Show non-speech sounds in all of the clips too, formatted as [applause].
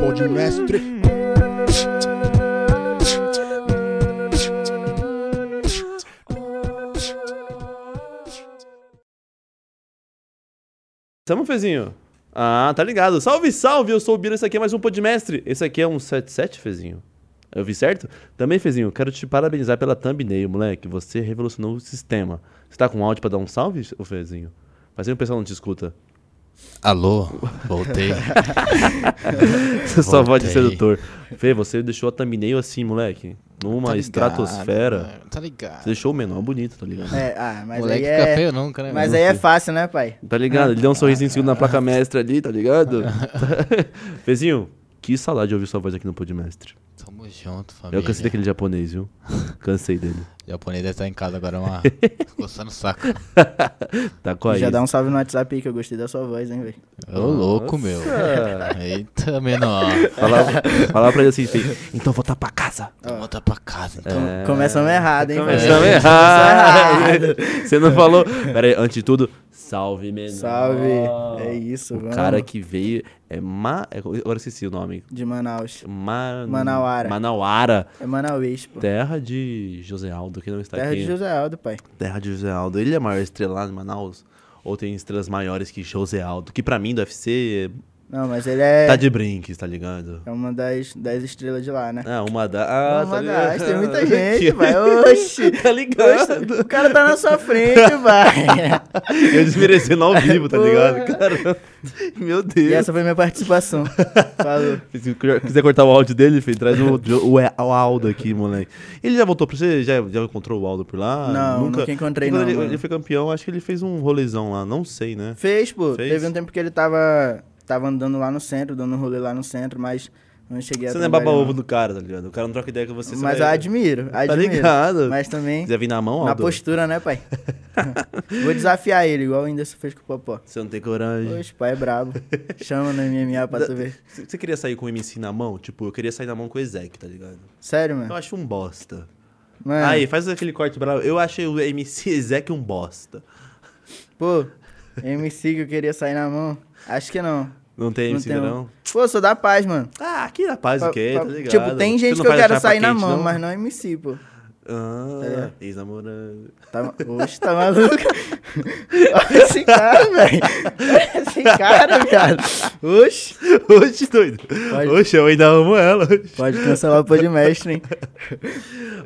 Pode mestre. Tamo, Fezinho? Ah, tá ligado. Salve, salve, eu sou o Bira, esse aqui é mais um Podmestre. Esse aqui é um 77, Fezinho. Eu vi certo? Também, Fezinho, quero te parabenizar pela thumbnail, moleque. Você revolucionou o sistema. Você tá com áudio pra dar um salve, ô Fezinho? Mas aí o pessoal não te escuta. Alô, [laughs] voltei. Você só voz de Voltei. sedutor. Fê, você deixou a thumbnail assim, moleque. Numa Tá ligado, estratosfera. mano, Tá ligado. Você deixou o menor bonito, tá ligado? É, ah, mas Moleque aí fica é... feio nunca, né? Mas mano? aí é fácil, né, pai? Tá É. ligado? Ele deu um sorrisinho segundo na placa mestra ali, tá [laughs] ligado? Fezinho, que saudade de ouvir sua voz aqui no Podmestre. Tamo junto, família. Eu cansei daquele japonês, viu? Cansei dele. O japonês deve estar em casa agora, [laughs] uma... coçando o saco. Tá com aí. Já dá um salve no WhatsApp aí que eu gostei da sua voz, hein, velho? Ô, louco, meu. Eita, menor. Falava, falava pra ele assim, assim, então voltar pra casa. Volta pra casa, então. Com- Começamos [laughs] errado, Tá hein, é Começamos velho? Tá errado. [laughs] Você não falou. Pera aí, antes de tudo, salve, menor. Salve. É isso, O vamos. cara que veio é Ma... Agora eu esqueci o nome. De Manaus. Ma... Manauara. Manauara. É Manauês, pô. Terra de José Aldo, que não está Terra Tá aqui. de José Aldo, pai. Terra de José Aldo. Ele é a maior estrela lá em Manaus? Ou tem estrelas maiores que José Aldo? Que pra mim, do UFC, Não, mas ele é... tá de brinques, tá ligado? É uma das, das estrelas de lá, né? Ah, uma da. Ah, Uma tá das, ligado? tem [laughs] muita gente, vai. Oxi. tá Oxe, ligado? o cara tá na sua frente, vai. [laughs] Eu desmerecendo ao [laughs] vivo, tá Porra. [laughs] ligado? Caramba. Meu Deus. E essa foi minha participação. [laughs] Falou. Se quiser cortar o áudio dele, filho, traz o, o, o Aldo aqui, moleque. Ele já voltou pra você? Já, já encontrou o Aldo por lá? Não, nunca encontrei, Quando não, Ele, mano. ele foi campeão, acho que ele fez um rolezão lá, não sei, né? Fez, pô. Fez? Teve um tempo que ele tava, tava andando lá no centro, dando um rolê lá no centro, mas não cheguei a Você não é trabalhar, baba-ovo do cara, tá ligado? O cara não troca ideia com você. você Mas eu vai- Tá admiro, admiro. ligado? Mas também quiser vir na mão, na Aldo, postura, né, [laughs] pai? Vou desafiar ele, igual ainda se fez com o Popó. você não tem coragem. Oxe, pai é brabo. Chama no MMA pra tu ver. Você você queria sair com o MC na mão? Tipo, eu queria sair na mão com o Ezek, tá ligado? Sério, Eu mano? acho um bosta. Mano, Aí, faz aquele corte bravo. Eu achei o [laughs] MC Ezek um bosta. pô, MC que eu queria sair na mão. Acho que não. Não tem Não MC, tem não? um- Pô, eu sou da paz, mano. Ah, aqui na paz, o Pa- quê? pa- Tá ligado? Tipo, tem Você gente não que eu faz quero chapa sair na quente, mão, não? mas não MC, pô. Ah, ex-namorado. Tá, ma- oxe, tá maluco? [laughs] Olha esse cara, velho. Olha esse cara, viado. Oxe. Oxe, doido. Oxe, eu ainda amo ela. Pode cancelar o podmestre, hein?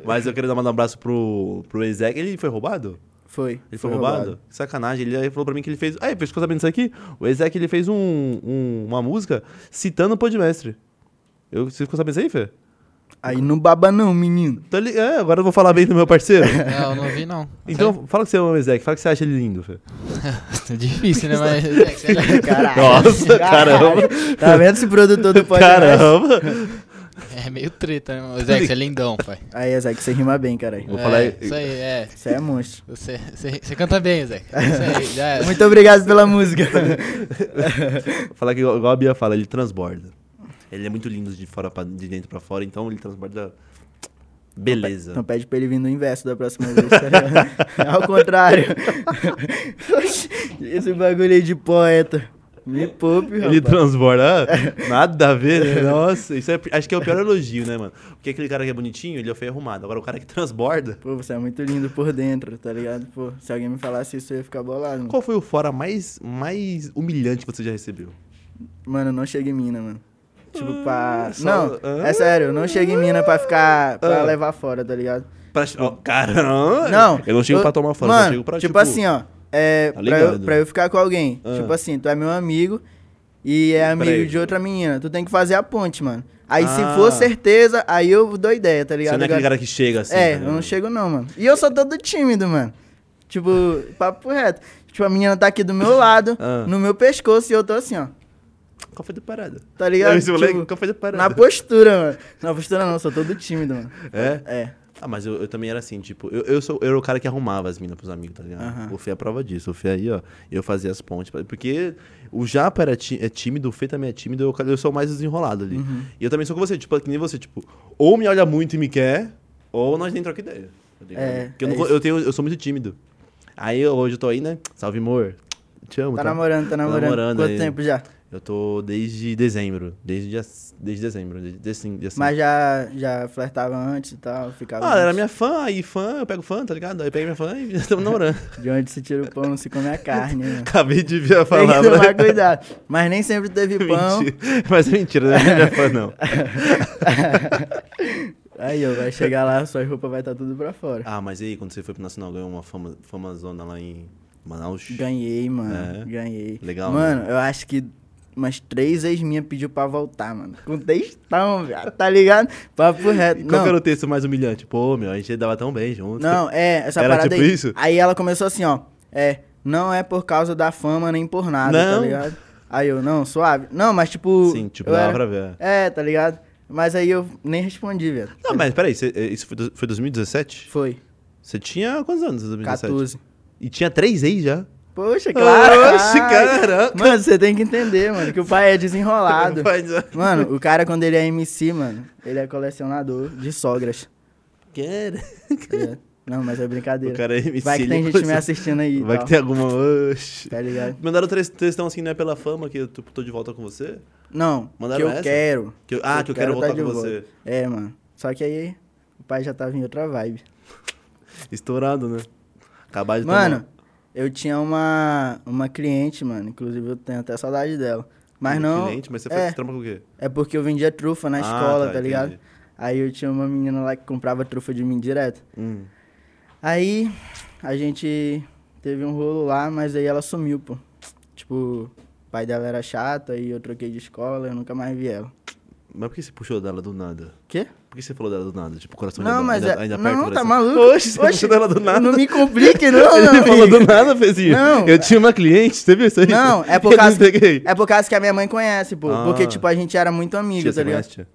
Mas eu queria dar mandar um abraço pro, pro Ezek. Ele foi roubado? Foi. Ele foi, roubado? Que Sacanagem. Ele aí falou pra mim que ele fez. Ah, ficou sabendo disso aqui? O Ezek ele fez um, um- uma música citando o Podmestre. Eu, você ficou sabendo isso aí, Fê? Aí não baba não, menino. Tá li- É, agora eu vou falar bem do meu parceiro. [laughs] Não, eu não vi, não. Então, fala que você ama o Ezek, fala que você acha ele lindo, Fê. É [laughs] difícil, [laughs] né? Mas... É, sei lá. Caralho. Nossa, Caralho. Tá vendo esse produtor do podcast? Caramba! É meio treta, né? mano? Zé, que você é lindão, pai. Aí, Zé, que você rima bem, caralho. Vou falar- É, Isso aí, é. Você é monstro. Você, você, você canta bem, Zé. Isso [laughs] aí, já é. Muito obrigado pela música. Vou [laughs] falar que igual igual a Bia fala, ele transborda. Ele é muito lindo de fora pra, de dentro pra fora, então ele transborda. Beleza. Não pede pra ele vir no inverso da próxima vez. [laughs] tá? Ao contrário. [laughs] Esse bagulho aí de poeta. Me poupe, rapaz. Ele [laughs] transborda. ah, Nada a ver, né? Nossa, isso é, acho que é o pior elogio, né, mano? Porque aquele cara que é bonitinho, ele é feio e arrumado. Agora o cara que transborda. Pô, você é muito lindo por dentro, tá ligado? Pô, se alguém me falasse isso, eu ia ficar bolado. Mano, Qual foi o fora mais, mais humilhante que você já recebeu? mano eu não chega em mina, mano. Tipo, pra. só- Não, Ah. é sério, eu não chega em mina pra ficar. pra Ah. levar fora, tá ligado? Pra, ó, caramba! Não. Eu não chego pra tomar fora, mano, eu chego pra Tipo assim, ó. É, pra, Tá eu, ligado? pra eu ficar com alguém. Ah. Tipo assim, tu é meu amigo e é amigo Peraí. de outra menina. Tu tem que fazer a ponte, mano. Aí Ah. se for certeza, aí eu dou ideia, tá ligado? Você não é aquele cara que chega assim. É, tá eu não ligado? chego não, mano. E eu sou todo tímido, mano. Tipo, papo reto. Tipo, a menina tá aqui do meu lado, Ah. no meu pescoço, e eu tô assim, ó. Qual foi da parada? Tá ligado? Eu, esse moleque, Tipo, qual foi da parada? Na postura, mano. Na postura não, eu sou todo tímido, mano. É? É. Ah, mas eu, eu também era assim, tipo, eu, eu, sou, eu era o cara que arrumava as minas pros amigos, tá ligado? Aham. O Fê é a prova disso. O Fê aí, ó, eu fazia as pontes. pra- Porque o Japa era ti- é tímido, o Fê também é tímido, eu, eu sou mais desenrolado ali. Uhum. E eu também sou com você, tipo, que nem você, tipo, ou me olha muito e me quer, ou nós nem troca ideia. tá ligado? É, Porque eu, não é co- isso. eu, tenho, eu sou muito tímido. Aí eu- hoje eu tô aí, né? Salve, amor. Te amo. Tá namorando, tá namorando. namorando Quanto aí. tempo já? Eu tô desde dezembro. Desde, dia- desde dezembro. Desde, desde, assim, desde Mas já, já flertava antes e tal, ficava. Ah, ela era antes. minha fã, aí fã, eu pego fã, tá ligado? Aí eu pego minha fã e [laughs] estamos namorando. De onde se tira o pão, não se come a carne. né? Acabei de ver a Tem que palavra. tomar [laughs] cuidado. Mas nem sempre teve pão. Mentira. Mas é mentira, não é minha fã, não. Aí, ó, vai chegar lá, suas roupas vai estar tudo pra fora. Ah, mas e aí, quando você foi pro Nacional, ganhou uma fama, famazona lá em Manaus? Ganhei, mano. É? Ganhei. Legal, Mano, eu acho que umas três ex minha pediu pra voltar, mano. Com textão, viado, tá ligado? Papo reto. E Qual que era Não, o texto mais humilhante? Pô, meu, a gente dava tão bem junto. não, é, essa Era parada tipo aí. isso? Aí ela começou assim, ó. É, não é por causa da fama nem por nada, Não. tá ligado? Aí eu, não, suave. Não, mas tipo. Sim, tipo, eu dava era- pra ver. É, tá ligado? Mas aí eu nem respondi, velho. Não, mas peraí, você- é, isso foi, do- foi 2017? Foi. Você tinha quantos anos em 2017? 14. E tinha três ex já? [laughs] Poxa, claro. Oxe, caraca. Mano, você tem que entender, mano, que o pai é [laughs] desenrolado. Mas, Mano, o cara quando ele é MC, mano, ele é colecionador de sogras. cara, tá ligado? Não, mas é brincadeira. O cara é MC. Vai que tem ele gente me começou- assistindo aí. e Vai tal, que tem alguma... Oxi. Tá ligado? Mandaram três textão assim, não é pela fama que eu tô tô de volta com você? Não, Mandaram que eu essa? quero. Que eu- ah, que eu quero tá voltar de com volta. você. É, mano. Só que aí o pai já tava em outra vibe. [laughs] Estourado, né? Acabar de Mano, tomar. eu tinha uma, uma cliente, mano. Inclusive eu tenho até saudade dela. Mas Como não. Cliente, mas você é. foi trampa com o quê? É porque eu vendia trufa na Ah, escola, tá, tá ligado? entendi. Aí eu tinha uma menina lá que comprava trufa de mim direto. Hum. Aí a gente teve um rolo lá, mas aí ela sumiu, pô. Tipo, o pai dela era chato, aí eu troquei de escola, eu nunca mais vi [laughs] ela. Mas por que você puxou dela do nada? Quê? Por que você falou dela do nada? Tipo, o coração Não, ainda, mas ainda, é- ainda aperta o não, tá coração. maluco. Oxe, você puxou dela do nada. Não me complique, não, [laughs] meu Ele falou amigo. do nada, Fezinho. Não. Eu tinha uma cliente, você viu isso aí? Não, é por [laughs] Eu causa não peguei. É por causa que a minha mãe conhece, pô. Ah. Porque, tipo, a gente era muito amigo, Tia, tá você ligado? conhece, tia?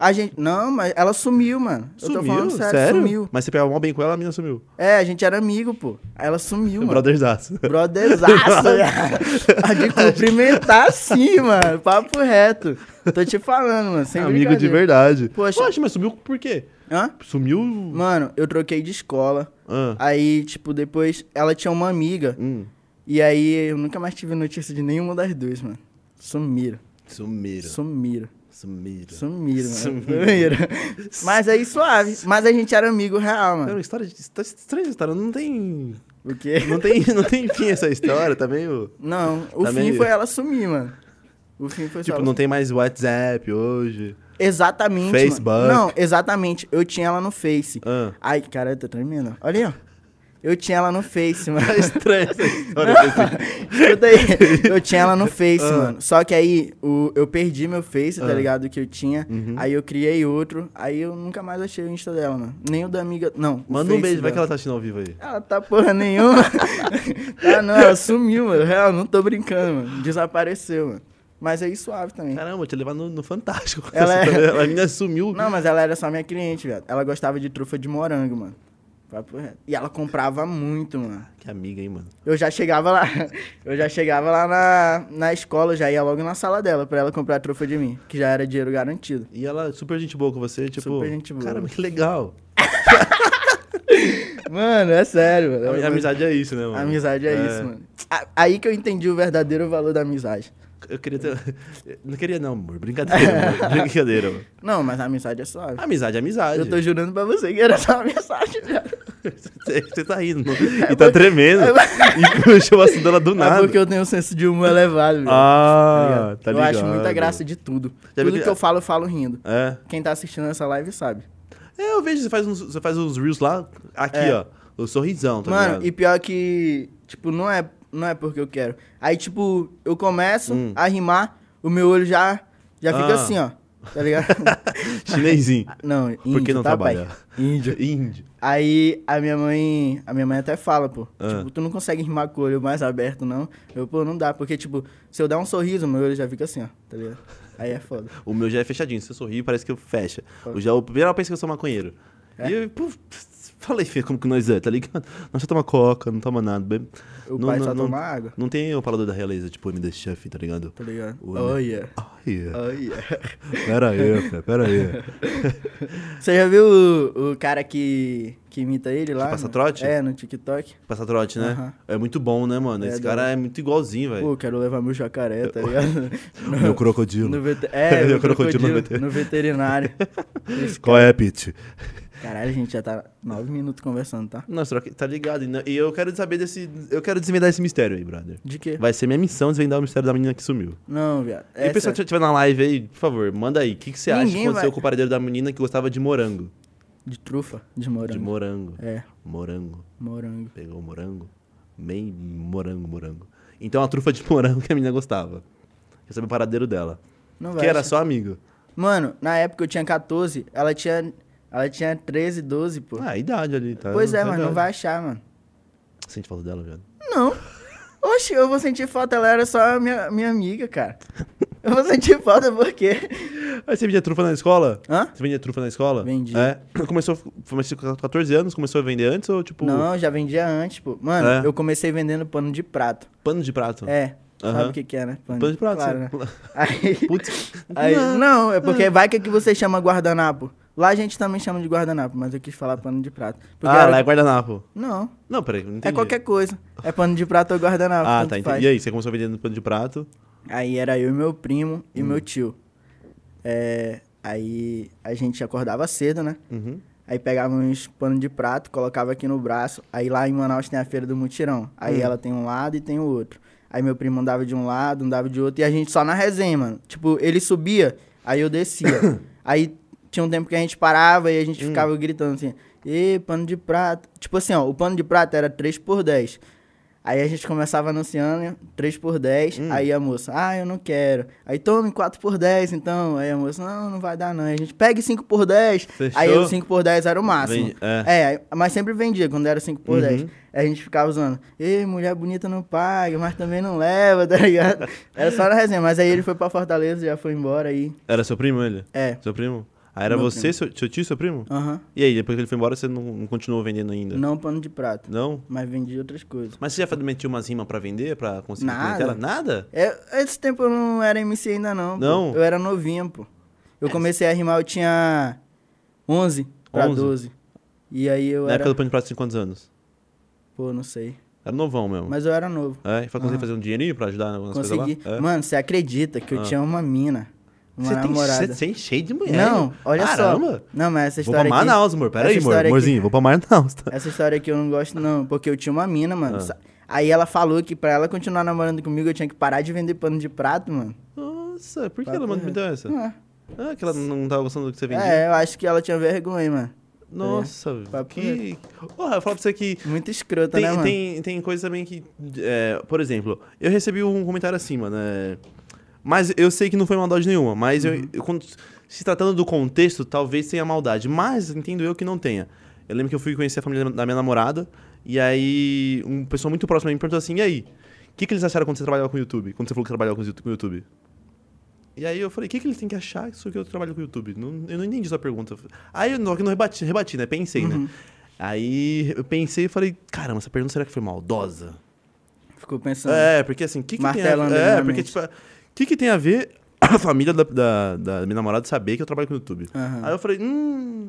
A gente. Não, mas ela sumiu, mano. eu tô falando sério, sumiu. Mas você pegava mal bem com ela, a menina sumiu. É, a gente era amigo, pô. Aí ela sumiu, mano. Brotherzaço. [laughs] Brotherzaço, [laughs] velho. De cumprimentar sim, tá assim, mano. Papo reto. Tô te falando, mano. Sem Amigo de brincadeira. verdade. Poxa. Poxa, mas sumiu por quê? Hã? Sumiu... Mano, eu troquei de escola. Ah. Aí, tipo, depois ela tinha uma amiga. Hum. E aí eu nunca mais tive notícia de nenhuma das duas, mano. Sumiram. Sumiram. Sumiram. Sumiram. Sumiram, mano. Sumiram. Sumiram. Mas aí suave. Mas a gente era amigo real, Cara, mano. uma história de- está estranha essa história. Não tem. O quê? Não tem, [laughs] não tem fim essa história, tá meio. Não, o Tá fim meio- foi ela sumir, mano. O fim foi só Tipo, ela não tem mais WhatsApp hoje. Exatamente. Facebook. mano. Não, exatamente. Eu tinha ela no Face. Ah. Ai, cara, eu tô tremendo. Olha aí, ó. Eu tinha ela no Face, mano. Tá estranha essa história. [laughs] Escuta aí. Eu tinha ela no Face, Ah. mano. Só que aí o, eu perdi meu Face, tá Ah. ligado? Que eu tinha. Uhum. Aí eu criei outro. Aí eu nunca mais achei o Insta dela, mano. Nem o da amiga. Não. o Manda um Face beijo, vai que dela. ela tá assistindo ao vivo aí. Ela tá porra [laughs] nenhuma. [laughs] ah, não, ela sumiu, mano. Real, não tô brincando, mano. Desapareceu, mano. Mas aí suave também. Caramba, te levar no, no Fantástico. Ela [laughs] é- Ela- A menina sumiu. Não, mas ela era só minha cliente, velho. Ela gostava de trufa de morango, mano. Papo reto. E ela comprava muito, mano. Que amiga, hein, mano. Eu já chegava lá, [laughs] eu já chegava lá na, na escola, já ia logo na sala dela pra ela comprar trufa de mim, que já era dinheiro garantido. E ela, super gente boa com você, tipo. Super gente boa. Caramba, que legal. [laughs] Mano, é sério, mano. A, a Eu- amizade é isso, né, mano? amizade é, isso, mano. A- aí que eu entendi o verdadeiro valor da amizade. Eu queria ter. [laughs] Não queria, não, amor. Brincadeira, [laughs] amor. Brincadeira, mano. Não, mas a amizade é suave. Amizade é amizade. Eu tô jurando pra você que era só uma amizade, né? velho. Você você tá rindo não? e tá tremendo. E puxou o assunto dela do É nada. porque eu tenho um senso de humor elevado, velho. Ah, tá eu ligado. acho muita graça de tudo. Já viu tudo que- que... eu falo, eu falo rindo. É. Quem tá assistindo essa live sabe. É, eu vejo, você faz uns, você faz uns reels lá, aqui, É. ó. O sorrisão, tá Mano, ligado? e pior que, tipo, não é, não é porque eu quero. Aí, tipo, eu começo Hum. a rimar, o meu olho já, já fica Ah. assim, ó. Tá ligado? [laughs] Chinesinho. não, índio, Por que não tá, pai? trabalha? Índio. [laughs] Índio. Aí a minha mãe. A minha mãe até fala, pô. Ah. Tipo, tu não consegue rimar com o olho mais aberto, não. Eu, pô, não dá. Porque, tipo, se eu dar um sorriso, meu olho já fica assim, ó. Tá ligado? Aí é foda. O meu É? já é fechadinho. Se eu sorrir, parece que eu fecha. O, já, o primeiro ela pensa que eu sou maconheiro. E eu, puf, Fala aí, filha, como que nós é, tá ligado? Nós só toma coca, não toma nada. bebe- O Não, pai não, só não. toma água, Não tem o paladar da realeza, tipo MD Chef, tá ligado? tá ligado? Oh, Olha. Olha. Ai, Olha. Oh, [laughs] pera aí, [laughs] filha, pera aí. Você já viu o, o cara que, que imita ele lá? passa no- trote? É, no TikTok. Passa trote, né? Aham. É muito bom, né, mano? É, Esse da cara hora. é muito igualzinho, velho. Pô, quero levar meu jacaré, tá ligado? No- [laughs] Meu [laughs] crocodilo. no vete- É, [laughs] Meu meu crocodilo no crocodilo vete- no [laughs] veterinário. Esse Qual cara- é, Pete? Caralho, a gente já tá nove minutos conversando, tá? Nossa, troca- tá ligado. E não- E eu quero saber desse. Eu quero desvendar esse mistério aí, brother. De quê? Vai ser minha missão desvendar o mistério da menina que sumiu. Não, viado. é E o pessoal que estiver na live aí, por favor, manda aí. O que, que você acha que Ninguém aconteceu vai- com o paradeiro da menina que gostava de morango? De trufa? De morango. De morango. É, Morango. morango. Pegou morango. Bem morango, morango. Então a trufa de [laughs] morango que a menina gostava. Quer saber o paradeiro dela. Não vai né? Que era achar. só amigo. Mano, na época eu tinha 14, ela tinha, ela tinha 13, 12, pô. Ah, a idade ali, tá? pois é, Tá mano, idade. não vai achar, mano. Sente falta dela, velho. Não. Oxe, eu vou sentir falta, ela era só minha, minha amiga, cara. Eu vou sentir falta por quê? Aí você vendia trufa na escola? Hã? Você vendia trufa na escola? Vendi. É. [clears throat] Começou, começou com 14 anos, começou a vender antes ou tipo Não, eu já vendia antes, pô. Mano, É? eu comecei vendendo pano de prato. pano de prato? É, Aham. sabe o que que é, né? Pano de prato. Claro, né? você- [laughs] Aí, Putz. aí- Não. não, é porque vai que, que você chama guardanapo. Lá a gente também chama de guardanapo, mas eu quis falar pano de prato. Porque Ah, era- lá é guardanapo. Não, Não, peraí, não entendi. é qualquer coisa. É pano de prato ou guardanapo. Ah, tanto tá, entendi. faz. E aí, você começou vendendo pano de prato? Aí era eu e meu primo e Hum. meu tio. É, aí a gente acordava cedo, né? [laughs] Uhum. Aí pegava uns pano de prato, colocava aqui no braço. Aí lá em Manaus tem a feira do mutirão. Aí Hum. ela tem um lado e tem o outro. Aí meu primo andava de um lado, andava de outro. E a gente só na resenha, mano. Tipo, ele subia, aí eu descia. aí tinha um tempo que a gente parava e a gente ficava gritando assim: Ê, pano de prato. Tipo assim, ó, o pano de prato era 3 por 10. Aí a gente começava anunciando 3 por 10, Hum. aí a moça, ah, eu não quero. Aí tome 4 por 10, então. Aí a moça, não, não vai dar não. Aí a gente pegue 5 por 10. Aí Fechou? o 5 por 10 era o máximo. Vendi- é. É, aí- mas sempre vendia quando era 5 por Uhum. 10. Aí a gente ficava usando, ei, mulher bonita não paga, mas também não leva, [laughs] tá ligado? Era só na resenha. Mas aí ele foi pra Fortaleza, já foi embora aí. Era seu primo ele? É, Seu primo? Ah, era Meu você, seu, seu tio e seu primo? aham. E aí, depois que ele foi embora, você não, não continuou vendendo ainda? Não pano de prato, Não? mas vendia outras coisas. Mas você já metia umas rimas pra vender, pra conseguir Nada. clientela? Nada? É, esse tempo eu não era MC ainda não. pô. Não? Eu era novinho, pô. Eu comecei a rimar, eu tinha 11 pra 11? 12. E aí eu Na era. época do pano de prato, você tinha quantos anos? Pô, não sei. Era novão mesmo. Mas eu era novo. É, e foi conseguir Aham. fazer um dinheirinho pra ajudar nas Consegui. coisas lá? É. Mano, você acredita que eu Ah. tinha uma mina? Uma você namorada. Tem, você, você é cheio de mulher. Não, hein? olha Caramba. só. Não, mas essa Vou pra história aqui. Manaus, amor. Pera essa aí, amor. história aqui- Amorzinho, vou pra Manaus. [laughs] tá? Essa história aqui eu não gosto, não, porque eu tinha uma mina, mano. Ah. Sa- Aí ela falou que pra ela continuar namorando comigo, eu tinha que parar de vender pano de prato, mano. Nossa, por que Papo ela mandou me reto. deu essa? Ah, Ah, que ela não tava gostando do que você vendia? É, eu acho que ela tinha vergonha, mano. Tá Nossa, Papo que... Porra, eu falo pra você que Muito escrota, tem, né, mano? tem, tem coisa também que. é, por exemplo, eu recebi um comentário assim, mano. é, mas eu sei que não foi maldade nenhuma, mas eu- eu, quando, se tratando do contexto, talvez tenha maldade. Mas entendo eu que não tenha. Eu lembro que eu fui conhecer a família da minha namorada, e aí um pessoal muito próximo a mim perguntou assim: e aí? O que, que eles acharam quando você trabalhava com o YouTube? Quando você falou que trabalhava com o Yout- com o YouTube? E aí eu falei, o que, que eles têm que achar isso que eu trabalho com o YouTube? Não- eu não entendi sua pergunta. Aí eu não, que não rebati, rebati, né? Pensei, né? Aí eu pensei e falei, caramba, essa pergunta será que foi maldosa? Ficou pensando. né? É, porque assim, o que, que tem a Martelando ver? ali É, na porque, mente. tipo, o que, que tem a ver a [coughs] família da, da, da minha namorada saber que eu trabalho com o YouTube? Aham. Aí eu falei, hum,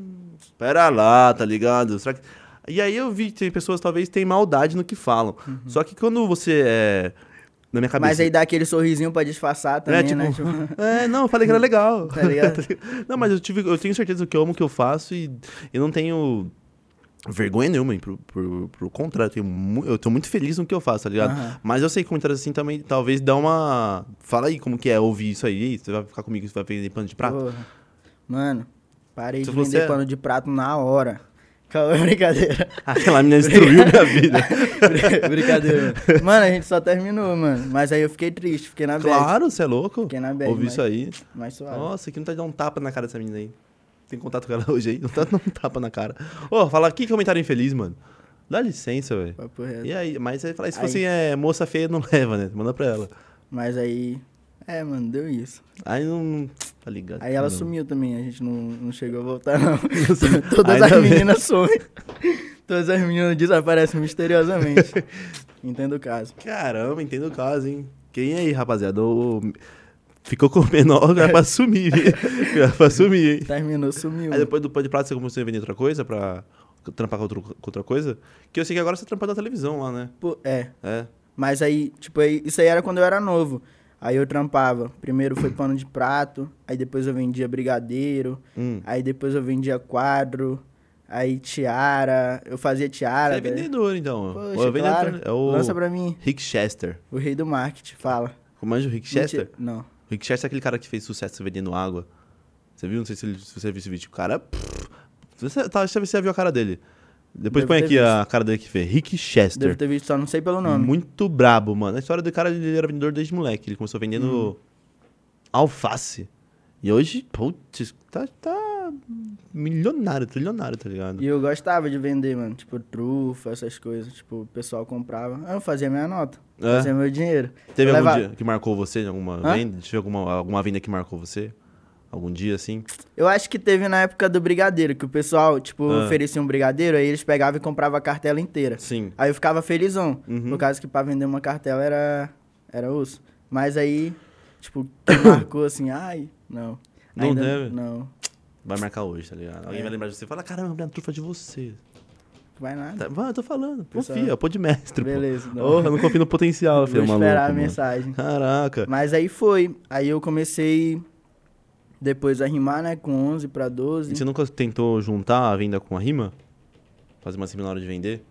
pera lá, tá ligado? Será que... E aí eu vi que tem pessoas talvez têm maldade no que falam. Só que quando você é. Na minha cabeça. Uhum. Mas aí dá aquele sorrisinho pra disfarçar também, É, tipo, né? Tipo, [laughs] é, não, eu falei que era legal. [laughs] Tá [laughs] ligado? não, mas eu, tive, eu tenho certeza que eu amo o que eu faço e eu não tenho vergonha nenhuma, hein, pro, pro, pro contrário, eu, tenho mu- eu tô muito feliz no que eu faço, tá ligado? Aham. Mas eu sei que comentários assim também, talvez dá uma... Fala aí como que é ouvir isso aí, Ih, você vai ficar comigo, você vai vender pano de prato? porra. Mano, parei Se de você- é- vender pano de prato na hora. [laughs] Calma, é brincadeira. [laughs] Aquela menina destruiu minha vida. [laughs] [laughs] brincadeira. Mano, a gente só terminou, mano. Mas aí eu fiquei triste, fiquei na bad. claro, você é louco? Fiquei na bad, Ouvir mas- isso aí. Mas suave. Nossa, que não tá de dar um tapa na cara dessa menina aí. Tem contato com ela [laughs] hoje aí? Não tá dando um tapa na cara. Ô, fala, que comentário infeliz, mano. Dá licença, velho. Papo reto. E aí, mas aí fala, se Aí. fosse é, moça [laughs] feia, não leva, né? Manda pra ela. Mas aí... É, mano, deu isso. Aí não. Tá ligado? Aí ela Não. sumiu também, a gente não, não chegou a voltar, [laughs] não. sumi. Todas Ainda as bem. meninas somem. Todas as meninas desaparecem [laughs] misteriosamente. Entendo o caso. Caramba, entendo o caso, hein? Quem aí, rapaziada? O- Ficou com o menor, [laughs] era pra sumir. viu? Era pra sumir, hein? Terminou, sumiu. Aí depois do pão de prato você começou a vender outra coisa pra trampar com outro- com outra coisa? Que eu sei que agora você trampa na televisão lá, né? Pô, é, É. mas aí, tipo, aí, isso aí era quando eu era novo. Aí eu trampava. Primeiro foi pano de prato, aí depois eu vendia brigadeiro, Hum. aí depois eu vendia quadro, aí tiara, eu fazia Você tiara. é velho. vendedor, então. Poxa, Ou é vendedor, claro. É o Lança pra mim, Rick Chester. o rei do marketing, fala. Manja o Rick Chester? Mentira, Não. O Rick Chester é aquele cara que fez sucesso vendendo água. Você viu? Não sei se, ele- se você viu esse vídeo. O cara. pff, Você, tá, deixa eu ver se você viu a cara dele. Depois Deve põe ter aqui a cara dele que fez. Rick Chester. Devo ter visto, só não sei pelo nome. Muito brabo, mano. A história do cara, ele era vendedor desde moleque. Ele começou Hum. vendendo alface. E hoje, putz, tá, tá milionário, trilionário, tá ligado? E eu gostava de vender, mano. Tipo, trufa, essas coisas. Tipo, o pessoal comprava. Ah, Eu fazia minha nota. É. Fazia meu dinheiro. Teve eu algum leva- dia que marcou você? Alguma Hã? venda? Teve alguma, alguma venda que marcou você? Algum dia, assim? Eu acho que teve na época do brigadeiro, que o pessoal, tipo, Ah. oferecia um brigadeiro, aí eles pegavam e compravam a cartela inteira. Sim. Aí eu ficava felizão. Uhum. No caso que pra vender uma cartela era. Era osso. Mas aí, tipo, que marcou assim, ai, não. Não né? deve? Não. Vai marcar hoje, tá ligado? Alguém É. vai lembrar de você e fala, caramba, minha trufa é de você. Vai nada. Tá, vai, eu tô falando. Pessoal- Confia, pô de mestre, pô. Beleza. Não. Oh, eu não confio no potencial, [laughs] Vou filho esperar maluco. a mano. mensagem. Caraca. Mas aí foi. Aí eu comecei depois a rimar, né? Com 11 pra E 12. você nunca tentou juntar a venda com a rima? Fazer uma rima na hora de vender?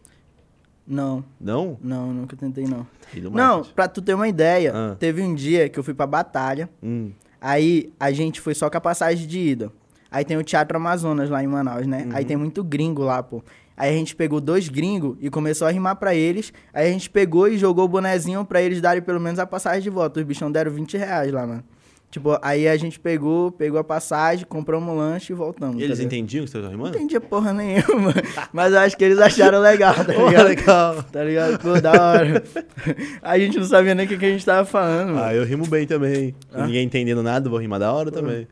Não, Não? não, nunca tentei, não. E do Não, marketing? pra tu ter uma ideia, Ah. teve um dia que eu fui pra batalha. Hum, Aí a gente foi só com a passagem de ida. Aí tem o Teatro Amazonas lá em Manaus, né? Uhum. Aí tem muito gringo lá, pô. Aí a gente pegou dois gringos e começou a rimar pra eles. Aí a gente pegou e jogou o bonezinho pra eles darem pelo menos a passagem de volta. Os bichão deram 20 reais lá, mano. Tipo, aí a gente pegou, pegou a passagem, compramos um lanche e voltamos. E tá eles [laughs] ligado? entendiam o que você tava Não rimando? entendi porra nenhuma. [laughs] Mas eu acho que eles acharam legal, [laughs] tá Pô, ligado? legal. Tá ligado? Pô, da hora. [laughs] A gente não sabia nem o que, que a gente tava falando, mano. Ah, eu rimo bem também. Ah. Ninguém entendendo nada, vou rimar da hora também. é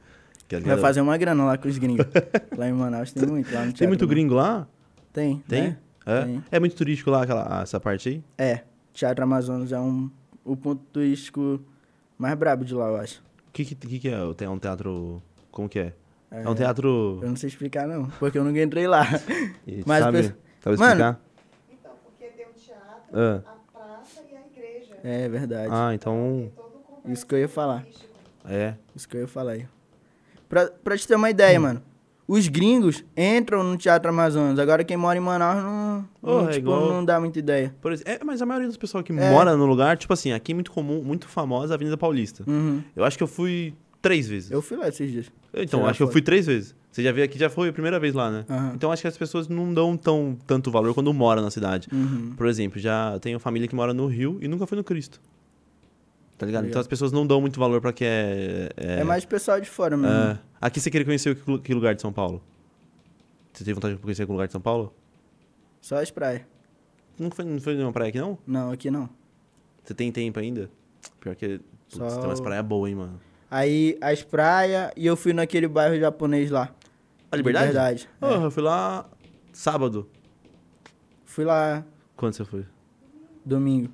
Quer Vai dizer, fazer um uma grana lá com os gringos. lá em Manaus tem muito, lá no Tem teatro, muito né? gringo lá? Tem, Tem? né? É? Tem. É muito turístico lá, aquela, ah, essa parte aí? É, Teatro Amazonas é um, o ponto turístico mais brabo de lá, eu acho. O que, que, que que é? o te- É um teatro... Como que é? É, um teatro... Eu não sei explicar, não, porque eu nunca entrei lá. [laughs] E [laughs] Mas sabe, pes- sabe Mano- explicar? Então, porque tem o teatro, Ah. a praça e a igreja. É verdade. Ah, então... Todo o complexo Isso que eu ia falar. turístico. É. Isso que eu ia falar aí. Pra, pra te ter uma Hum. ideia, mano. Os gringos entram no Teatro Amazonas. Agora quem mora em Manaus não, Porra, não, é tipo, igual- não dá muita ideia. Por ex- é, mas a maioria das pessoas que É. mora no lugar, tipo assim, aqui é muito comum, muito famosa a Avenida Paulista. Uhum. Eu acho que eu fui três vezes. Eu fui lá esses dias. Então, Será acho que eu foi? fui três vezes. Você já veio aqui, já foi a primeira vez lá, né? Aham. Então acho que as pessoas não dão tão, tanto valor quando mora na cidade. Uhum. Por exemplo, já tenho família que mora no Rio e nunca foi no Cristo. Tá ligado? Legal. Então as pessoas não dão muito valor pra que é. É, mais pessoal de fora mesmo. é. Aqui você queria conhecer que lu- que lugar de São Paulo? Você teve vontade de conhecer algum lugar de São Paulo? Só as praias. Não foi, não foi nenhuma praia aqui, não? Não, aqui não. Você tem tempo ainda? Pior que. Putz, Só tem umas o- praias boas, hein, mano. Aí as praias e eu fui naquele bairro japonês lá. A Liberdade? Liberdade. é. Ah, Eu fui lá sábado. Fui lá Quando você foi? domingo.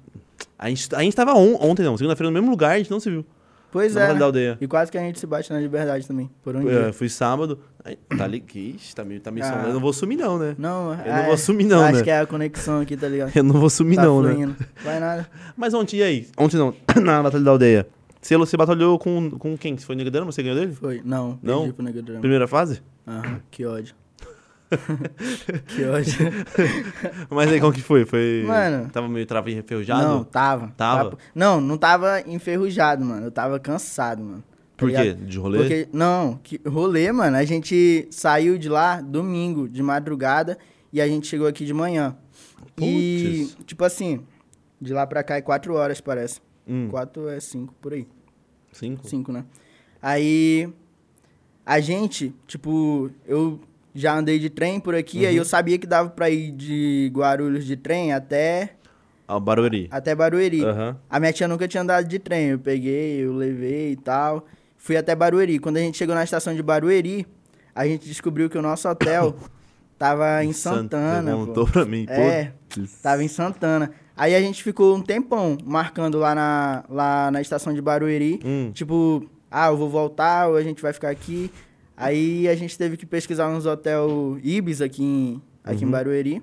A gente, a gente tava on- ontem, não. Segunda-feira no mesmo lugar, a gente não se viu. Pois Na é. Praia né? da Aldeia. E quase que a gente se bate na liberdade também. Por um É, dia. fui sábado. Aí, tá ali. que Ixi, tá me, tá me Ah. sonando. Eu não vou sumir, não, né? Não, é, Eu não vou sumir não, Acho né? que é a conexão aqui, tá ligado? [laughs] Eu não vou sumir, tá não, né? fluindo. Vai nada. [laughs] Mas ontem, e aí? Ontem não, [clears throat] na Batalha da Aldeia. Você, você batalhou com, com quem? Você foi o Negadama? Você ganhou dele? Foi. Não, Não? perdi pro Negodrama. Primeira fase? Aham, Ah, que ódio. [laughs] que ódio. [laughs] Mas aí, como que foi? Foi. Mano. Tava meio trava enferrujado? Não, tava. Tava? Não, não tava enferrujado, mano. Eu tava cansado, mano. Tá Por ligado? quê? De rolê? Porque, não, que rolê, mano. A gente saiu de lá domingo, de madrugada, e a gente chegou aqui de manhã. E, tipo assim, de lá pra cá é quatro horas, parece. Hum, Quatro é cinco, por aí. cinco? Cinco, né? Aí, a gente, tipo, eu já andei de trem por aqui, aí Uhum. eu sabia que dava pra ir de Guarulhos de trem até, Ah, Barueri. até Barueri. Aham. A minha tia nunca tinha andado de trem. Eu peguei, eu levei e tal. Fui até Barueri. Quando a gente chegou na estação de Barueri, a gente descobriu que o nosso hotel [coughs] tava em Santana. pô. Montou pra mim. É, putz. Tava em Santana. Aí a gente ficou um tempão marcando lá na, lá na estação de Barueri. Hum. Tipo, ah, eu vou voltar ou a gente vai ficar aqui. Aí a gente teve que pesquisar uns hotel Ibis aqui em, aqui em Barueri.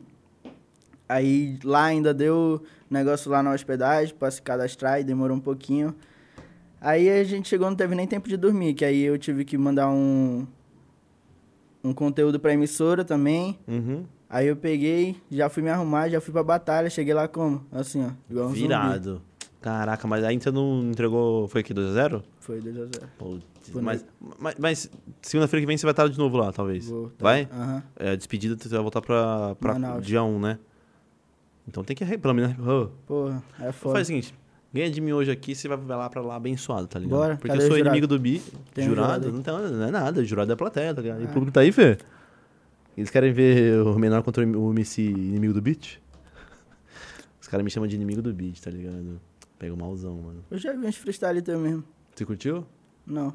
Aí lá ainda deu negócio lá na hospedagem pra se cadastrar e demorou um pouquinho. Aí a gente chegou, não teve nem tempo de dormir, que aí eu tive que mandar um, um conteúdo pra emissora também. Uhum. Aí eu peguei, já fui me arrumar, já fui pra batalha, cheguei lá como? Assim, ó. Igual um zumbi. Virado. Caraca, mas ainda você não entregou. Foi aqui 2x0? Foi 2 a 0 Putz, Foi Mas, mas, mas segunda-feira que vem você vai estar de novo lá, talvez. Vou, tá. Vai? Aham. É, despedida, você vai voltar pra, pra Manaus. dia 1, né? Então tem que arre- pelo menos. Oh, Porra, é Então foda. Faz o seguinte, ganha de mim hoje aqui, você vai lá pra lá abençoado, tá ligado? Bora, Porque cadê eu sou o jurado? inimigo do bi. Tem um jurado, jurado aí. não, tem, nada- não é nada, jurado é plateia, tá ligado? E o Ah. público tá aí, Fê? Eles querem ver o menor contra o MC inimigo do beat? [laughs] Os caras me chamam de inimigo do beat, tá ligado? Pega o malzão, mano. Eu já vi uns freestyle teu mesmo. Você curtiu? Não,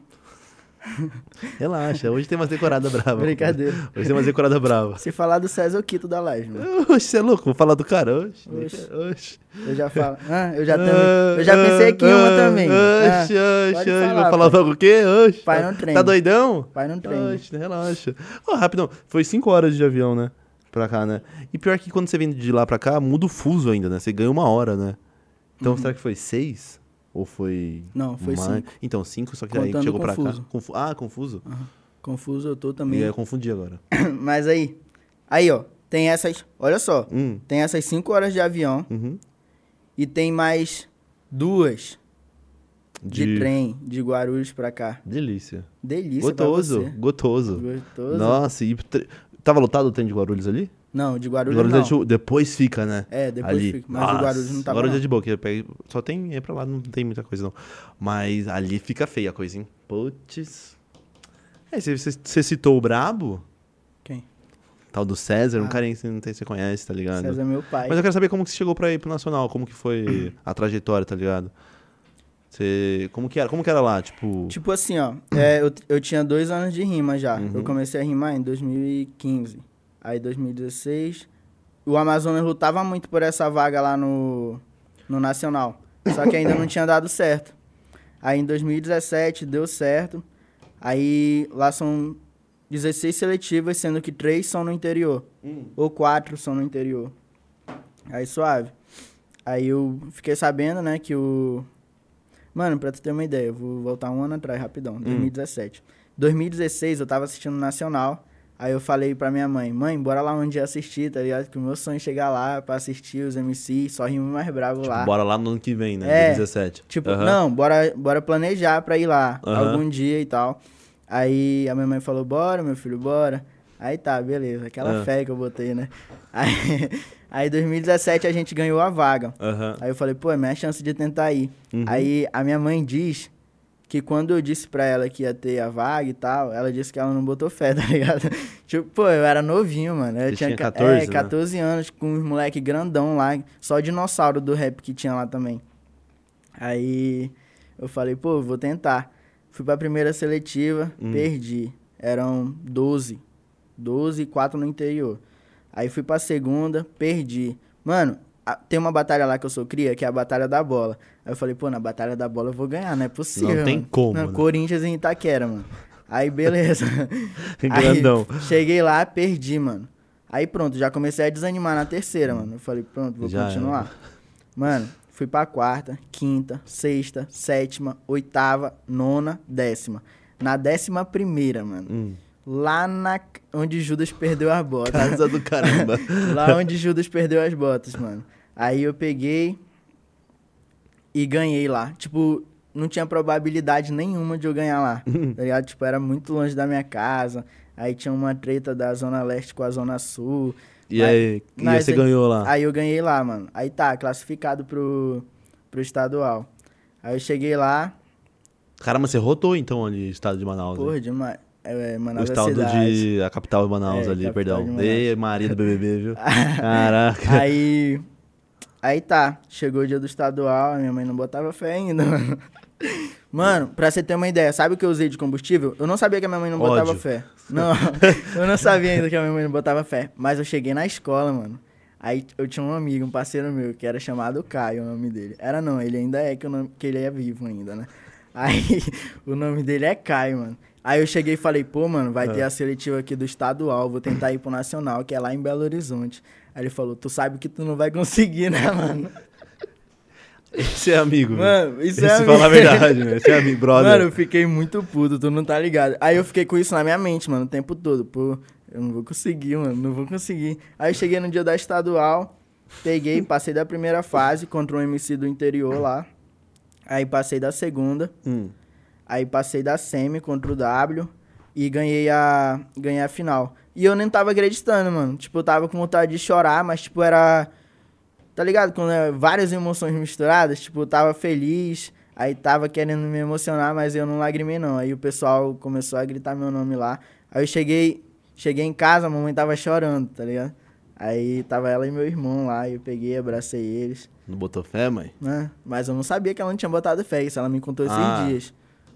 Relaxa, hoje tem umas decoradas bravas. brincadeira. Hoje tem umas decoradas bravas. Se falar do César, eu quito da live, mano. Oxe, você é louco? Vou falar do cara hoje. Oxe. Oxe. Eu já falo. Ah, eu já também. Eu já pensei aqui em uma também. Ah, Oxe, oxe, pode oxe. Vai falar, falar pai. logo o quê? Oxe. Pai, tá- não treme. Tá doidão? pai não treina. Oxe, relaxa. Ó, rapidão. Foi 5 horas de avião, né? Pra cá, né? E pior que quando você vem de lá pra cá, muda o fuso ainda, né? Você ganha uma hora, né? Então será que foi 6? Ou foi. Uhum. Não, foi mais? cinco. Então, 5, só que aí Contando chegou pra confuso. cá. Confu- Ah, confuso? Confuso eu tô E aí também. eu confundi agora. [coughs] Mas aí. Aí, ó. Tem essas. Olha só. Hum. Tem essas 5 horas de avião Uhum. e tem mais duas de, De- trem de Guarulhos pra cá. Delícia. Delícia, pra Gotoso, você. gotoso. Gostoso. Nossa, e tre- tava lotado o trem de Guarulhos ali? Não, de Guarulhos, Guarulhos não. é tipo- depois fica, né? É, depois ali. fica. Mas o Guarulhos não tá tava, Guarulhos é não. de boa, que eu peguei- só tem é pra lá, não tem muita coisa não. Mas ali fica feia a coisa, hein? Putz. É, você- você você citou o Brabo, Quem? tal do César, um Ah. cara que você não tem, você conhece, tá ligado? César é meu pai. Mas eu quero saber como que você chegou pra ir pro Nacional, como que foi a trajetória, tá ligado? Você, como que era? Como que era lá, tipo... Tipo assim, ó. é, eu, eu tinha dois anos de rima já. Eu comecei a rimar em 2015. Aí, 2016... O Amazonas lutava muito por essa vaga lá no, no Nacional. Só que ainda não tinha dado certo. Aí, em 2017, deu certo. Aí, lá são 16 seletivas, sendo que três são no interior. Ou quatro são no interior. Aí, suave. Aí eu fiquei sabendo, né, que o. Mano, pra tu ter uma ideia, eu vou voltar um ano atrás, rapidão, 2017. 2016 eu tava assistindo Nacional. Aí eu falei pra minha mãe, mãe, bora lá um dia assistir, tá ligado? Que o meu sonho é chegar lá pra assistir os MCs, só rimo mais bravo tipo, lá. bora lá no ano que vem, né? É. 2017. Tipo, Aham. não, bora, bora planejar pra ir lá Aham. algum dia e tal. Aí a minha mãe falou, bora, meu filho, bora. Aí tá, beleza. Aquela Ah. fé que eu botei, né? [laughs] Aí, aí 2017 a gente ganhou a vaga. Aham. Aí eu falei, pô, é minha chance de tentar ir. Uhum. Aí a minha mãe diz que quando eu disse pra ela que ia ter a vaga e tal, ela disse que ela não botou fé, [laughs] tá ligado? tipo, pô, eu era novinho, mano. Eu Você tinha, tinha ca- 14, né? é, 14 anos, com uns moleque grandão lá, só dinossauro do rap que tinha lá também. Aí eu falei, pô, vou tentar. Fui pra primeira seletiva, Hum. perdi. Eram 12. 12 e 4 no interior. Aí fui pra segunda, perdi. Mano, a- tem uma batalha lá que eu sou cria, que é a Batalha da Bola. Aí eu falei, pô, na Batalha da Bola eu vou ganhar, não é possível. Não tem mano. como, Não, né? Corinthians em Itaquera, mano. Aí [laughs] beleza. Grandão. Aí, cheguei lá, perdi, mano. Aí pronto, já comecei a desanimar na terceira, mano. Eu falei, pronto, vou Já continuar. Mano, fui pra quarta, quinta, sexta, sétima, oitava, nona, décima. Na décima primeira, mano. Hum. Lá na... onde Judas perdeu as botas. Casa do caramba. [laughs] Lá onde Judas perdeu as botas, mano. Aí eu peguei e ganhei lá. Tipo, não tinha probabilidade nenhuma de eu ganhar lá. Uhum. tá ligado? Tipo, era muito longe da minha casa. Aí tinha uma treta da Zona Leste com a Zona Sul. E aí, e aí Mas você aí- ganhou lá? Aí eu ganhei lá, mano. Aí tá, classificado pro, pro estadual. Aí eu cheguei lá, Caramba, você rotou então ali, estado de Manaus. né? porra, demais. É, o Manaus é estado cidade. de. A capital de Manaus É, ali, capital de perdão. Manaus. Ei, Maria do BBB, [laughs] viu? Caraca. Aí. Aí tá, chegou o dia do estadual, a minha mãe não botava fé ainda, [laughs] mano. Mano, pra você ter uma ideia, sabe o que eu usei de combustível? Eu não sabia que a minha mãe não botava Ódio. fé. Não, [laughs] eu não sabia ainda que a minha mãe não botava fé. Mas eu cheguei na escola, mano. Aí eu tinha um amigo, um parceiro meu, que era chamado Caio, o nome dele. Era não, ele ainda é, que, o nome, que ele é vivo ainda, né? [laughs] Aí o nome dele é Caio, mano. Aí eu cheguei e falei, pô, mano, vai ter a seletiva aqui do estadual, vou tentar ir pro nacional, que é lá em Belo Horizonte. Aí ele falou, tu sabe que tu não vai [laughs] conseguir, né, mano? Esse é amigo, velho. Mano, isso Esse é fala a amigo. verdade, velho. Esse é amigo, brother. Mano, eu fiquei muito puto, tu não tá ligado. Aí eu fiquei com isso na minha mente, mano, o tempo todo. Pô, eu não vou conseguir, mano, não vou conseguir. Aí eu cheguei no dia da estadual, peguei, passei da primeira fase contra um MC do interior lá. Aí passei da segunda, Hum. aí passei da semi contra o W e ganhei a, ganhei a final. E eu nem tava acreditando, mano. Tipo, eu tava com vontade de chorar, mas tipo, era Tá ligado? Quando é várias emoções misturadas, tipo, eu tava feliz, aí tava querendo me emocionar, mas eu não lagrimei não. Aí o pessoal começou a gritar meu nome lá. Aí eu cheguei, cheguei em casa, a mamãe tava chorando, tá ligado? Aí tava ela e meu irmão lá, eu peguei, abracei eles, Não botou fé, mãe? né? Mas eu não sabia que ela não tinha botado fé, isso ela me contou esses Ah. dias.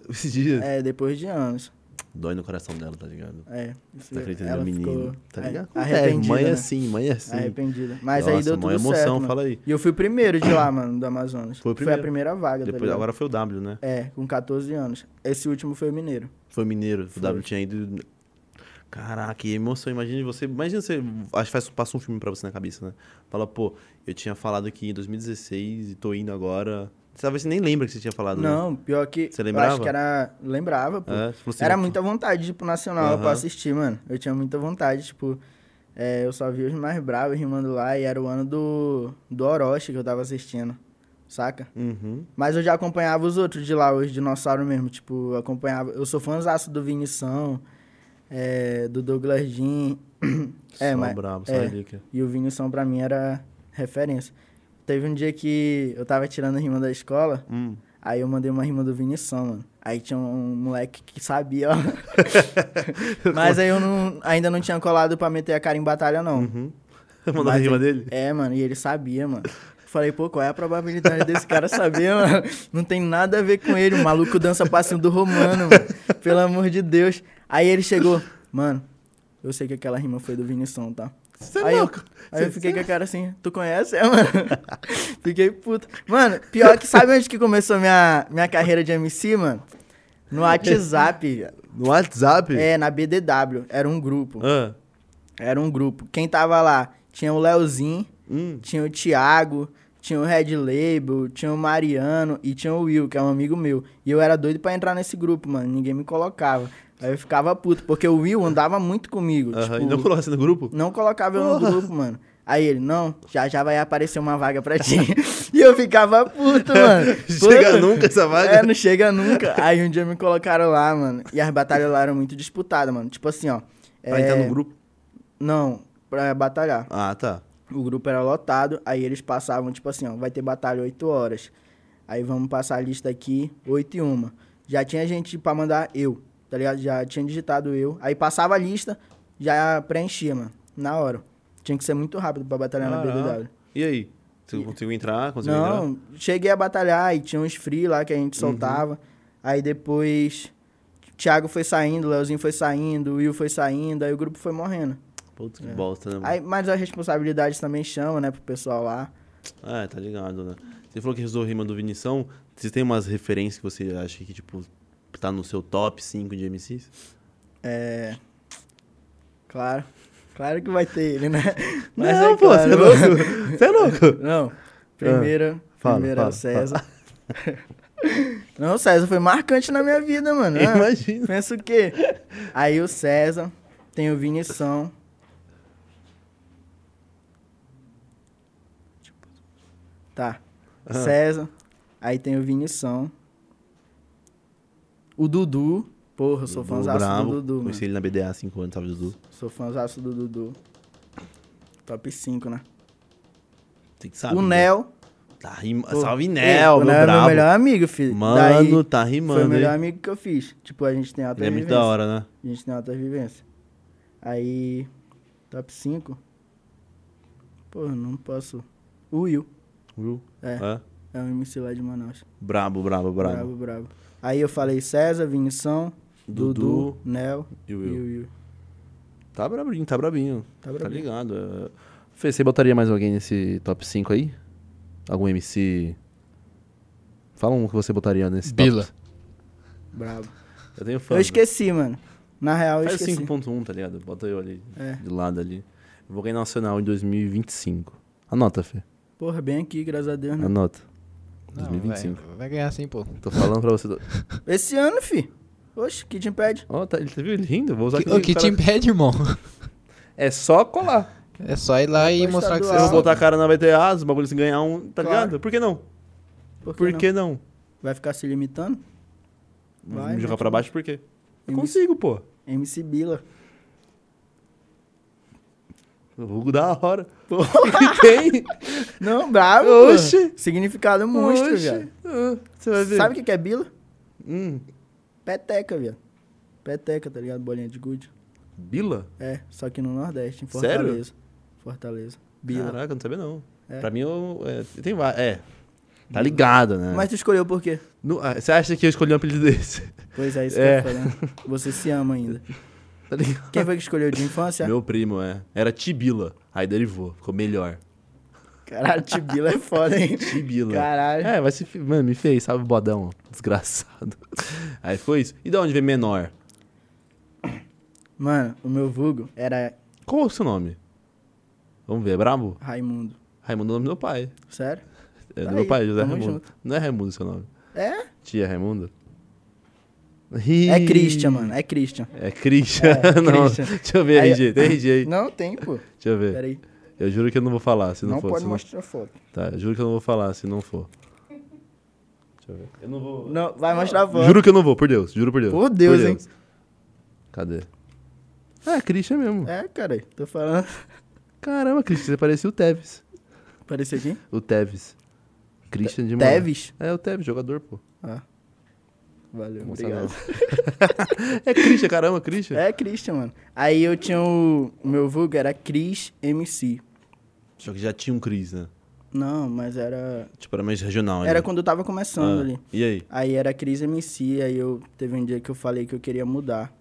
Esse dia. É, depois de anos. Dói no coração dela, tá ligado? É. isso- Tá acreditando ela no menino. ficou Tá é, ligado? Acontece. arrependida, Mãe é né? assim, mãe é assim. Arrependida. Mas aí Nossa, deu mó tudo emoção, certo. mano. fala aí. E eu fui o primeiro de [clears throat] lá, mano, do Amazonas. Foi o a primeiro. primeira vaga, tá Depois, ligado? agora foi o W, né? É, com 14 anos. Esse último foi o mineiro. Foi mineiro. O W tinha ido. Caraca, e emoção. Imagina você. Imagina você. Acho que faz, passa um filme pra você na cabeça, né? Fala, pô, eu tinha falado aqui em 2016 e tô indo agora. Talvez você nem lembra que você tinha falado, né? Não, pior que. Você Eu lembrava? acho que era. Lembrava, pô. É, você falou assim, Era pô, muita vontade de ir pro Nacional Aham. pra assistir, mano. Eu tinha muita vontade, tipo. é, eu só vi os mais bravos rimando lá e era o ano do, do Orochi que eu tava assistindo, saca? Uhum. Mas eu já acompanhava os outros de lá, os dinossauros mesmo. Tipo, eu acompanhava. Eu sou fãzaço do Vinição, é, do Douglas Jean. [clears throat] É, só mas- brabo, só é. relíquia. E o Vinição pra mim era referência. Teve um dia que eu tava tirando rima da escola. Hum. Aí eu mandei uma rima do Vinição, mano. Aí tinha um moleque que sabia, ó. [laughs] Mas aí eu não, ainda não tinha colado pra meter a cara em batalha, não. Uhum. [laughs] Mandou a Mas rima ele- dele? É, mano, e ele sabia, mano. Falei, pô, qual é a probabilidade desse cara saber, mano? Não tem nada a ver com ele. O maluco dança passinho do Romano, mano. Pelo amor de Deus. Aí ele chegou, mano, eu sei que aquela rima foi do Vinição, tá? Você Aí eu- Aí eu [laughs] fiquei com a cara assim, tu conhece? É, mano. [laughs] fiquei puto. Mano, pior que sabe onde que começou minha, minha carreira de MC, mano? No WhatsApp. No WhatsApp? é, na BDW. Era um grupo. Ah. Era um grupo. Quem tava lá? Tinha o Leozinho, Hum. tinha o Thiago, tinha o Red Label, tinha o Mariano e tinha o Will, que é um amigo meu. E eu era doido pra entrar nesse grupo, mano. Ninguém me colocava. Aí eu ficava puto, porque o Will andava muito comigo. Aham, tipo, E não colocou você assim no grupo? não colocava eu no grupo, mano. Aí ele, não, já já vai aparecer uma vaga pra ti. [laughs] e eu ficava puto, mano. [laughs] Chega Puto. nunca essa vaga. É, não chega nunca. Aí um dia me colocaram lá, mano. E as batalhas lá eram muito disputadas, mano. Tipo assim, ó. é, Pra entrar no grupo? Não, pra batalhar. Ah, tá. O grupo era lotado, aí eles passavam, tipo assim, ó, vai ter batalha 8 horas. Aí vamos passar a lista aqui, 8 e 1. Já tinha gente pra mandar eu, tá ligado? Já tinha digitado eu. Aí passava a lista, já preenchia, mano, na hora. Tinha que ser muito rápido pra batalhar Caraca. na BDW. E aí? Você conseguiu entrar? Conseguiu entrar? Não, cheguei a batalhar e tinha uns free lá que a gente soltava. Aí depois, Thiago foi saindo, Leozinho foi saindo, Will foi saindo, aí o grupo foi morrendo. Putz, que bosta, né? mano? É. Aí, mas a responsabilidade também chama, né, pro pessoal lá. Ah, tá ligado, né? Você falou que rezou rima do Vinição. Você tem umas referências que você acha que, tipo, tá no seu top 5 de MCs? É. Claro. Claro que vai ter ele, né? não, é pô, claro. você é louco? Você é louco? Ah, Não. Primeiro, fala, primeiro é fala, o César. [laughs] Não, o César foi marcante na minha vida, mano. Ah, Imagina. Pensa o quê? Aí o César, tem o Vinição. Tá. Ah. César. Aí tem o Vinição. O Dudu. Porra, eu sou Dudu, fãzaço brabo. do Dudu, mano. Conheci ele na BDA há 5 anos, sabe, Dudu? Sou fãzaço do Dudu. Top 5, né? Tem que saber. né? o Nel. Tá rima... pô, Salve, ei, Nel, o meu Nel é brabo. meu melhor amigo, filho. Daí, Mano, tá foi o rimando, melhor hein? amigo que eu fiz. Tipo, a gente tem alta Ele é muito vivência. da hora, né? A gente tem alta vivência. Aí, top 5. Pô, não posso. O Will. Viu? É. É. É um MC lá de Manaus. Brabo, brabo, brabo. brabo. brabo. Aí eu falei César, Vinição, Dudu, Dudu Nel e o e Will. o Will. Tá brabinho, tá brabinho. Tá Tá, brabinho. ligado. é. Fê, você botaria mais alguém nesse top 5 aí? Algum MC? Fala um que você botaria nesse Bila. top. Bravo. Eu tenho fã. Eu esqueci, mano. Na real, eu Faz esqueci. 5.1, tá ligado? Bota eu ali, É. de lado ali. Eu vou ganhar nacional em 2025. Anota, Fê. Porra, bem aqui, graças a Deus, né? Anota. Não, 2025. vai- vai ganhar sim, pô. Tô falando pra você. do- Esse ano, fi. Oxe, que te impede? Ó, tá, ele, você viu ele rindo? Vou usar Que, aquele o que te cara- impede, irmão? É só colar. É só ir lá e Depois mostrar que estadual. você é Se eu Claro. não botar a cara na VTA, os bagulhos se ganhar um, tá Claro. ligado? Por que não? Por que Por não? que não? Vai ficar se limitando? Vai, Me jogar mete bala. pra baixo tá por quê? Eu MC. consigo, pô. MC Bila. O vulgo da hora. [laughs] Pô, que tem? Não, bravo. Oxe. pô. Significado monstro, Oxe. viado. Ah, Você vai ver. Sabe o que que é Bila? Hum, Peteca, viado. Peteca, tá ligado? Bolinha de gude. Bila? É, só que no Nordeste, em Sério? Fortaleza. Fortaleza. Bila. Caraca, eu não sabia não. É. Pra mim, eu, é, tem va- É. Tá ligado, né? Mas tu escolheu por quê? No- ah, Você acha que eu escolhi um apelido desse? Pois é, isso É. que eu tô falando. Você se ama ainda. [laughs] Tá ligado? Quem foi que escolheu de infância? Meu primo, é. Era Tibila. Aí derivou. Ficou melhor. [laughs] Caralho, Tibila é foda, hein? Tibila. Caralho. É, vai se. fi- Mano, me fez, sabe, bodão. Desgraçado. Aí ficou isso. E da onde vem menor? Mano, o meu vulgo era Qual é o seu nome? Vamos ver, é brabo? Raimundo. Raimundo é o nome do meu pai. Sério? É Tá do meu aí, pai, José tamo Raimundo. Não é Raimundo seu nome. É? Tia Raimundo? É Ih, Christian, mano. É Christian. É Christian. É, [laughs] não, Christian. deixa eu ver Aí- RG. Tem [laughs] RG aí. Não tem, pô. Deixa eu ver. Peraí. Eu juro que eu não vou falar se Não, não, for. pode se não- mostrar foto. Tá, eu juro que eu não vou falar se não for. Deixa eu ver. Eu não vou. Não, vai mostrar foto. Juro que eu não vou, por Deus. Juro por Deus. Por Deus, hein? Cadê? Ah, é Christian mesmo. É, cara, tô falando. Caramba, Christian, você parecia o Tevez. Apareceu aqui? O Tevez. Christian de Moraes. Teves? É o Tevez, jogador, pô. Ah. Valeu, Não obrigado. sabe, não. [laughs] é Christian, caramba, Christian. É Christian, mano. Aí eu tinha o. o meu vulgo era Chris MC. Só que já tinha um Cris, né? Não, mas era. Tipo, era mais regional. Era ali. quando eu tava começando Ah, ali. E aí? Aí era Cris MC, aí eu teve um dia que eu falei que eu queria mudar.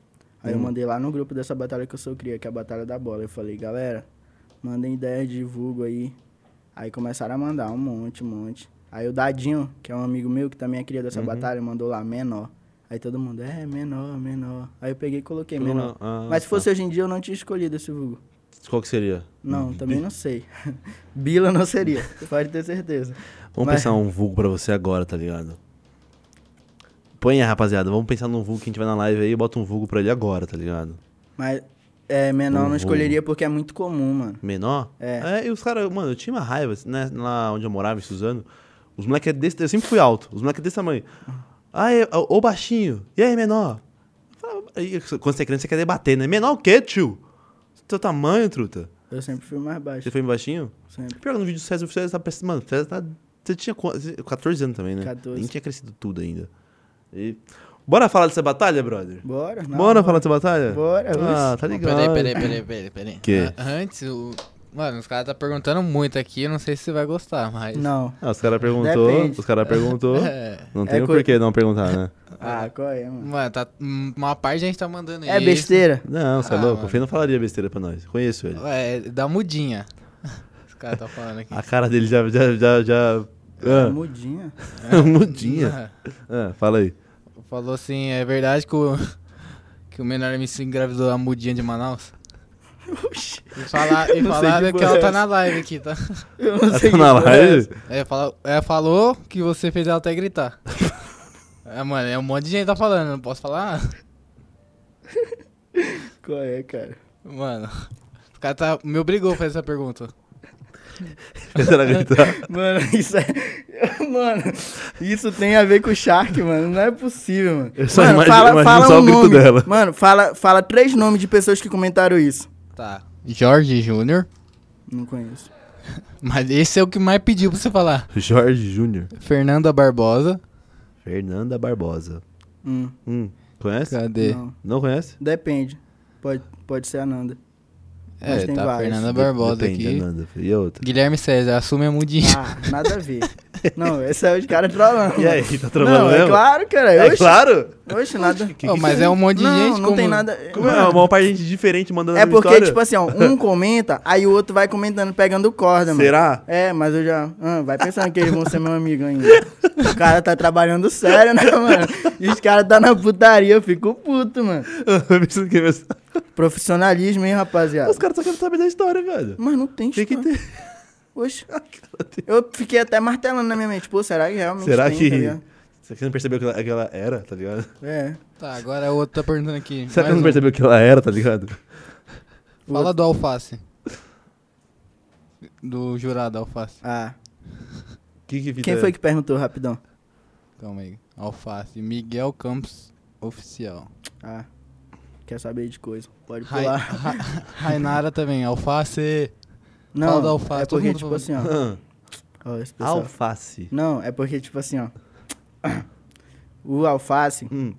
Aí eu Hum. mandei lá no grupo dessa batalha que eu sou cria, que é a Batalha da Bola. Eu falei, galera, mandem ideia, divulgo aí. Aí começaram a mandar um monte, um monte. Aí o Dadinho, que é um amigo meu, que também é cria Uhum. dessa batalha, mandou lá menor. Aí todo mundo, é, menor, menor. Aí eu peguei e coloquei menor. Ah, Mas se tá. fosse hoje em dia, eu não tinha escolhido esse vulgo. Qual que seria? Não, também não sei. [laughs] Bila não seria, [laughs] você pode ter certeza. Vamos Mas- pensar um vulgo pra você agora, tá ligado? Põe aí, rapaziada. Vamos pensar num vulgo que a gente vai na live aí e bota um vulgo pra ele agora, tá ligado? Mas é, menor eu Uhum. não escolheria porque é muito comum, mano. Menor? É. e os caras, mano, eu tinha uma raiva, né? Lá onde eu morava, em Suzano. Os moleques desse. Eu sempre fui alto. Os moleques desse tamanho. Ah, é, ô ô, baixinho. E aí, menor? Eu falava- aí, Quando você é criança, você quer debater, né? Menor o quê, tio? Teu tamanho, truta. Eu sempre fui mais baixo. Você foi baixinho? Sempre. Pior que no vídeo do César, o César tá pensando, mano, o César tá. Você tinha qu- 14 anos também, né? 14. Nem tinha crescido tudo ainda. E- Bora falar dessa batalha, brother? Bora? não. Bora falar dessa batalha? Bora, Ah, Luiz. tá Não, ligado. Peraí, peraí, peraí, peraí, [laughs] peraí. Quê? Ah, Antes, o... mano, os caras tá perguntando muito aqui, eu não sei se você vai gostar, mas. Não. Ah, os caras perguntou, Depende. os caras perguntou. É. [laughs] Não É tem o co- porquê não perguntar, né? Ah, qual é, mano? Mano, tá... uma parte a gente tá mandando É isso. besteira? Não, você é Ah, louco. O mano. Fê não falaria besteira pra nós. Conheço ele. É, dá mudinha. [laughs] Os caras tá falando aqui. A cara dele já. já, já, já... É. [laughs] Ah, Mudinha. [laughs] mudinha. Ah, fala aí. Ah, Falou assim, é verdade que o, [laughs] que o menor MC engravidou a mudinha de Manaus? E, falar, e Não sei falaram que que porra ela é tá essa. na live aqui, tá? [laughs] Eu não Ela sei tá que na porra é live? É, fala, é, falou que você fez ela até gritar. É, mano, é um monte de gente tá falando, não posso falar? nada. essa. [laughs] Qual é, cara? Mano, os caras tá, me obrigou a fazer essa pergunta. Ela gritar. [laughs] Mano, isso é. [laughs] Mano, isso tem a ver com o Shark, mano. Não é possível, mano. Eu só mano, um imagino- imagino só o grito nome. dela. Mano, fala, fala três nomes de pessoas que comentaram isso. Tá, Jorge Júnior, Não conheço. mas esse é o que mais pediu pra você falar. [laughs] Jorge Júnior. Fernanda Barbosa. Fernanda Barbosa. Hum, Hum, conhece? Cadê? não. Não conhece? Depende. Pode, pode ser a Nanda. É, mas tem tá vários. Fernanda De- Barbosa depende, aqui. Ananda. E a outra? Guilherme César, assume a mudinha. Ah, nada a ver. Não, esse é os caras trolando. E aí, tá trovando Não, mesmo? é claro, cara. É oxe, claro? oxe, nada. Que- Ó, que- mas é um monte de não, gente não como- tem nada. Como é uma parte de gente diferente mandando É a porque, história? tipo [laughs] assim, ó, um comenta, aí o outro vai comentando, pegando corda, mano. Será? É, mas eu já. ah, vai pensando que eles vão ser meu amigo ainda. O cara tá trabalhando sério, né, mano? E os caras tá na putaria, eu fico puto, [laughs] mano. Pensando que é mesmo. Profissionalismo, hein, rapaziada? Os caras só querem saber da história, velho. Mas não tem, Tem que história. ter. [laughs] Oxe. Eu fiquei até martelando na minha mente. Pô, será que realmente Será tem, que. tá ligado? Será que você não percebeu que ela- que ela era, tá ligado? é. Tá, agora o outro tá perguntando aqui. Será mais que você não um. percebeu que ela era, tá ligado? Fala do alface. Do jurado alface. Ah. Que, que é? vida Quem foi que perguntou rapidão? Calma aí. Alface. Miguel Campos Oficial. Ah. Quer saber de coisa? Pode Rai- pular. Ra- Rainara também. Alface. Não, Fala do alface, é todo porque, mundo tipo falou. assim, ó. Ah, ó esse pessoal- alface. Não, é porque, tipo assim, ó. O Alface Hum.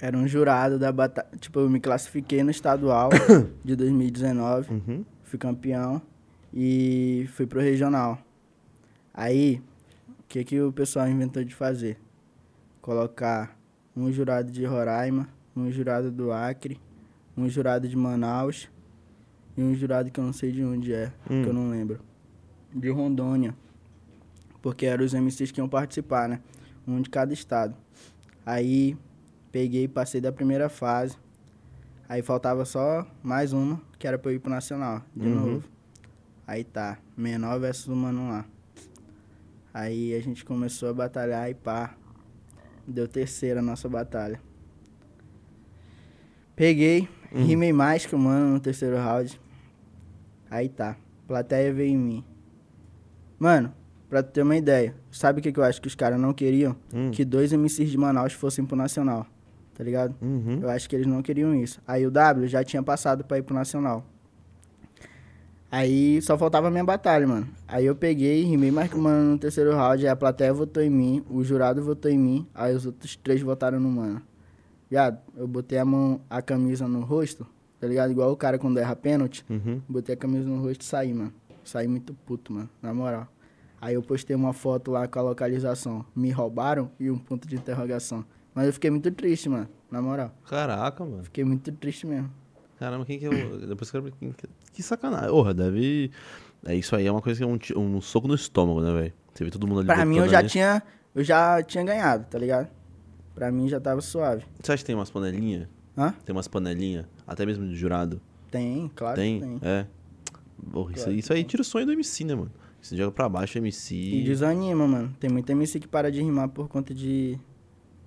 era um jurado da batalha. Tipo, eu me classifiquei no [coughs] estadual de 2019, Uhum. fui campeão e fui pro regional. Aí, o que, que o pessoal inventou de fazer? Colocar um jurado de Roraima, um jurado do Acre, um jurado de Manaus e um jurado que eu não sei de onde é, Hum. que eu não lembro. De Rondônia. Porque eram os MCs que iam participar, né? Um de cada estado. Aí peguei e passei da primeira fase. Aí faltava só mais uma, que era pra eu ir pro Nacional, de Uhum. novo. Aí tá, menor versus o mano lá. Aí a gente começou a batalhar e pá. Deu terceira a nossa batalha. Peguei, Hum. rimei mais que o mano no terceiro round. Aí tá, plateia veio em mim. Mano, pra tu ter uma ideia, sabe o que, que eu acho que os caras não queriam? Hum. Que dois MCs de Manaus fossem pro Nacional, tá ligado? Uhum. Eu acho que eles não queriam isso. Aí o W já tinha passado pra ir pro Nacional. Aí só faltava a minha batalha, mano. Aí eu peguei, rimei mais que o mano no terceiro round, aí a plateia votou em mim, o jurado votou em mim, aí os outros três votaram no mano. Viado, eu botei a mão, a camisa no rosto, tá ligado? Igual o cara quando erra pênalti. Uhum. Botei a camisa no rosto e saí, mano. Saí muito puto, mano, na moral. Aí eu postei uma foto lá com a localização. Me roubaram e um ponto de interrogação. Mas eu fiquei muito triste, mano, na moral. Caraca, mano. Fiquei muito triste mesmo. Caramba, quem que é o. Depois eu quero. Quem que... é que sacanagem. Porra, deve. É isso aí, é uma coisa que é um, ti- um soco no estômago, né, velho? Você vê todo mundo ali. Pra mim, eu votando já ali. tinha. Eu já tinha ganhado, tá ligado? Pra mim já tava suave. Você acha que tem umas panelinhas? Hã? Tem umas panelinhas? Até mesmo de jurado? Tem, claro tem? que tem. É. Porra, isso, Claro isso aí tira o sonho do MC, né, mano? Você joga pra baixo o MC. E desanima, mano. Tem muita MC que para de rimar por conta de.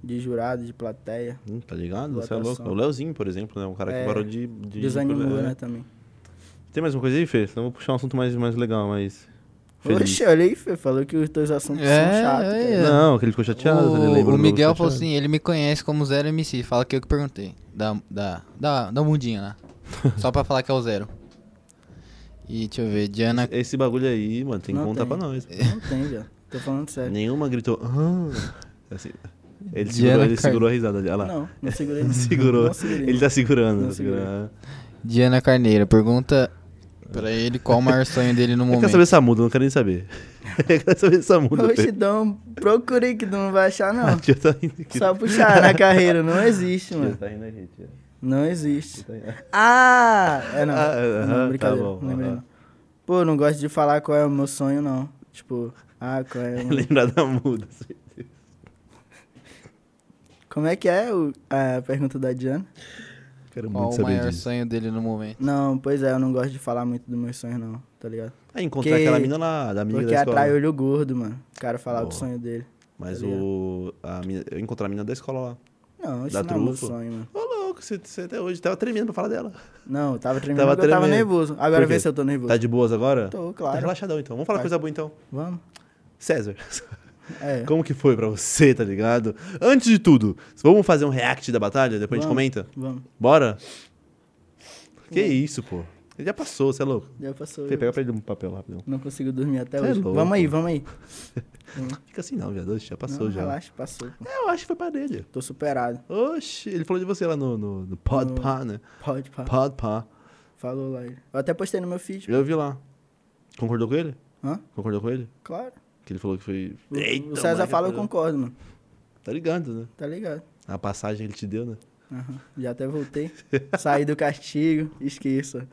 de jurado, de plateia. Hum, tá ligado? Você é Votação. louco. O Leozinho, por exemplo, né? Um cara que É. parou de. de Desanimou, é. né, também. Tem mais uma coisa aí, Fê? Senão eu vou puxar um assunto mais, mais legal, mais. Feliz. Oxe, olha aí, Fê, falou que os teus assuntos É, são chatos. é. um cara. Não, que ele ficou chateado. ele o, lembrou o do Miguel chateado. falou assim, ele me conhece como Zero MC. Fala que eu que perguntei. Da, da, da, da mundinha [laughs] lá. Só pra falar que é o Zero. E deixa eu ver, Diana... Esse bagulho aí, mano, tem que Não tem. contar É. pra nós. Não tem, velho. Tô falando sério. Nenhuma gritou. "Ah", assim. ele, Diana segurou, ele Car- segurou a risada dela. Olha lá. Não, não segurei. Ele [laughs] segurou. Não segurei. Ele tá segurando. Não tá segurando. Diana Carneiro pergunta pra ele qual o maior sonho dele no Eu momento. quero saber essa muda, eu não quero nem saber. [laughs] Eu quero saber essa muda. Oxe, Dom, procurei que tu não vai achar, [laughs] A não. tia tá indo aqui. Só puxar na carreira. Não existe, [laughs] A tia mano. tá indo aqui, tia. Não existe. Tá indo- Ah! É não. Ah, não, aham, tá brincadeira. bom, não lembrei, aham. não. Pô, não gosto de falar qual é o meu sonho, não. Tipo, ah, qual [laughs] é o meu... Lembrar da muda. assim. Como é que é o- a pergunta da Diana? Quero Qual muito o maior saber disso. sonho dele no momento. Não, pois é, eu não gosto de falar muito dos meus sonhos, não, tá ligado? Ah, encontrar Que- aquela mina lá, da menina Porque da escola. atrai olho gordo, mano. O cara falar do Boa. sonho dele. Mas tá o. A mina, eu encontrei a mina da escola lá. Não, isso Dá não é meu trufo? sonho, mano. Ô, louco, você, você até hoje tava tremendo pra falar dela. Não, eu tava tremendo, Tava tava, eu tava tremendo. nervoso. Agora Por quê? vê se eu tô nervoso. Tá de boas agora? Tô, Tá claro. relaxadão então. Vamos falar Vai. coisa boa então. Vamos? César, É. [laughs] como que foi pra você, tá ligado? Antes de tudo, vamos fazer um react da batalha? Depois a gente Vamos. comenta? Vamos. Bora? Que isso, pô. Ele já passou, você é louco. Já passou. Fê, pega pra ele um papel rápido. Não consigo dormir até Cê é hoje. louco. vamos aí, vamos aí. Fica assim não, viado. Oxe, Já passou Hum. Não, já. Relaxa, passou. pô. É, eu acho que foi pra dele. Tô superado. Oxi, ele falou de você lá no, no, no Podpah, né? Pode, pá. Podpah. Falou lá. ele. Eu até postei no meu feed. Eu vi lá. Concordou com ele? Hã? Concordou com ele? Claro. O Que ele falou que foi. O, Eita, o César moleque, fala, eu tá- concordo, mano. Tá ligado, né? Tá ligado. A passagem que ele te deu, né? Aham, Já até voltei. Saí do castigo, esqueça.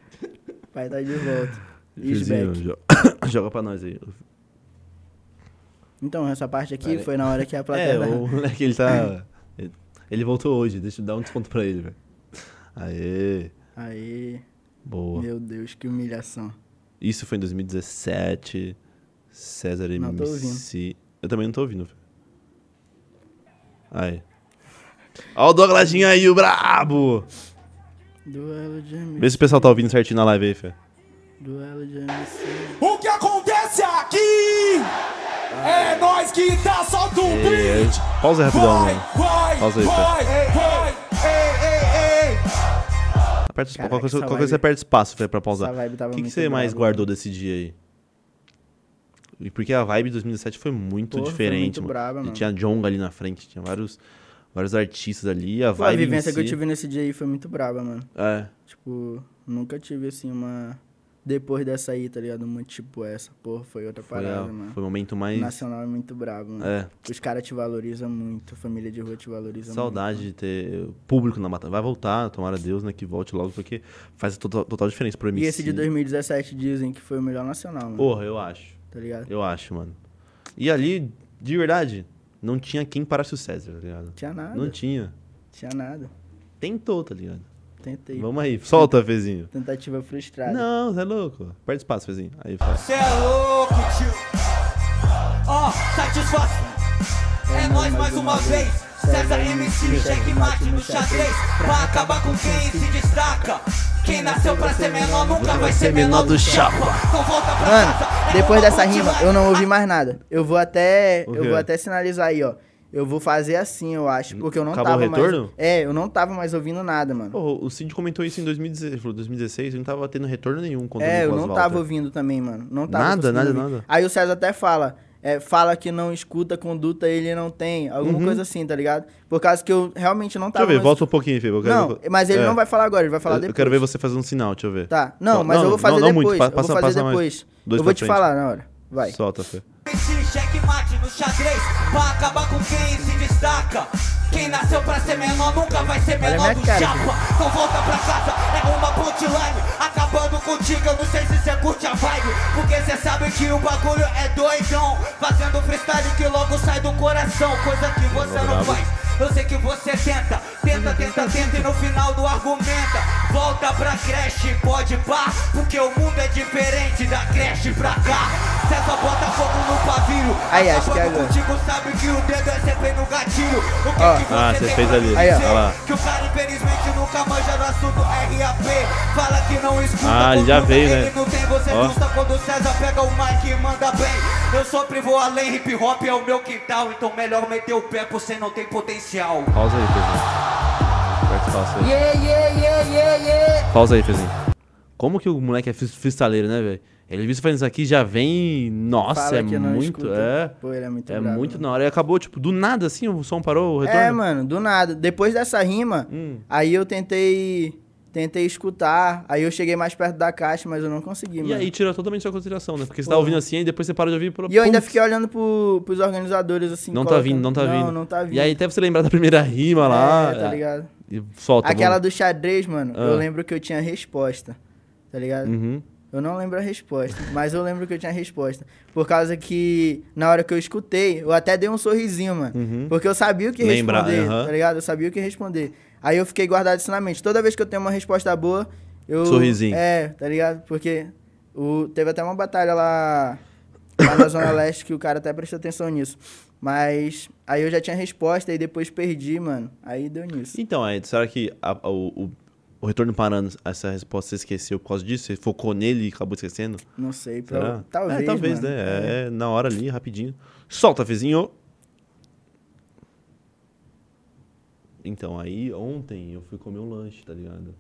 Pai tá de volta. Is Fizinho, back. jo- [coughs] joga pra nós aí. Então, essa parte aqui Pera aí. foi na hora que a plateia. É, o moleque, ele tá. ele- Ele voltou hoje, deixa eu dar um desconto pra ele, velho. Aê, Aí, boa. meu Deus, que humilhação. Isso foi em 2017. César Não tô MC. Eu também não tô ouvindo. filho. Aí. Ó o Douglasinho aí, o brabo! Duelo de Vê MC. se o pessoal tá ouvindo certinho na live aí, fé. Duelo de MC. O que acontece aqui é nós que tá solto o beat. Pausa rapidão, Vai, mano. vai, Pausa aí, vai, vai. Ei, ei, ei, ei. Aperta, Caraca, qual que essa qual que vibe- você aperta espaço, fé, pra Essa pausar? vibe tava O que, que muito você brava. mais né? guardou desse dia aí? E porque a vibe de 2007 foi muito Porra, foi diferente, muito mano. braba, E mano. tinha Jong ali na frente, tinha vários, vários artistas ali, a Pô, a vibe em vivência que eu si- tive nesse dia aí foi muito braba, mano. É, Tipo, nunca tive assim uma. Depois dessa aí, tá ligado? Muito tipo essa. Porra, foi outra foi, parada, a- mano. foi o momento mais... O Nacional é muito brabo, mano. É, Os caras te valorizam muito. A família de rua te valoriza saudade de ter público na mata. Vai voltar, tomara Deus, né, que volte logo, porque faz total, total diferença pro muito. MC. E esse de 2017 dizem que foi o melhor nacional, mano. Porra, eu acho. Tá ligado? Eu acho, mano. E ali, de verdade, não tinha quem parasse o César, tá ligado? Tinha nada. Não tinha. Tinha nada. Tentou, tá ligado? Tentei. Vamos aí, solta, Fezinho. Tentativa frustrada. Não, você é louco. Perde espaço, Fezinho. Aí fala. Cê é louco, tio. Ó, satisfação. É nós mais uma vez. César MC no checkmate no xadrez. Pra acabar com quem se destaca. Quem nasceu pra ser menor nunca vai ser menor do chapa. Então volta pra Mano, casa. depois dessa rima, eu não ouvi mais nada. Eu vou até. O Eu quê? vou até sinalizar aí, ó. Eu vou fazer assim, eu acho. Porque eu não Acabou o tava retorno? mais. É, eu não tava mais ouvindo nada, mano. Pô, o Cid comentou isso em 2016. Ele falou, 2016, ele não tava tendo retorno nenhum contra o É, eu Nicolas não Walter. tava ouvindo também, mano. Não tava Nada, conseguindo nada, ouvir. nada. Aí o César até fala, é, fala que não escuta, conduta ele não tem, alguma Uhum. coisa assim, tá ligado? Por causa que eu realmente não Deixa tava. eu ver, mais- volta um pouquinho, Fê. eu quero Não, ver- mas ele É, não vai falar agora, ele vai falar eu, depois. Eu quero ver você fazer um sinal, deixa eu ver. Tá, não, Não, mas eu não, vou fazer não, não depois. muito, pa- eu passa- vou fazer passa mais depois. dois eu vou pra te frente. falar na hora. Vai. Solta, Fê. Esse checkmate no xadrez Pra acabar com quem se destaca Quem nasceu pra ser menor nunca vai ser Olha a menor minha do cara, chapa Então volta pra casa, é uma punchline Acabando contigo, eu não sei se cê curte a vibe Porque cê sabe que o bagulho é doidão Fazendo freestyle que logo sai do coração Coisa que você não Bravo. faz eu sei que você tenta, tenta, tenta, tenta e no final do argumenta. Volta pra creche, pode pá, porque o mundo é diferente da creche pra cá. César bota fogo no pavio. Aí, acho que é agora. contigo sabe que o dedo é sempre no gatilho. O que, Ó. que você Ah, você tem fez pra ali. me Aí, ó. dizer? Olha lá. Que o cara infelizmente nunca manja no assunto RAP. Fala que não escuta. Ah, ele já contudo, veio, ele né? Não tem você Ó. justa quando o César pega o mic e manda bem. Eu sempre vou além, hip hop é o meu quintal. Então melhor meter o pé, você não tem potencial. Pausa aí, Fezinho. Aperta espaço aí. Pausa aí, Fezinho. Como que o moleque é fis- freestyleiro, né, velho? Ele viu você fazendo isso aqui, já vem... Nossa, Fala é que não muito... escuta. É, Pô, ele é muito é brabo, muito mano. na hora. E acabou, tipo, do nada, assim, o som parou, o retorno. É, mano, do nada. Depois dessa rima, Hum. aí eu tentei tentei escutar, aí eu cheguei mais perto da caixa, mas eu não consegui, E mano. aí tipo, tira totalmente sua consideração, né? Porque você tá ouvindo assim e depois você para de ouvir. E eu ainda fiquei olhando pro, pros organizadores, assim. Não tá colocando- vindo, não tá vindo. Não, não tá vindo. E aí até você lembrar da primeira rima lá. É, tá ligado? E solta. Aquela vamos. do xadrez, mano, Ah. eu lembro que eu tinha resposta, tá ligado? Uhum. Eu não lembro a resposta, mas eu lembro que eu tinha resposta. Por causa que, na hora que eu escutei, eu até dei um sorrisinho, mano. Uhum. Porque eu sabia o que Lembra, responder, aham. tá ligado? Eu sabia o que responder. Aí eu fiquei guardado isso na mente. Toda vez que eu tenho uma resposta boa, eu. Sorrisinho. É, tá ligado? Porque o, teve até uma batalha lá, lá na Zona Leste que o cara até prestou atenção nisso. Mas aí eu já tinha resposta e depois perdi, mano. Aí deu nisso. Então, aí, será que a- a- o, o- o retorno parando, essa resposta você esqueceu por causa disso? Você focou nele e acabou esquecendo? Não sei, pra- Será? talvez. É, talvez, mano. né? É, na hora ali, rapidinho. Solta, Fezinho! Então, aí ontem eu fui comer um lanche, tá ligado?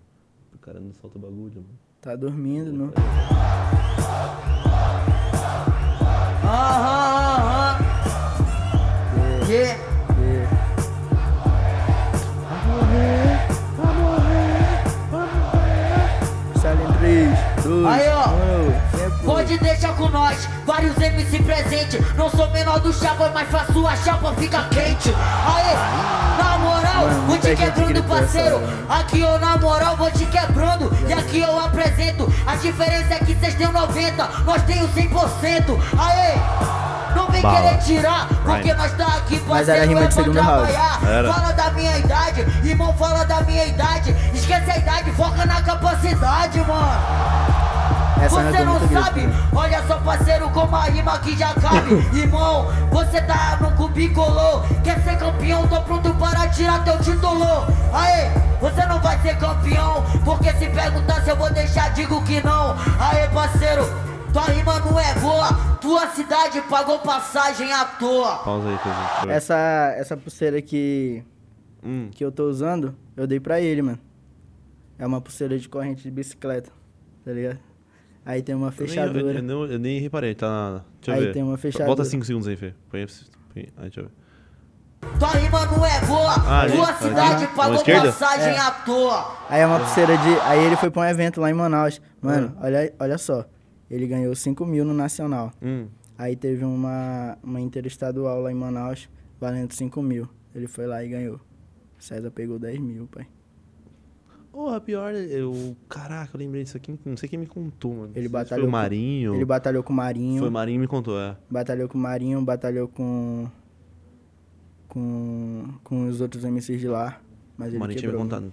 O cara não solta o bagulho, mano. Tá dormindo, não. हाँ, Aham, aham. Yeah. Sai em 3, 2, Aí, ó. 1. pode Pode deixar com nós. Vários MC presente. Não sou menor do chapa, mas faço a chapa fica quente. Aê, na moral, Mano, vou muita te gente quebrando, gritou essa parceiro. hora. Aqui eu na moral vou te quebrando E aqui eu apresento A diferença é que vocês têm o 90 Nós temos 100% Aê! Não vem Bala. querer tirar Porque Rhyme. nós tá aqui Mas era parceiro, rima de é pra segundo round. trabalhar Era. Fala da minha idade Irmão, fala da minha idade Esquece a idade, foca na capacidade, mano Essa é você arrancou não muito sabe? grito. Olha só, parceiro, como a rima que [laughs] já cabe. Irmão, você tá no cubicolô. Quer ser campeão? Tô pronto para tirar teu título. Aê, você não vai ser campeão. Porque se perguntar se eu vou deixar, digo que não. Aê, parceiro, tua rima não é boa. Tua cidade pagou passagem à toa. Pausa aí, coisa. Essa, essa pulseira que, É. Hum. que eu tô usando, eu dei pra ele, mano. É uma pulseira de corrente de bicicleta, tá ligado? Aí tem uma Eu, nem- eu, fechadura. nem- eu, nem reparei, tá na. Deixa eu Aí ver. tem uma Bota fechadura. 5 segundos aí, Fê. Põe, põe, aí, deixa eu ver. Tua rima não é boa. Ah, ali, tua ali. cidade Mão pagou esquerda? passagem É. à toa. Aí é uma pulseira de. Aí ele foi pra um evento lá em Manaus. Mano, Ah. olha, olha só. Ele ganhou 5 mil no Nacional. Hum. Aí teve uma, uma interestadual lá em Manaus, valendo 5 mil. Ele foi lá e ganhou. César pegou 10 mil, pai. Porra, pior, eu. Caraca, eu lembrei disso aqui. Não sei quem me contou, mano. Ele Não sei se batalhou Foi o com- Marinho. Ele batalhou com o Marinho, Foi o Marinho que me contou, é. batalhou com o Marinho, batalhou com. com. com os outros MCs de lá. Mas O ele Marinho tinha me quebrou. contado. mano.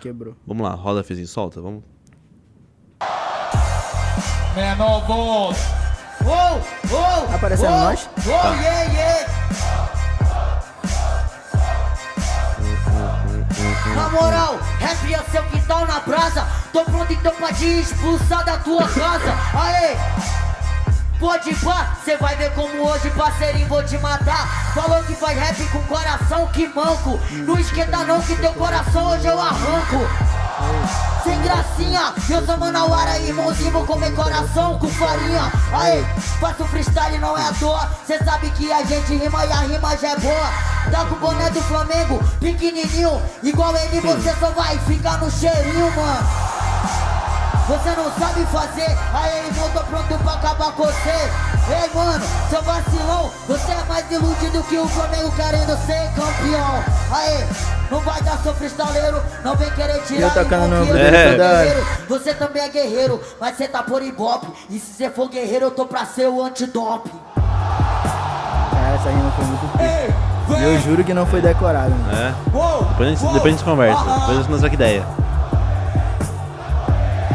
Quebrou. Vamos lá, roda, Fezinho, solta, vamos. Menor voz. Uou, uou, Aparecendo uou, nós? Uou, yeah, yeah. Na moral, rap é seu quintal na brasa. Tô pronto então pra te expulsar da tua casa. Aê! Pode pá, cê vai ver como hoje, parceirinho, vou te matar. Falou que faz rap com coração, que manco. Não esquenta não que teu coração hoje eu arranco. Sem gracinha, eu sou manauara, irmãozinho, vou comer coração com farinha. Aê, faço freestyle, não é à toa. Cê sabe que a gente rima e a rima já é boa. Tá com o boné do Flamengo, pequenininho. Igual ele, você só vai ficar no cheirinho, mano. Você não sabe fazer, aí irmão, tô pronto pra acabar com você. Ei, mano, seu vacilão, você é mais iludido que o Flamengo querendo ser campeão. Aí, não vai dar seu freestaleiro, não vem querer tirar. Eu tocando É. irmão, no que eu Bruno sou toda hora. guerreiro. Você também é guerreiro, mas você tá por ibope. E se você for guerreiro, eu tô pra ser o antidope. Cara, essa rima foi muito pica. Ei, E eu vem. juro que não foi decorado, mano. É. Uou, Depois a gente, uou. depois a gente conversa. Ah, ah, Depois a gente mostra que ideia.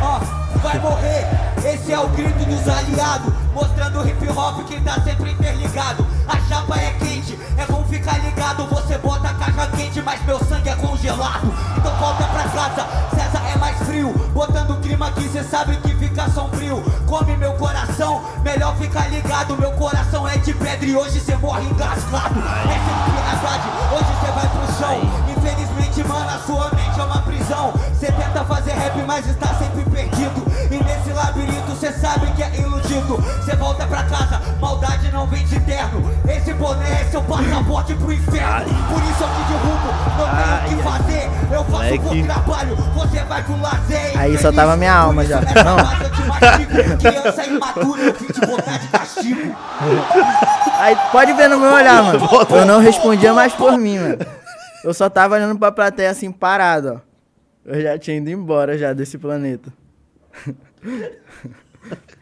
Ó, vai morrer. Esse é o grito dos aliados, mostrando o hip hop que tá sempre interligado. A chapa é quente, é bom ficar ligado. Você bota a caixa quente, mas meu sangue é congelado. Então volta pra casa, César é mais frio. Botando clima aqui, cê sabe que fica sombrio. Come meu coração, melhor ficar ligado. Meu coração é de pedra e hoje cê morre engasgado. Essa é a verdade, hoje cê vai pro chão. Infelizmente, mano, a sua mente é uma prisão. Cê tenta fazer rap, mas está sempre perdido. E nesse labirinto cê sabe que é iludido. Cê volta pra casa, maldade não vem de terno. Esse boné é seu passaporte pro inferno. Por isso eu te derrubo, não tenho o que fazer. Eu faço Moleque. por trabalho, você vai pro lazer. Aí só infeliz. tava minha Por alma isso já. nessa Não. fase eu te mastigo. Criança imatura, eu vim te botar de castigo. Aí pode ver no meu olhar, [laughs] mano. Eu não respondia mais por mim, mano. Eu só tava olhando pra plateia assim, parado, ó. Eu já tinha ido embora já desse planeta. [laughs]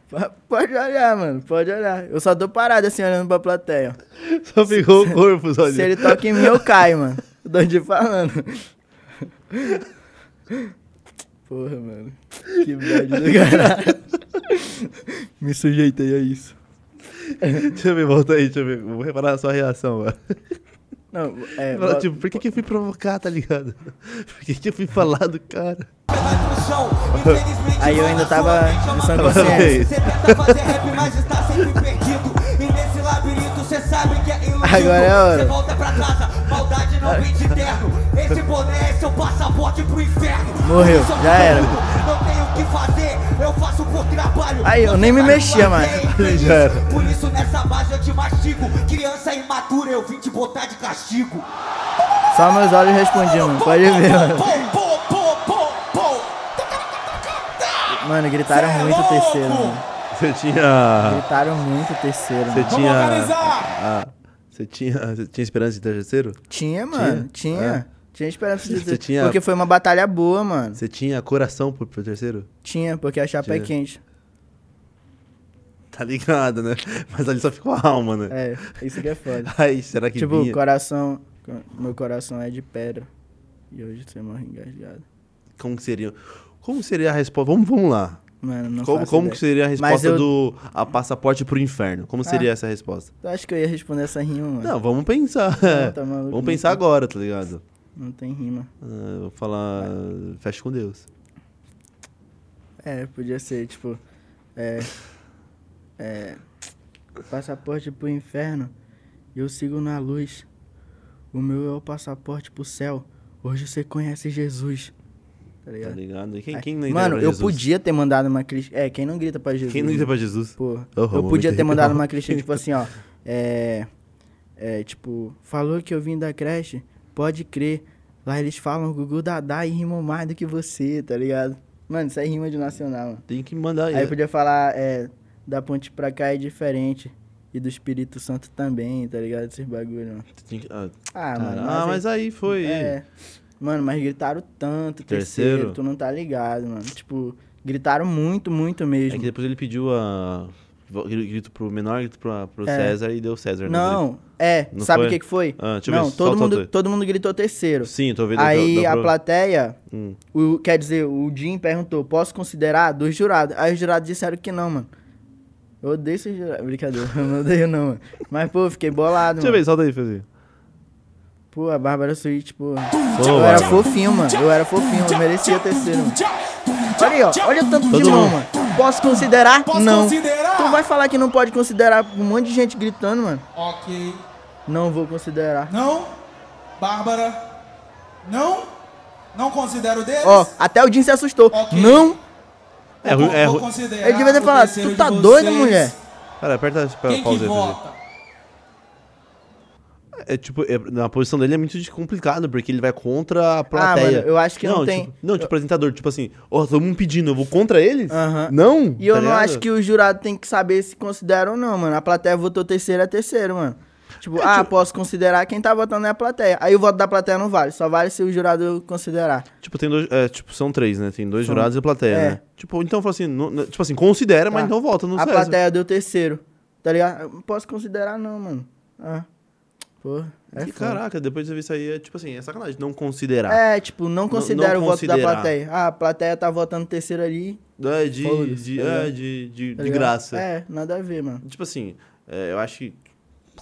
Po- pode olhar, mano, pode olhar. Eu só tô parado assim, olhando pra plateia. ó. Só ficou o corpo, só Se ele toca em mim, eu caio, mano. Eu Tô te falando. Porra, mano. Que bad do caralho. [laughs] Me sujeitei a isso. Deixa eu ver, volta aí, deixa eu ver. Vou reparar a sua reação, mano. Não, é, Fala, vo- tipo, por que, que eu fui provocar, tá ligado? [laughs] Por que, que eu fui falar do cara? Vai pro chão, infelizmente, Aí eu mano, ainda a sua tava mente é uma em sã prisão. consciência. Você tenta fazer rap, mas está sempre perdido. E nesse labirinto você sabe que é iludido. Agora é a hora. Você volta pra casa, maldade não vem de terno. Esse boné é seu passaporte pro inferno. Morreu, Eu sou já era. maluco, Não tenho o que fazer, eu faço por trabalho. Aí, eu Você nem me vai mexia pro mais. lazer, [laughs] infeliz. Já era. Por isso né? nessa base eu te mastigo. Criança imatura, eu vim te botar de castigo. Só meus olhos respondiam, mano. Pode ver, mano. Pô, pô, pô, pô, pô. Mano, gritaram Cê é muito louco! terceiro, mano. Você tinha. Gritaram muito o terceiro, Ah. Você mano. tinha. ah, Você tinha. Você tinha esperança de ter terceiro? Tinha, mano. Tinha. É. Tinha. esperança de Você dizer. tinha- Porque foi uma batalha boa, mano. Você tinha coração pro, pro terceiro? Tinha, porque a chapa é Tinha. quente. Tá ligado, né? Mas ali só ficou a alma, né? É, isso que é foda. [laughs] Aí, será que tipo, vinha? coração. Meu coração é de pedra. E hoje você morre engasgado. Como que seria? Como seria a resposta? Vamos, vamos lá. Mano, não Como, faço como ideia. que seria a Mas resposta eu- do a passaporte pro inferno? Como seria essa resposta? Tu acha que Ah, eu ia responder essa rima, mano? Não, vamos pensar. Não, [laughs] tá maluco, vamos não pensar tem- agora, tá ligado? Não tem rima. Ah, eu vou falar. Fecha com Deus. Tá É, podia ser, tipo. É. É. Passaporte pro inferno, eu sigo na luz. O meu é o passaporte pro céu. Hoje você conhece Jesus. Tá Tá ligado? ligado? E Quem, Aí- quem não entrega Mano, pra eu Jesus? podia ter mandado uma crítica. É, quem não grita pra Jesus. Quem não né? entrega pra Jesus? Porra. Oh, eu momento podia ter mandado arrepiado. uma crítica, [laughs] tipo assim, ó. É. É, tipo, falou que eu vim da creche, pode crer. Lá eles falam Gugu Dadá e rimam mais do que você, tá ligado? Mano, isso é rima de nacional, mano. Tem que mandar. Aí podia falar, é, da ponte pra cá é diferente. E do Espírito Santo também, tá ligado? Esses bagulho, mano. Tem que- Ah, Ah, cara, mano. ah, mas aí foi. É. Mano, mas gritaram tanto, Terceiro. terceiro. tu não tá ligado, mano. Tipo, gritaram muito, muito É mesmo. que depois ele pediu a. Grito pro menor, grito pra, pro É. César e deu César. né? Não, é, Não sabe foi? o que que foi? Ah, deixa eu ver, não, solta todo o mundo, dois. todo mundo gritou terceiro. Sim, tô vendo. Aí dá a pra- plateia, Hum. o, quer dizer, o Jim perguntou, posso considerar? Dos jurados. Aí os jurados disseram que não, mano. Eu odeio esses jurados. Brincadeira, [laughs] eu não odeio não, mano. Mas, pô, fiquei bolado, Deixa eu mano. ver, solta aí, Fezinho. Pô, a Bárbara Switch, pô. Boa. eu era fofinho, mano. Eu era fofinho, eu merecia terceiro, mano. Olha aí, ó. Olha o tanto Todo de mão, mundo. mano. Posso considerar? Posso não. considerar? Tu vai falar que não pode considerar um monte de gente gritando, mano. Ok. Não vou considerar. Não. Bárbara. Não. Não considero deles. Ó, até o Jim se assustou. Ok. Não. É ruim, é ruim. considerar Ele devia ter o falado, terceiro tu de tá doido, vocês. mulher? Cara, aperta pra Quem que pausa aí, Fezinho. vota? É tipo, é, na posição dele é muito de- complicado, porque ele vai contra a plateia. Ah, mano, eu acho que não tem- Tipo, não, tipo, apresentador, tipo assim, ó, todo mundo pedindo, eu vou contra eles? Aham. Não? E eu tá não ligado? acho que o jurado tem que saber se considera ou não, mano. A plateia votou terceiro, é terceiro, mano. Tipo, É, ah, posso considerar quem tá votando é a plateia. Aí o voto da plateia não vale, só vale se o jurado considerar. Tipo, tem dois. é, tipo, são três, né? Tem dois jurados e a plateia, É. né? Tipo, então fala assim, não- não- tipo assim, considera, mas Tá. não volta no A César. plateia deu terceiro, tá ligado? Eu Não posso considerar não, mano. Ah, porra, é E, foda. caraca, depois de ver isso aí, é tipo assim, é sacanagem, não considerar. É, tipo, não considera não o voto da considerar. plateia. Ah, a plateia tá votando terceiro ali. É, de, Foda-se, de, tá ligado? é, de, de, tá de ligado? graça. É, nada a ver, mano. Tipo assim, é, eu acho que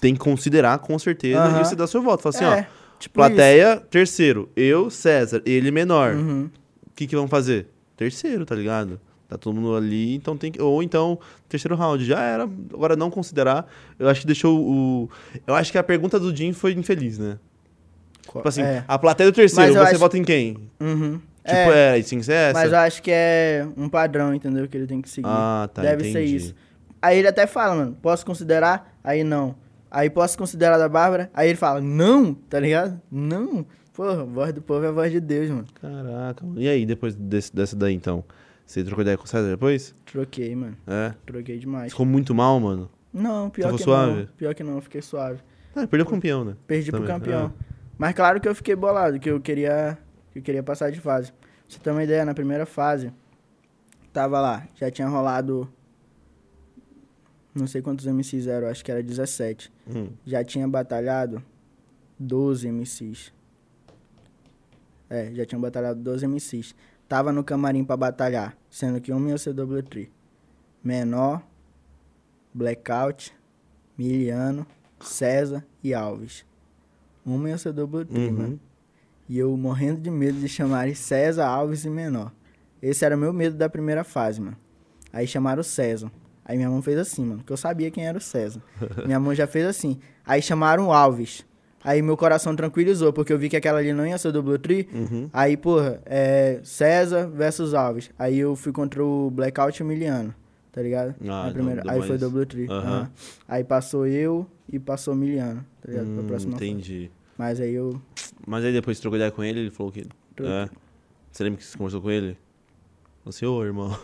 tem que considerar com certeza Aham. e você dá seu voto. Fala assim, é, ó. tipo Plateia, terceiro. Eu, César, ele menor. O Uhum. que, que vão fazer? Terceiro, tá ligado? Tá todo mundo ali, então tem que. Ou então, terceiro round. Já era. Agora não considerar. Eu acho que deixou o. Eu acho que a pergunta do Jim foi infeliz, né? isso. Tipo assim, É. a plateia do terceiro, Mas eu você acho- vota em quem? Tipo, Uhum. É. é, é sim, é essa. Mas eu acho que é um padrão, entendeu? Que ele tem que seguir. Ah, tá, Deve ser entendi. isso. Aí ele até fala, mano, posso considerar? Aí não. Aí posso considerar da Bárbara? Aí ele fala, não, tá ligado? Não. Porra, a voz do povo é a voz de Deus, mano. Caraca, mano. E aí, depois desse- dessa daí, então? Você trocou ideia com o César depois? Troquei, mano. É. Troquei demais. Ficou muito mal, mano. Não, pior Tava que suave? não. Pior que não, fiquei suave. Ah, perdeu pro campeão, né? Perdi pro Também, campeão. é. Mas claro que eu fiquei bolado, que eu queria, que eu queria passar de fase. Pra você ter uma ideia, na primeira fase, tava lá, já tinha rolado. Não sei quantos MCs eram, acho que era 17. Hum. Já tinha batalhado 12 MCs. É, já tinha batalhado 12 MCs. Tava no camarim pra batalhar, sendo que um ia ser double tree. Menor, Blackout, Miliano, César e Alves. é Uma ia ser double tree, Uhum. mano. E eu morrendo de medo de chamarem César, Alves e Menor. Esse era o meu medo da primeira fase, mano. Aí chamaram o César. Aí minha mão fez assim, mano, porque eu sabia quem era o César. minha mão já fez assim. Aí chamaram o Alves. Aí meu coração tranquilizou, porque eu vi que aquela ali não ia ser double tree. Aí, porra, é César versus Alves. Aí eu fui contra o Blackout e o Miliano, tá ligado? Ah, Na primeira. deu- deu Aí foi mais- double tree. Aham. aham. né? Aí passou eu e passou o Miliano, tá ligado? pra Hum, próxima fase. entendi. Mas aí eu. Mas aí depois trocou ideia com ele, ele falou que. Troquei. É. Você lembra que você conversou com ele? Falou assim, ô irmão,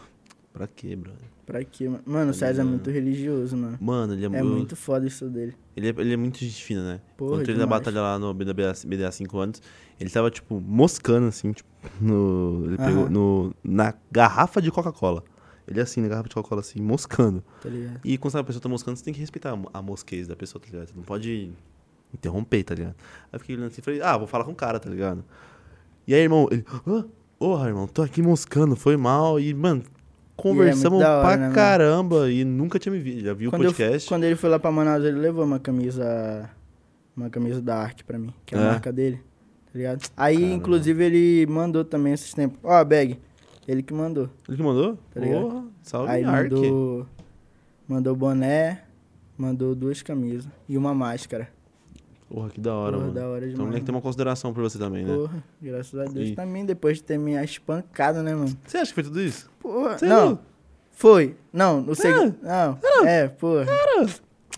Pra quê, brother? Pra quê, mano? Mano, o César é muito religioso, mano. Mano, ele é, É mu- muito foda isso dele. Ele é, ele é muito gente fina, né? Porra, Quando ele na demais. batalha lá no BDA, BDA 5 anos, ele tava, tipo, moscando, assim, tipo, no, ele pegou Aham. no, na garrafa de Coca-Cola. Ele assim, na garrafa de Coca-Cola, assim, moscando. Tá ligado? E quando a pessoa tá moscando, você tem que respeitar a mo- a mosquez da pessoa, tá ligado? Você não pode interromper, tá ligado? Aí eu fiquei olhando assim e falei, ah, vou falar com o cara, tá ligado? E aí, irmão, ele, hã? Porra, irmão, tô aqui moscando, foi mal. E, mano, conversamos da hora, pra né, mano? caramba e nunca tinha me visto. Já vi o quando, eu fu- podcast. quando ele foi lá pra Manaus, ele levou uma camisa. Uma camisa da arte pra mim, que é a É? marca dele. Tá ligado? Aí, inclusive, ele mandou também esses tempos. Ó, a bag. Ele que mandou. Ele que mandou? Tá ligado? Porra, salve Aí Ark. mandou. Mandou boné, mandou duas camisas e uma máscara. Porra, que da hora, Porra, mano. da hora então o demais, moleque tem uma consideração por você também, né? Porra, graças a Deus E- também, depois de ter me espancado, né, mano? Você acha que foi tudo isso? Porra, Você não, foi. Não, não sei. É. Não, é, porra.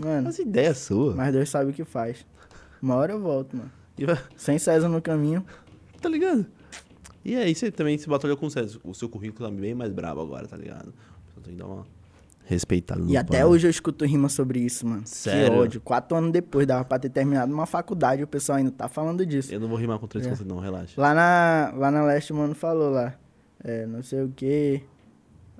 Mano, Mas ideia é sua. mas Deus sabe o que faz. Uma hora eu volto, mano. E vai- Sem César no caminho. Tá ligado? E aí você também se batalhou com o César. O seu currículo tá bem mais brabo agora, tá ligado? Então tem que dar uma respeitada. no E até pano. hoje eu escuto rima sobre isso, mano. Sério? Que ódio. Quatro anos depois, dava pra ter terminado uma faculdade, o pessoal ainda tá falando disso. Eu não vou rimar com três É. contas, não, relaxa. Lá na, lá na Leste, o mano falou lá. É, não sei o que.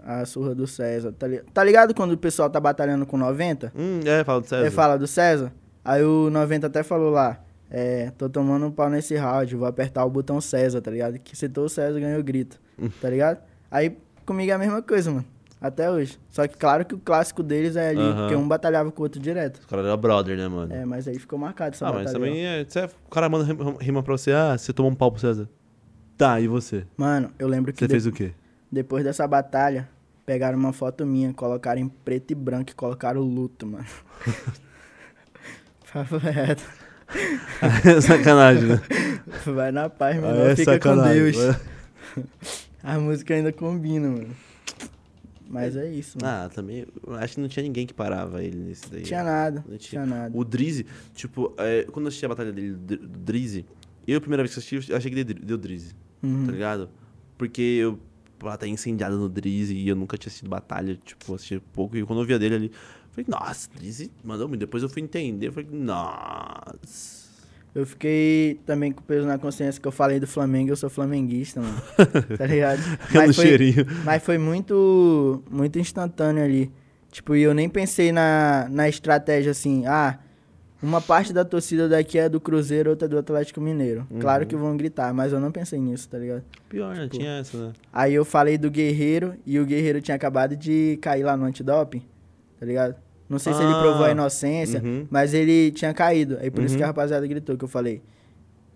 A surra do César. Tá, li- tá ligado quando o pessoal tá batalhando com 90? Hum, é, fala do César. Ele fala do César. Aí o 90 até falou lá. É, tô tomando um pau nesse round, vou apertar o botão César, tá ligado? Que citou o César ganhou o grito, [laughs] tá ligado? Aí comigo é a mesma coisa, mano. Até hoje. Só que claro que o clássico deles é ali, Aham. porque um batalhava com o outro direto. Os caras eram brother, né, mano? É, mas aí ficou marcado essa ah, batalha. mas ó. também é. Cê, o cara manda rim- rima pra você, ah, você tomou um pau pro César. Tá, e você? Mano, eu lembro que Você de- fez o quê? Depois dessa batalha, pegaram uma foto minha, colocaram em preto e branco e colocaram luto, mano. [laughs] Papo reto. [laughs] Sacanagem, né? [laughs] Vai na paz, Ah, menor. Fica com sacanagem. né? Deus. [laughs] A música ainda combina, mano. Mas é isso, mano. Ah, também. eu Acho que não tinha ninguém que parava ele nesse daí. Não tinha nada, Não não tinha. tinha nada. O Drizzy, tipo, é, quando eu assisti a batalha dele, do do Drizzy, eu, a primeira vez que assisti, eu achei que deu, deu Drizzy, Uhum. tá ligado? Porque eu ela tá incendiada no Drizzy e eu nunca tinha assistido batalha, tipo, assisti pouco. E quando eu via dele ali, eu falei, nossa, Drizzy mandou muito. Depois eu fui entender, eu falei, nossa. Eu fiquei também com peso na consciência que eu falei do Flamengo, eu sou flamenguista, [laughs] mano. tá ligado? no foi, cheirinho. Mas foi muito, muito instantâneo ali. Tipo, e eu nem pensei na, na estratégia assim, ah, uma parte da torcida daqui é do Cruzeiro, outra é do Atlético Mineiro. Claro que vão gritar, mas eu não pensei nisso, tá ligado? Uhum. Pior, né? tinha essa, né? Aí eu falei do Guerreiro e o Guerreiro tinha acabado de cair lá no antidoping, tá ligado? Não sei se ele Ah, provou a inocência, uhum. mas ele tinha caído. Aí por isso Uhum. que a rapaziada gritou que eu falei.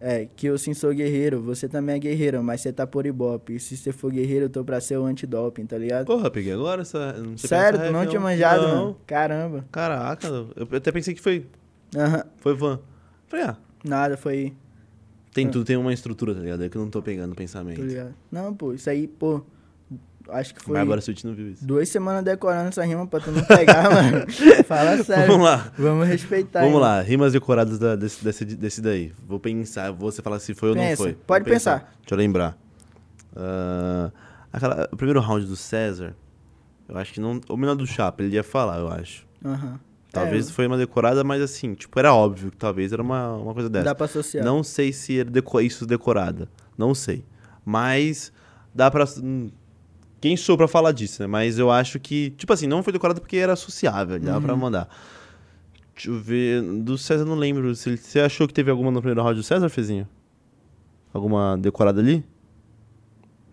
É, que eu sim sou guerreiro, você também é guerreiro, mas você tá por ibope. E se você for guerreiro, eu tô pra ser o antidoping, tá ligado? Porra, peguei agora essa. eu Não tinha Sério, pensado, tu não eu- tinha manjado, não. mano? Caramba. Caraca, eu até pensei que foi, Aham. foi van. Falei, ah, Nada, foi. Tem tudo, tem uma estrutura, tá ligado? É que eu não tô pegando o pensamento. Hum. Tô tá ligado. Não, pô, isso aí, pô. Acho que foi. Mas agora se o Tio não viu isso. Duas semanas decorando essa rima pra tu não pegar, [laughs] mano. Fala sério. Vamos lá. [laughs] Vamos respeitar. Vamos hein? lá, rimas decoradas da- desse, desse, desse daí. Vou pensar, você fala se foi ou não Pensa, foi. pode Vou Deixa eu lembrar. Ah, aquela- o primeiro round do César, eu acho que não. Ou melhor do Chapa, ele ia falar, eu acho. Aham. É. Talvez foi uma decorada, mas assim, tipo, era óbvio que talvez era uma, uma coisa É, dessa. dá pra associar. Não sei se era deco- isso é decorada. Não sei. Mas dá pra. hum, Quem sou pra falar disso, né? Mas eu acho que. Tipo assim, não foi decorada porque era associável, dava pra mandar. Deixa eu ver. Do César eu não lembro. Se ele- Você achou que teve alguma no primeiro round do César, Fezinho? Alguma decorada ali?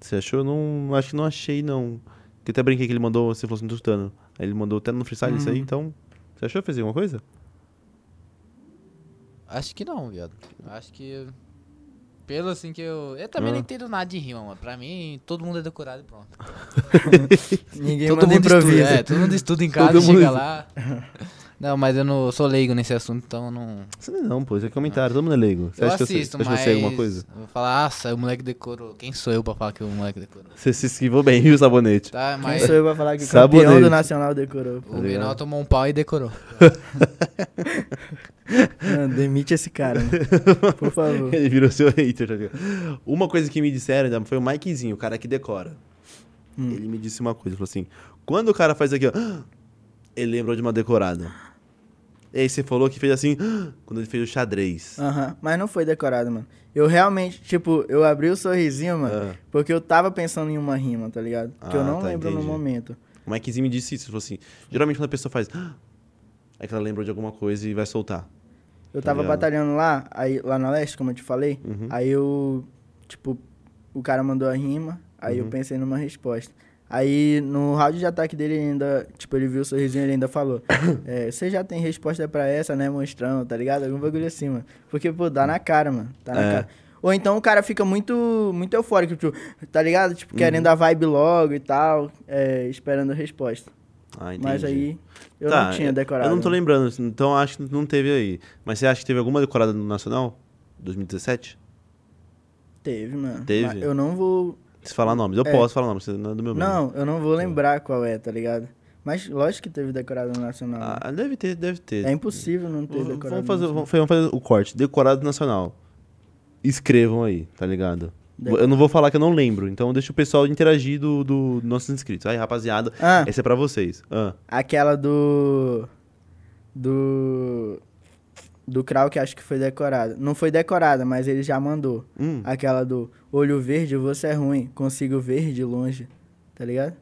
Você achou? Eu Não, acho que não achei, não. Porque até brinquei que ele mandou, você falou assim, tutano. Aí ele mandou até no freestyle isso aí, então. Você achou, Fezinho, alguma coisa? Acho que não, viado. Acho que. Pelo assim que eu. Eu também Ah. não entendo nada de rima, mano. Pra mim, todo mundo é decorado e pronto. Ninguém Todo manda mundo improviso. estuda, é, todo mundo estuda em casa, [laughs] Todo chega mundo- [laughs] lá. Não, mas eu não eu sou leigo nesse assunto, então eu não. Você não, pô, isso é comentário, todo mundo é leigo. Você eu acha que eu sei- assisto, você acha mas. que eu sei alguma coisa? eu Vou falar, ah, o moleque decorou. Quem sou eu pra falar que o moleque decorou? Você se esquivou bem, [laughs] viu, sabonete? Tá, Quem mas. sou eu pra falar que o Sabonete. campeão do Nacional decorou? O Menor tomou um pau [laughs] e decorou. Mano, demite esse cara, mano. Por [laughs] favor. né, Ele virou seu hater, tá ligado? Uma coisa que me disseram ainda foi o Mikezinho, o cara que decora. Hum. Ele me disse uma coisa, ele falou assim: quando o cara faz aqui, ó, [gasps] ele lembrou de uma decorada. E aí você falou que fez assim, [gasps] quando ele fez o xadrez. Aham, mas não foi decorado, mano. Eu realmente, tipo, eu abri o sorrisinho, mano, Ah. porque eu tava pensando em uma rima, tá ligado? Que eu Ah, não tá, lembro entendi. no momento. O Mikezinho me disse isso, ele falou assim: geralmente quando a pessoa faz, [gasps] é que ela lembrou de alguma coisa e vai soltar. Eu Tá tava ligado. Uhum. batalhando lá, aí, lá na Leste, como eu te falei, aí eu, tipo, o cara mandou a rima, aí Uhum. eu pensei numa resposta. Aí, no round de ataque dele, ele ainda, tipo, ele viu o sorrisinho, ele ainda [coughs] falou, é, você já tem resposta pra essa, né, monstrão, tá ligado? Algum bagulho assim, mano. Porque, pô, dá na cara, mano, tá na É. cara. Ou então o cara fica muito, muito eufórico, tipo, tá ligado? Tipo, Uhum. querendo a vibe logo e tal, é, esperando a resposta. Ah, entendi. Mas aí, eu Tá, não tinha decorado. Eu não tô né? lembrando, então acho que não teve aí. Mas você acha que teve alguma decorada no Nacional? 2017? Teve, mano. Teve? Mas eu não vou Se falar nomes, eu É. posso falar nomes, você não é do meu bem. Não, eu não vou lembrar qual é, tá ligado? Mas lógico que teve decorado no nacional. né? Ah, deve ter, deve ter. é impossível não ter V- decorado. Vamos fazer, no Nacional. vamos vamos fazer o corte. Decorado nacional. Escrevam aí, tá ligado? Deco- Eu não vou falar que eu não lembro, então deixa o pessoal interagir do, do nossos inscritos. Aí, rapaziada, Ah. essa é pra vocês. Ah, Aquela do. Do. Do Krau que acho que foi decorada. Não foi decorada, mas ele já mandou. hum. Aquela do olho verde, você é ruim, consigo ver de longe. Tá ligado?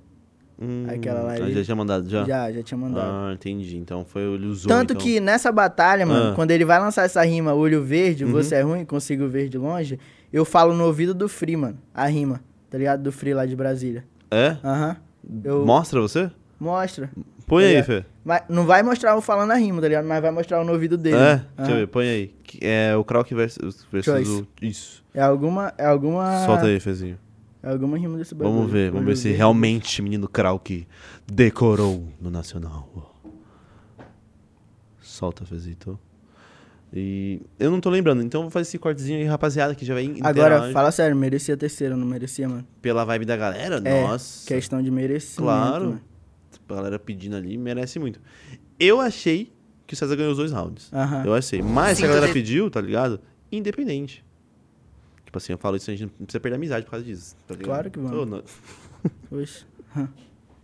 hum, aquela lá ah, ele- Já tinha mandado, já? Já, já tinha mandado. Ah, entendi. Então foi o Luzon, Tanto então. que nessa batalha, mano, Ah. Uhum. quando ele vai lançar essa rima, olho verde, você é ruim, consigo ver de longe, eu falo no ouvido do Free, mano, a rima, tá ligado? Do Free lá de Brasília. É? Aham. Eu Mostra você? mostra. Põe Tá aí, ligado? Fê. Vai- não vai mostrar eu falando a rima, tá ligado? Mas vai mostrar o no ouvido dele. É? né? Deixa eu ver, põe aí. Que- É o Krauk versus, versus Choice. o... Isso. É alguma. É alguma. Solta aí, Fezinho. É alguma rima desse bagulho. Vamos ver, vamos Olho ver se verde. realmente menino Krauk decorou no Nacional. Solta, Fezito. E eu não tô lembrando, então eu vou fazer esse cortezinho aí, rapaziada, que já vai interagir Agora, fala sério, merecia terceiro, não merecia, mano? [laughs] pela vibe da galera. É, Nossa. Questão de né? merecer. claro. Tipo, A galera pedindo ali, merece muito. Eu achei que o César ganhou os dois rounds. Aham. Eu achei. Mas se a galera pediu, tá ligado? Independente. Tipo assim, eu falo isso, a gente não precisa perder a amizade por causa disso. tá ligado? Claro que vamos. Tô no- Oxe. hã.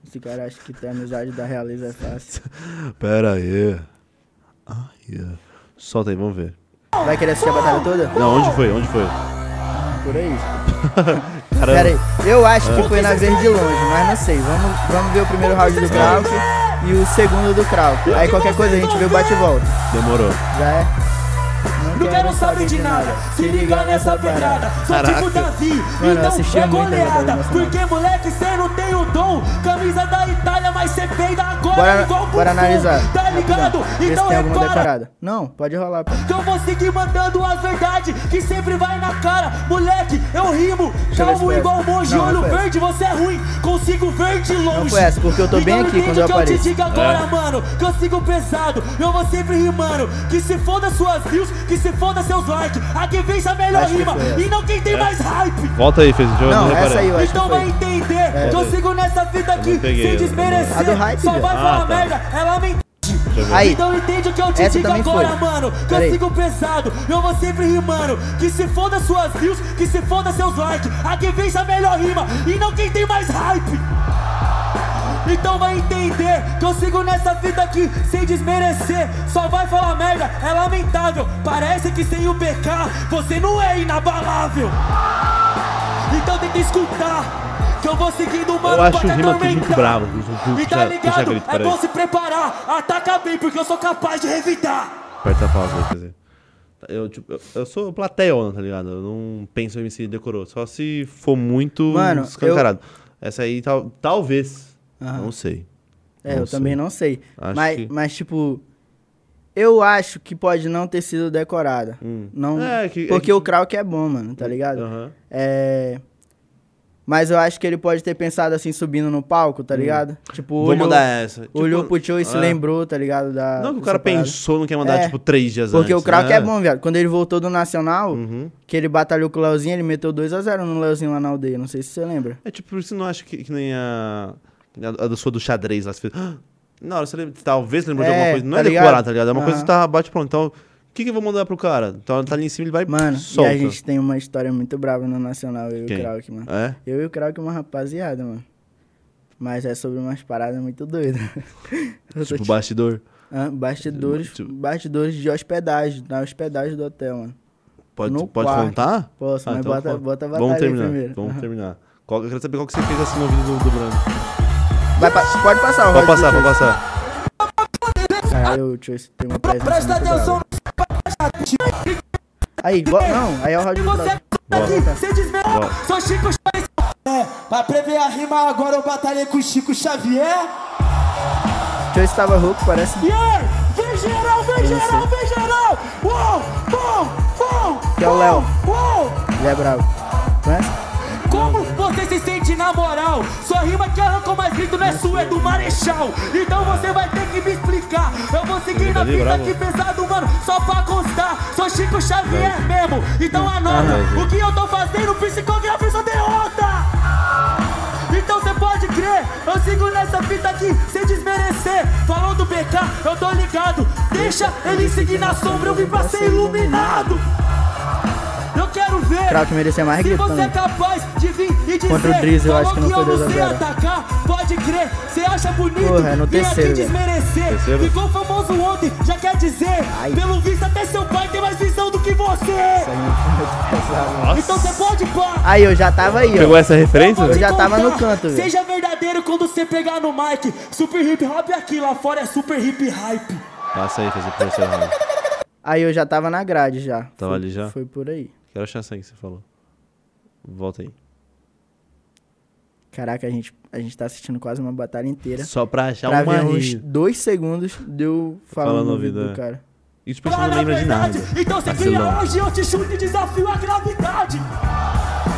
Esse cara acha que ter amizade da realeza é fácil. Pera aí. Ah, yeah. Solta aí, vamos ver. Vai querer assistir a batalha toda? Não, onde foi? Onde foi? Por aí. [laughs] Caramba. Ah. Pera aí. Eu acho que foi na verde longe, mas não sei. Vamos, vamos ver o primeiro round do Krauk e o segundo do Krauk. Aí qualquer coisa a gente vê o bate e volta. Demorou. Já é. Não Não quero saber de nada, se liga nessa pedrada. Sou Caraca. tipo Davi, Mano, eu então assistia é muito essa goleada. novela nacional. Porque moleque, cê não tem o dom. Camisa da Itália, mas cê peida agora Bora, igual pro bora sul, analisar. Tá ligado? Rapidão. Vê se Então tem alguma repara. decorada. Não, pode rolar, pô. Que eu vou seguir mandando as verdades que sempre vai na cara. Moleque, eu rimo, Deixa eu ver se calmo foi igual essa. monge, Não, não olho foi essa. verde, você é ruim, consigo ver de longe. foi essa, porque eu tô bem Então aqui entende quando eu que Eu apareço. te digo agora, mano, que eu sigo pesado, eu vou sempre rimando. Que se foda suas views, que se foda seus likes. Aqui vence a melhor Acho que rima, foi essa. É. e não quem tem mais hype. Volta aí, Fezinho. Não, essa aí eu acho que Então vai foi. É. entender que eu sigo nessa fita aqui peguei, eu sem não- desmerecer. A do hype, Só já. vai Ah, falar tá. merda, ela mente. Aí. Então entende o que eu te Essa digo também agora, foi. mano. Que Peraí. eu sigo pesado, eu vou sempre rimando. Que se foda suas views, que se foda seus likes. Aqui vence a melhor rima e não quem tem mais hype. Então vai entender que eu sigo nessa fita aqui sem desmerecer. Só vai falar merda, é lamentável. Parece que sem o BK você não é inabalável. Então tenta escutar que eu vou seguindo o mano Eu acho pra te o Rima aqui muito atormentar. bravo, viu? Me tá Puxa- puxa ligado? grito, é peraí. bom se preparar. Ataca bem porque eu sou capaz de revidar. Aperta a pausa aí, Fezinho. Eu, tipo, eu, eu sou plateiona, tá ligado? Eu não penso em MC decorou. Só se for muito Mano, escancarado. Essa aí tal, talvez. Aham. Não sei. É, Não eu sei. também não sei. Acho Mas, que- mas, tipo, eu acho que pode não ter sido decorada. Não, É, que- é porque que- Hum, o Krauk é bom, mano, tá ligado? Aham. É. Mas eu acho que ele pode ter pensado assim, subindo no palco, tá ligado? Tipo, Hum. Vou olhou, mandar essa. Tipo, olhou pro tio e se é. lembrou, tá ligado? Da, Não que o dessa cara parada. pensou, não quer mandar, É, tipo, três dias Porque antes. o Krauk né? é bom, viado. Quando ele voltou do Nacional, Uhum. que ele batalhou com o Leozinho, ele meteu 2x0 no Leozinho lá na aldeia. Não sei se você lembra. É tipo, você não acha que, que nem a. A do sua do xadrez lá. Você fez. "Ah!" Na hora você lembra- talvez lembrou de É, alguma coisa. Não é tá ligado? decorar, tá ligado? É uma coisa que Aham. tá bate pronto. Então, o que, que eu vou mandar pro cara? Então tá ali em cima, ele vai. e Mano, solta. e a tá gente tem uma história muito brava no Nacional, eu e Quem? o Krauk, mano. É? Eu e o Krauk é uma rapaziada, mano. Mas é sobre umas paradas muito doidas. [laughs] Eu tô Tipo, bastidor. Hã? bastidores, Tipo- bastidores de hospedagem, na hospedagem do hotel, mano. Pode, No pode quarto. contar? Posso, mas bota- fala. bota a Vamos batalha aí terminar. primeiro. Vamos Aham. terminar. Qual, eu quero saber qual que você fez assim no ouvido do, do Brando. Vai pa- pode passar, o Pode Rod passar, pode Choice. passar. Caralho, o Choice tem uma presença muito brava. Aí, igual, não, aí é o Rod Choice. tá Bora. Cê desmembra, Bora. sou Chico Xavier. É, pra prever a rima agora eu batalhei com o Chico Xavier. Choice tava rouco, parece. Yeah! Vem geral, vem geral, vem geral! Uou, uou, uou! Que é o Léo. Uou! Ele é bravo. Conhece? Como você se sente na moral? Sua rima que arrancou mais grito não é sua, é do Marechal. Então você vai ter que me explicar. Eu vou seguir na Tá ali, vida bravo. aqui pesado, mano, só pra constar. Sou Chico Xavier mesmo, então Ah, anota. O que eu tô fazendo, psicografa sua derrota. Então cê pode crer, eu sigo nessa fita aqui sem desmerecer. Falou do BK, eu tô ligado. Deixa ele seguir na sombra, eu vim pra ser iluminado. Eu quero ver. Kraut merecia mais Se grito você é também. capaz de vir e dizer Contra o Drizzy, eu falou acho que não eu foi não sei 2x0. atacar, pode crer, você acha bonito, Porra, é no vem terceiro, aqui velho. desmerecer. Terceiro? Ficou famoso ontem, já quer dizer. Ai. Pelo visto até seu pai tem mais visão do que você. Então você pode pá. Aí, eu já tava aí, Pegou ó. essa referência? Eu Te já tava contar, no canto, velho. Seja verdadeiro quando você pegar no mic. Super hip hop é aqui, lá fora é super hip hype. Passa aí, fazer pra você. Raul. Aí eu já tava na grade já. Tava Foi- ali já? Foi por aí. Quero achar essa aí que você falou. Volta aí. Caraca, a gente, a gente tá assistindo quase uma batalha inteira. Só pra achar um pra uma ver uns rima. dois segundos deu falando no ouvido do é. cara. E tipo, você não lembra de verdade, nada. Então você cria Tá Vacilão. hoje, eu te chuto e desafio a gravidade.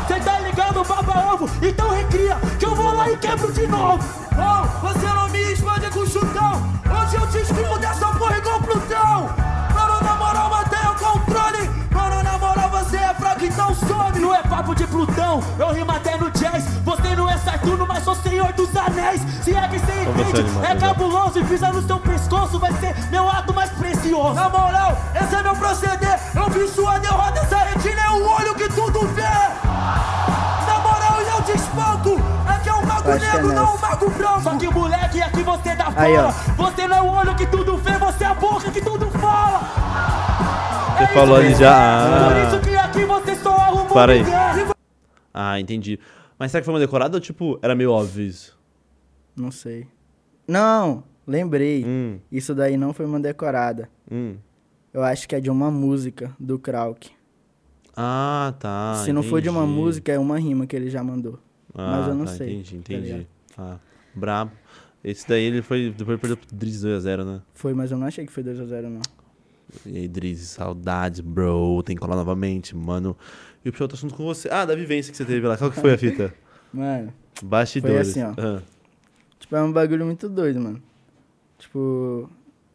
Cê tá ligado, baba ovo? Então recria, que eu vou lá e quebro de novo. Oh, você não me expande com chutão. Hoje eu te esquivo dessa porra igual Plutão. Mano, na moral, mantenha o controle. Mano, na moral, você é fraco, então some. Não é papo de Plutão, eu rimo até no jazz. Você não é Saturno, mas sou senhor dos anéis. Se é que você Como você é entende, animado, é né? cabo cabuloso e pisa no seu pescoço, vai ser meu ato mais precioso. Na moral, esse é meu proceder. Eu vi sua derrota, essa retina é o olho que tudo vê. Na moral, eu te espanco. Aqui é um mago Acho que é negro, não um nessa. mago branco. Só que moleque, aqui você dá Aí, fora. ó. Você não é o olho que tudo vê, você é a boca que tudo fala. Você falou ali já, ah. Por isso que aqui você só arruma Para aí. ninguém. Ah, entendi. Mas será que foi uma decorada ou tipo, era meio óbvio isso? Não sei. Não, lembrei. Hum, Isso daí não foi uma decorada. hum. Eu acho que é de uma música do Krauk. Ah, tá. Se não for de uma entendi. música, é uma rima que ele já mandou. Ah, mas eu não tá, sei, Entendi, tá entendi. ligado? ah, brabo. Esse daí ele foi. Depois perdeu pro Drizzy 2x0, né? Foi, mas eu não achei que foi 2x0, não. E aí, Drizzy, saudades, bro. Tem que colar novamente, mano. E puxar outro assunto com você. Ah, da vivência que você teve lá. Qual que foi a fita? [laughs] Mano, Bastidores. Foi assim, ó. Ah, tipo, é um bagulho muito doido, mano. Tipo, o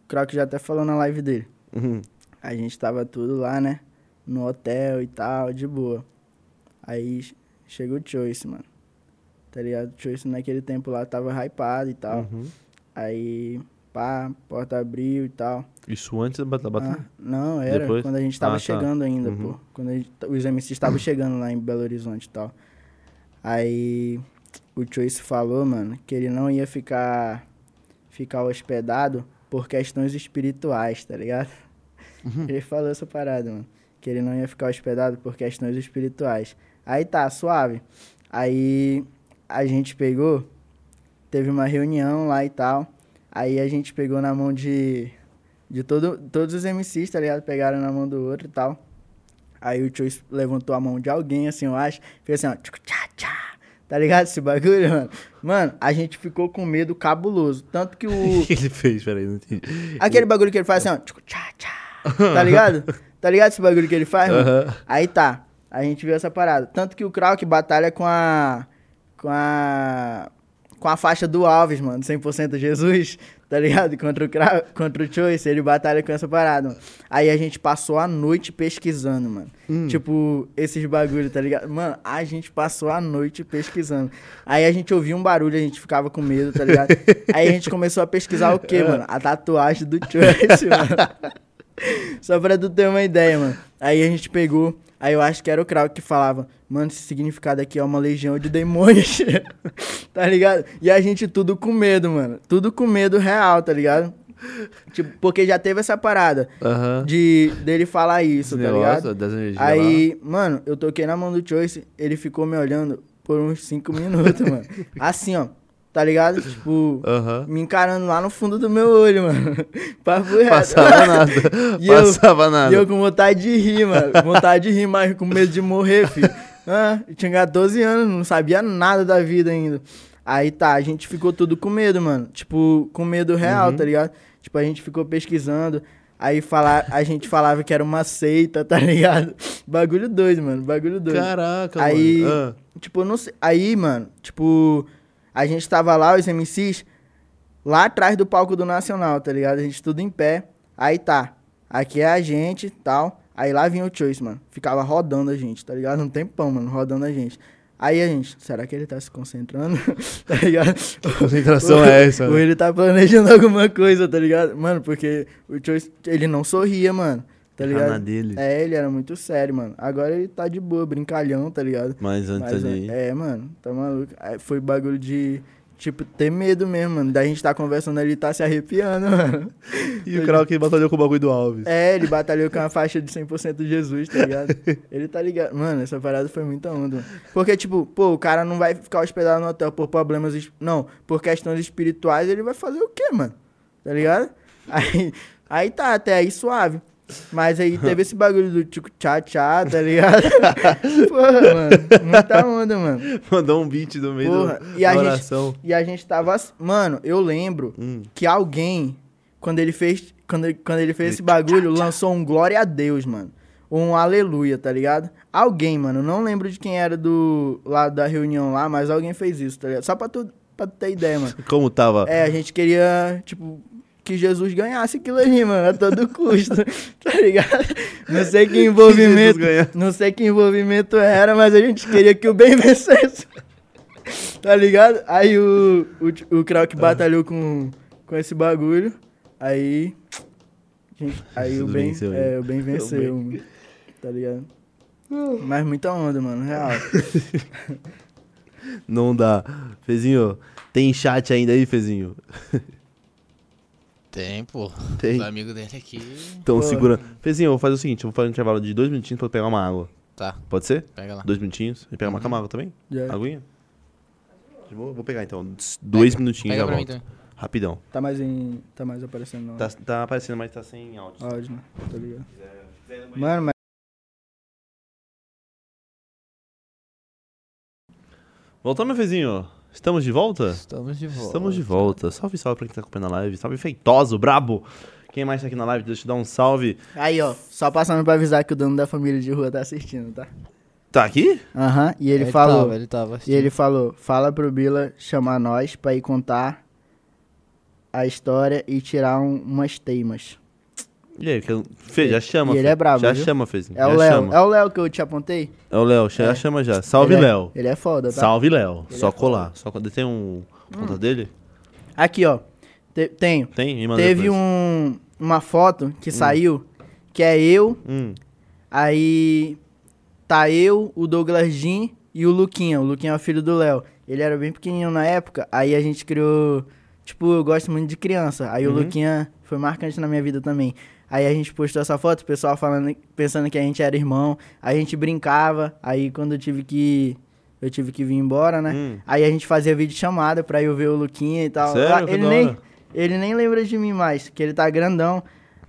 Krauk já até falou na live dele. uhum. A gente tava tudo lá, né? No hotel e tal, de boa. Aí ch- chega o Choice, mano. Tá ligado? O Choice naquele tempo lá tava hypado e tal. Uhum. Aí, pá, porta abriu e tal. Isso antes da bat- da batalha? Ah, não, era Depois? quando a gente tava Ah, tá. chegando ainda, Uhum. pô. Quando a gente, os MCs estavam chegando lá em Belo Horizonte e tal. Aí o Choice falou, mano, que ele não ia ficar, ficar hospedado por questões espirituais, tá ligado? Ele falou essa parada, mano. Que ele não ia ficar hospedado por questões espirituais. Aí tá, suave. Aí a gente pegou, teve uma reunião lá e tal. Aí a gente pegou na mão de. De todo, todos os MCs, tá ligado? Pegaram na mão do outro e tal. Aí o Choice levantou a mão de alguém, assim, eu acho. Fez assim, ó. tchuc, Tchá, tchá. Tá ligado esse bagulho, [laughs] mano? Mano, a gente ficou com medo cabuloso. Tanto [laughs] que O o. [laughs] que ele fez? Peraí, não entendi. Aquele bagulho que ele faz assim, ó. tchuc, Tchá, tchá. Tá ligado? Tá ligado esse bagulho que ele faz, mano? Aham. Aí tá. A gente viu essa parada. Tanto que o Krauk batalha com a. Com a. Com a faixa do Alves, mano. 100% Jesus, tá ligado? [laughs] Contra o, Krau, contra o Choice. Ele batalha com essa parada, mano. Aí a gente passou a noite pesquisando, mano. Tipo, esses bagulho, tá ligado? Mano, a gente passou a noite pesquisando. Aí a gente ouvia um barulho, a gente ficava com medo, tá ligado? Aí a gente começou a pesquisar o quê, mano? A tatuagem do Choice, mano. Só pra tu ter uma ideia, mano. Aí a gente pegou, Aí eu acho que era o Krauk que falava, mano, esse significado aqui é uma legião de demônios. [laughs] tá ligado? E a gente tudo com medo, mano. Tudo com medo real, tá ligado? Tipo, porque já teve essa parada Aham. de dele falar isso, Esse tá negócio ligado? das energias Aí, mano, eu toquei na mão do Choice, ele ficou me olhando por uns 5 minutos, [laughs] mano. Assim, ó, tá ligado? Tipo, Aham. me encarando lá no fundo do meu olho, mano. [laughs] Papo reto. Passava nada. [laughs] E eu- Passava nada. E eu com vontade de rir, mano. Com Vontade de rir, mas com medo de morrer, [laughs] filho. Ah, eu tinha 14 anos, não sabia nada da vida ainda. Aí tá, a gente ficou tudo com medo, mano. Tipo, com medo real, Uhum. tá ligado? Tipo, a gente ficou pesquisando. Aí fala, a gente falava que era uma seita, tá ligado? [laughs] Bagulho doido, mano. Bagulho doido. Caraca, Aí, mano. Ah. tipo, eu não sei. Aí, mano, tipo, a gente tava lá, os MCs, lá atrás do palco do Nacional, tá ligado? A gente tudo em pé. Aí tá. Aqui é a gente tal. Aí lá vinha o Choice, mano. Ficava rodando a gente, tá ligado? Um tempão, mano, rodando a gente. Aí a gente, será que ele tá se concentrando? [laughs] tá ligado? concentração Ou- é essa, Ou né? ele tá planejando alguma coisa, tá ligado? Mano, porque o Choice, ele não sorria, mano. Tá Ah, na ligado? dele. É, ele era muito sério, mano. Agora ele tá de boa, brincalhão, tá ligado? Mas Mas, antes ali. É, mano, tá maluco. Aí foi bagulho de, tipo, ter medo mesmo, mano. Da gente tá conversando ali e tá se arrepiando, [laughs] mano. E o Krauk batalhou com o bagulho do Alves. É, ele batalhou com a faixa de 100% de Jesus, tá [laughs] ligado? Ele tá ligado. Mano, essa parada foi muita onda, mano. Porque, tipo, pô, o cara não vai ficar hospedado no hotel por problemas. es- Não, por questões espirituais, ele vai fazer o quê, mano? Tá ligado? Aí, aí tá, até aí suave. Mas aí [laughs] teve esse bagulho do tico tchá tchá, tá ligado? [laughs] Porra, mano, muita onda, mano. [laughs] Mandou um beat no meio Porra, do, e a da gente- oração. E a gente tava. ass- Mano, eu lembro Hum. que alguém, quando ele fez. Quando ele, quando ele fez esse bagulho, lançou um glória a Deus, mano. Um aleluia, tá ligado? Alguém, mano. eu Não lembro de quem era do. lá da reunião lá, mas alguém fez isso, tá ligado? Só pra tu, pra tu ter ideia, mano. Como tava? É, a gente queria, tipo, que Jesus ganhasse aquilo ali, mano, a [laughs] todo custo, tá ligado? Não sei que envolvimento, Jesus ganhasse. não sei que envolvimento era, mas a gente queria que o bem [laughs] vencesse, tá ligado? Aí o, o, o Krauk Tá. batalhou com, com esse bagulho, aí, gente, aí o Jesus bem, venceu ele. Uh. é, o [laughs] bem venceu, mano, tá ligado? Mas muita onda, mano, [laughs] real. Não dá. Fezinho, tem chat ainda aí, Fezinho? Tem, pô. Tem. Os amigos dele aqui. Então segura. Fezinho, eu vou fazer o seguinte, eu vou fazer um intervalo de dois minutinhos pra eu pegar uma água. Tá, Pode ser? pega lá. Uhum. Dois minutinhos. E pegar uma com a água também? Já. é. Aguinha? De boa? Vou pegar então. Dois minutinhos Pega já pra mim volto. também. Rapidão. Tá mais em, tá mais aparecendo não. Tá, tá aparecendo, mas tá sem áudio. Áudio, né? Tá ligado? Mano, mas... Voltamos, Fezinho. Estamos de volta? Estamos de volta. Estamos de volta. Salve, salve pra quem tá acompanhando a live. Salve, feitoso, brabo. Quem mais tá aqui na live, deixa eu te dar um salve. Aí, ó, só passando pra avisar que o dono da família de rua tá assistindo, tá? Tá aqui? Aham, e ele, Ele falou. tava, ele tava e assistindo. ele falou: fala pro Bila chamar nós pra ir contar a história e tirar um- umas teimas. E aí, que- Fê, já chama. E ele Fê. é brabo, Já viu? chama, Fezinho. É o já Léo. chama. É o Léo que eu te apontei? É o Léo, já É. chama já. Salve, Ele é- Léo. Ele é foda, tá? Salve, Léo. Ele Só é Hum. colar. Só colar. Tem um conta dele? Aqui, ó. Te- tenho. Tem? Me manda Teve depois. um, uma foto que saiu, que é eu, Hum. Aí tá eu, o Douglas Jean e o Luquinha. O Luquinha é o filho do Léo. Ele era bem pequenininho na época, aí a gente criou. Tipo, eu gosto muito de criança. Aí Uhum. o Luquinha foi marcante na minha vida também. Aí a gente postou essa foto, o pessoal falando, pensando que a gente era irmão. A gente brincava. Aí quando eu tive que. Eu tive que vir embora, né? Hum. Aí a gente fazia vídeo chamada pra eu ver o Luquinha e tal. Sério? Que ele, da nem, hora. ele nem lembra de mim mais, que ele tá grandão.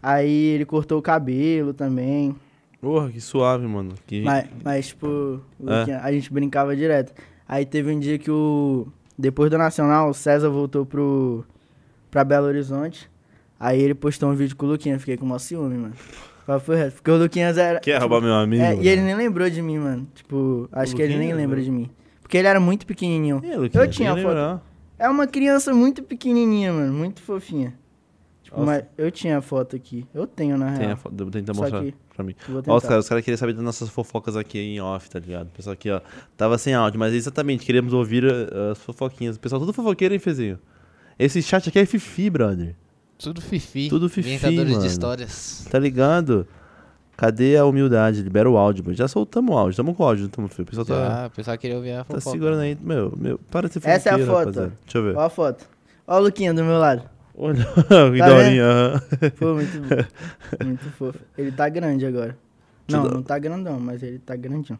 Aí ele cortou o cabelo também. Porra, que suave, mano. Que... Mas, mas, tipo, o É. Luquinha- a gente brincava direto. Aí teve um dia que o. Depois do Nacional, o César voltou pro. pra Belo Horizonte. Aí ele postou um vídeo com o Luquinha, fiquei com o maior ciúme, mano. Papo reto. Porque o Luquinhas era. tipo, Quer roubar meu amigo? né? é, e ele nem lembrou de mim, mano. Tipo, acho que ele Luquinhas, nem lembra né? de mim. Porque ele era muito pequenininho. É, Luquinha, eu tinha tem que foto. lembrar. É uma criança muito pequenininha, mano. Muito fofinha. Tipo, Nossa. mas eu tinha a foto aqui. Eu tenho, na Tem a real. foto. Tenta é, Só mostrar que- pra mim. Vou Ó, os tentar. caras, os caras queriam saber das nossas fofocas aqui em off, tá ligado? O pessoal aqui, ó, tava sem áudio, mas exatamente, queríamos ouvir uh, as fofoquinhas. O pessoal tudo fofoqueiro, hein, Fezinho? Esse chat aqui é fifi, brother. Tudo fifi. Tudo fifi, Inventadores mano. de histórias. Tá ligado? Cadê a humildade? Libera o áudio, mano. Já soltamos o áudio, estamos com o áudio, não tamo, filho. O pessoal tá, Ah, o pessoal queria ouvir a tá fofoca. segurando aí. Meu, meu, para de ser Essa é a funkeiro, foto. rapaziada. Deixa eu ver. Ó a foto. Ó o Luquinha do meu lado. [laughs] Olha, que Tá daorinha. aham. Pô, muito, bom. muito fofo. Ele tá grande agora. Te Não, dou- não tá grandão, mas ele tá grandinho.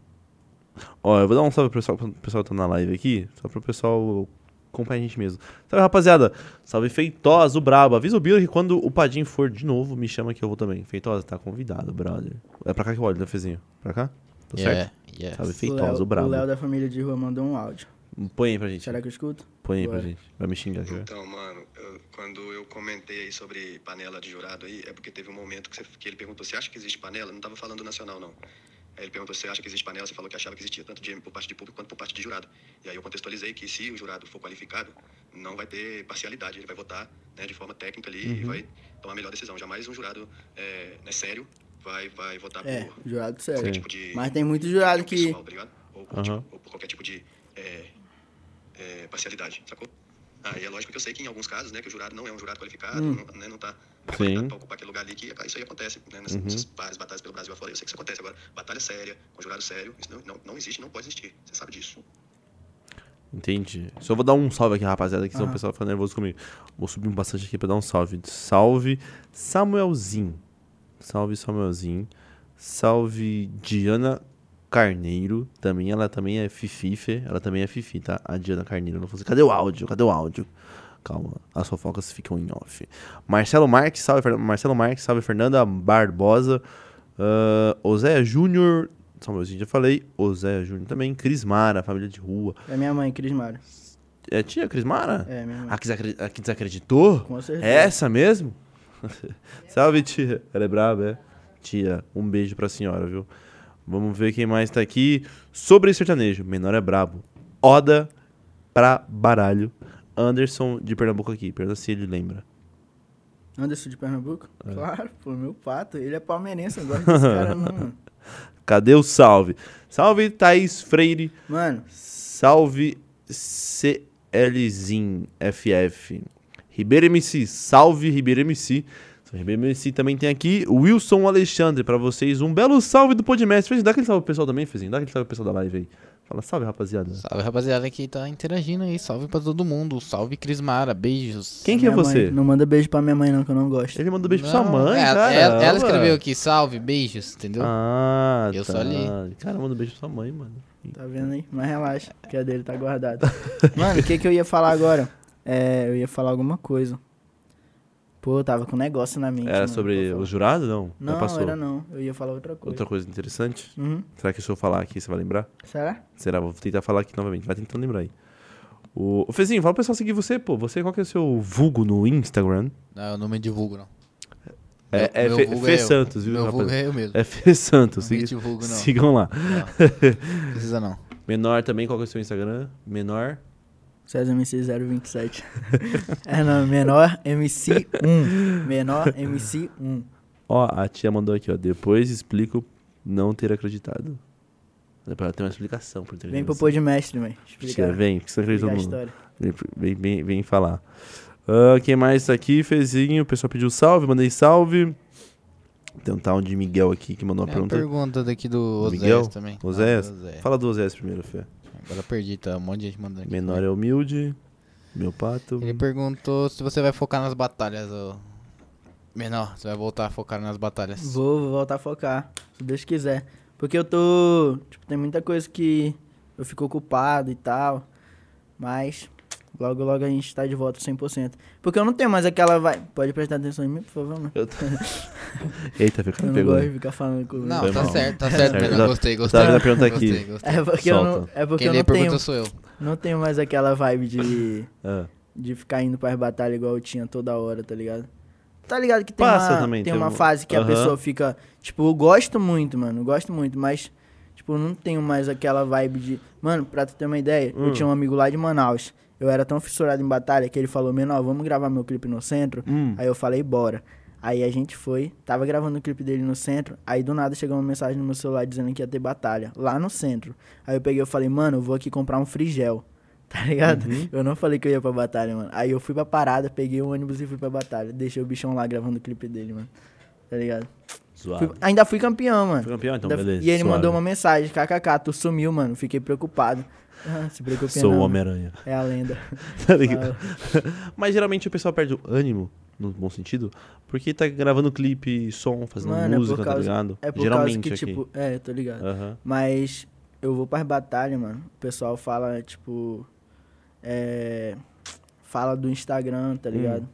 [laughs] Ó, eu vou dar um salve pro pessoal, pro pessoal que tá na live aqui, só pro pessoal acompanhar a gente mesmo. Salve, rapaziada. Salve, Feitosa, o Brabo. Avisa o Bila que quando o Padim for de novo, me chama que eu vou também. Feitosa, tá convidado, brother. É pra cá que eu olho, né, Fezinho? Pra cá? Tá Yeah, certo? yeah. Salve, O Léo- Feitosa, o O Brabo. Léo da família de rua mandou um áudio. Põe aí pra gente. Será que eu escuto? Põe aí pra Bora. gente. Vai me xingar, quer ver? Então, mano, eu- quando eu comentei aí sobre panela de jurado aí, é porque teve um momento que, você- que ele perguntou, você acha que existe panela? Não tava falando nacional, não. Aí ele perguntou, você acha que existe panela? Você falou que achava que existia tanto de, por parte de público quanto por parte de jurado. E aí eu contextualizei que se o jurado for qualificado, não vai ter parcialidade, ele vai votar né, de forma técnica ali e vai tomar a melhor decisão. Jamais um jurado é, né, sério vai, vai votar É, por jurado sério. Tá tipo de... Mas tem muito jurado que. pessoal, tá ligado? Ou, por, Aham. tipo- ou por qualquer tipo de é, é, parcialidade, sacou? Ah, e é lógico que eu sei que em alguns casos, né, que o jurado não é um jurado qualificado, não, né, não tá qualificado pra ocupar aquele lugar ali, que isso aí acontece, né, nessas, Uhum. nessas várias batalhas pelo Brasil afora, eu sei que isso acontece. Agora, batalha séria, com jurado sério, isso não, não, não existe, não pode existir, você sabe disso. Entendi. Só vou dar um salve aqui, rapaziada, que senão o Aham. pessoal fica nervoso comigo. Vou subir um bastante aqui pra dar um salve. Salve Samuelzinho. Salve Samuelzinho. Salve Diana Carneiro. Também, ela também é Fifife. Ela também é Fifi, tá? A Diana Carneiro. Não fosse. Cadê o áudio? Cadê o áudio? Calma, as fofocas ficam em off. Marcelo Marques, salve Fernanda. Marcelo Marques, salve Fernanda Barbosa. Ah, Oséia Júnior. Samuelzinho já falei. Oséia Júnior também. Cris Mara, família de rua. É minha mãe, Cris Mário. É tia Crismara? É minha mãe. A que, desacre- a que desacreditou? Com certeza. É essa mesmo? [laughs] Salve, tia. Ela é braba, é? Tia, um beijo pra senhora, viu? Vamos ver quem mais tá aqui. Sobre sertanejo, menor é brabo. Oda pra baralho. Anderson de Pernambuco aqui. Pergunta se ele lembra. Anderson de Pernambuco? É. Claro, pô, meu pato. Ele é palmeirense, eu [laughs] gosto desse cara, não, mano. Cadê o salve? Salve, Thaís Freire. Mano, Salve CLzin FF. Ribeiro MC, salve Ribeiro MC. Salve, Ribeiro MC também tem aqui. Wilson Alexandre, pra vocês um belo salve do Podmestre. Fezinho, Dá aquele salve pro pessoal também, Fezinho. Dá aquele salve pro pessoal da live aí. Fala salve, rapaziada. Salve, rapaziada, que tá interagindo aí. Salve pra todo mundo. Salve, Crismara. Beijos. Quem que é minha mãe- você? Não manda beijo pra minha mãe, não, que eu não gosto. Ele mandou beijo pra Não, sua mãe, é, cara. Ela, ela Ué. escreveu aqui, salve, beijos, entendeu? Ah, Eu tá. só li. Cara, manda beijo pra sua mãe, mano. Tá vendo aí? Mas relaxa, que a dele tá [laughs] guardada. Mano, o que que eu ia falar agora? É, eu ia falar alguma coisa. Pô, eu tava com um negócio na mente. Era mano, sobre pra o falar. jurado, não? Já Não, passou. era não. Eu ia falar outra coisa. Outra coisa interessante? Uhum. Será que se eu falar aqui, você vai lembrar? Será? Será? Vou tentar falar aqui novamente. Vai tentando lembrar aí. O, Ô, Fezinho, fala pro pessoal seguir você, pô. Você, qual que é o seu vulgo no Instagram? Não, eu não me divulgo, não. É, é Meu- meu Fe, vulgo Fe é eu. Santos, viu, Meu vulgo rapaz? é eu mesmo. É Fê Santos. Não me Siga- divulgo, não. Sigam lá. Não precisa, não. [laughs] Menor também, qual que é o seu Instagram? Menor. César MC 027. é, não, menor MC1. Menor MC1. Ó, a tia mandou aqui, ó. Depois explico não ter acreditado. É pra ter uma explicação. Pra ter Vem pro acreditado. pô de mestre, mãe. Tia, Explicar, vem, que você acreditou explicar tá a no história. Vem, vem, vem, vem falar. Ah, quem mais tá aqui? Fezinho, o pessoal pediu salve, mandei salve. Tem um tal de Miguel aqui que mandou uma É uma pergunta. pergunta daqui do Do Miguel? Oséias também. Oséias? Ah, do Oséias. Fala do Osés primeiro, Fê. Agora eu perdi, tá? Um monte de gente mandando aqui. Menor é humilde, meu pato. Ele perguntou se você vai focar nas batalhas, ô. Menor, você vai voltar a focar nas batalhas. Vou, vou voltar a focar, se Deus quiser. Porque eu tô. Tipo, tem muita coisa que eu fico ocupado e tal. Mas logo, logo a gente tá de volta 100%. Porque eu não tenho mais aquela vai. Pode prestar atenção em mim, por favor, mano. [laughs] Eu tô- Eita, Fê, Eu cara, não pegou. gosto de né? ficar falando com Não, Foi tá mal. certo, tá certo, Tá certo. Menor. Gostei, gostei. Tá vendo a pergunta aqui? Gostei, gostei. É porque eu não, Solta. é porque Quem eu lê não a pergunta tenho, sou eu. não tenho mais aquela vibe de, [laughs] Ah, de ficar indo pras batalhas igual eu tinha toda hora, tá ligado? Tá ligado que tem Passa uma, também, tem tem uma um- fase que a Aham. pessoa fica. Tipo, eu gosto muito, mano. eu Gosto muito, mas, tipo, eu não tenho mais aquela vibe de. Mano, pra tu ter uma ideia, Hum. eu tinha um amigo lá de Manaus. Eu era tão fissurado em batalha que ele falou, menor, vamos gravar meu clipe no centro. Hum. Aí eu falei, bora. Aí a gente foi, tava gravando o clipe dele no centro, aí do nada chegou uma mensagem no meu celular dizendo que ia ter batalha, lá no centro. Aí eu peguei e falei, mano, eu vou aqui comprar um frigel, [laughs] tá ligado? Uhum. Eu não falei que eu ia pra batalha, mano. Aí eu fui pra parada, peguei o ônibus e fui pra batalha. Deixei o bichão lá gravando o clipe dele, mano. Tá ligado? Zoado. Fui- ainda fui campeão, mano. Fui campeão, então, Ainda fui- beleza, E ele suave. mandou uma mensagem, kkk, tu sumiu, mano, fiquei preocupado. [laughs] Ah, se preocupe Sou não, o Homem-Aranha. É a lenda. [laughs] Tá ligado? [laughs] Mas geralmente o pessoal perde o ânimo, no bom sentido, porque tá gravando clipe, som, fazendo Mano, é música, por tá causa, ligado? é por geralmente causa que, aqui. tipo, é, tô ligado. Aham. Mas eu vou pras batalhas, mano. O pessoal fala, tipo. É. Fala do Instagram, Hum. tá ligado?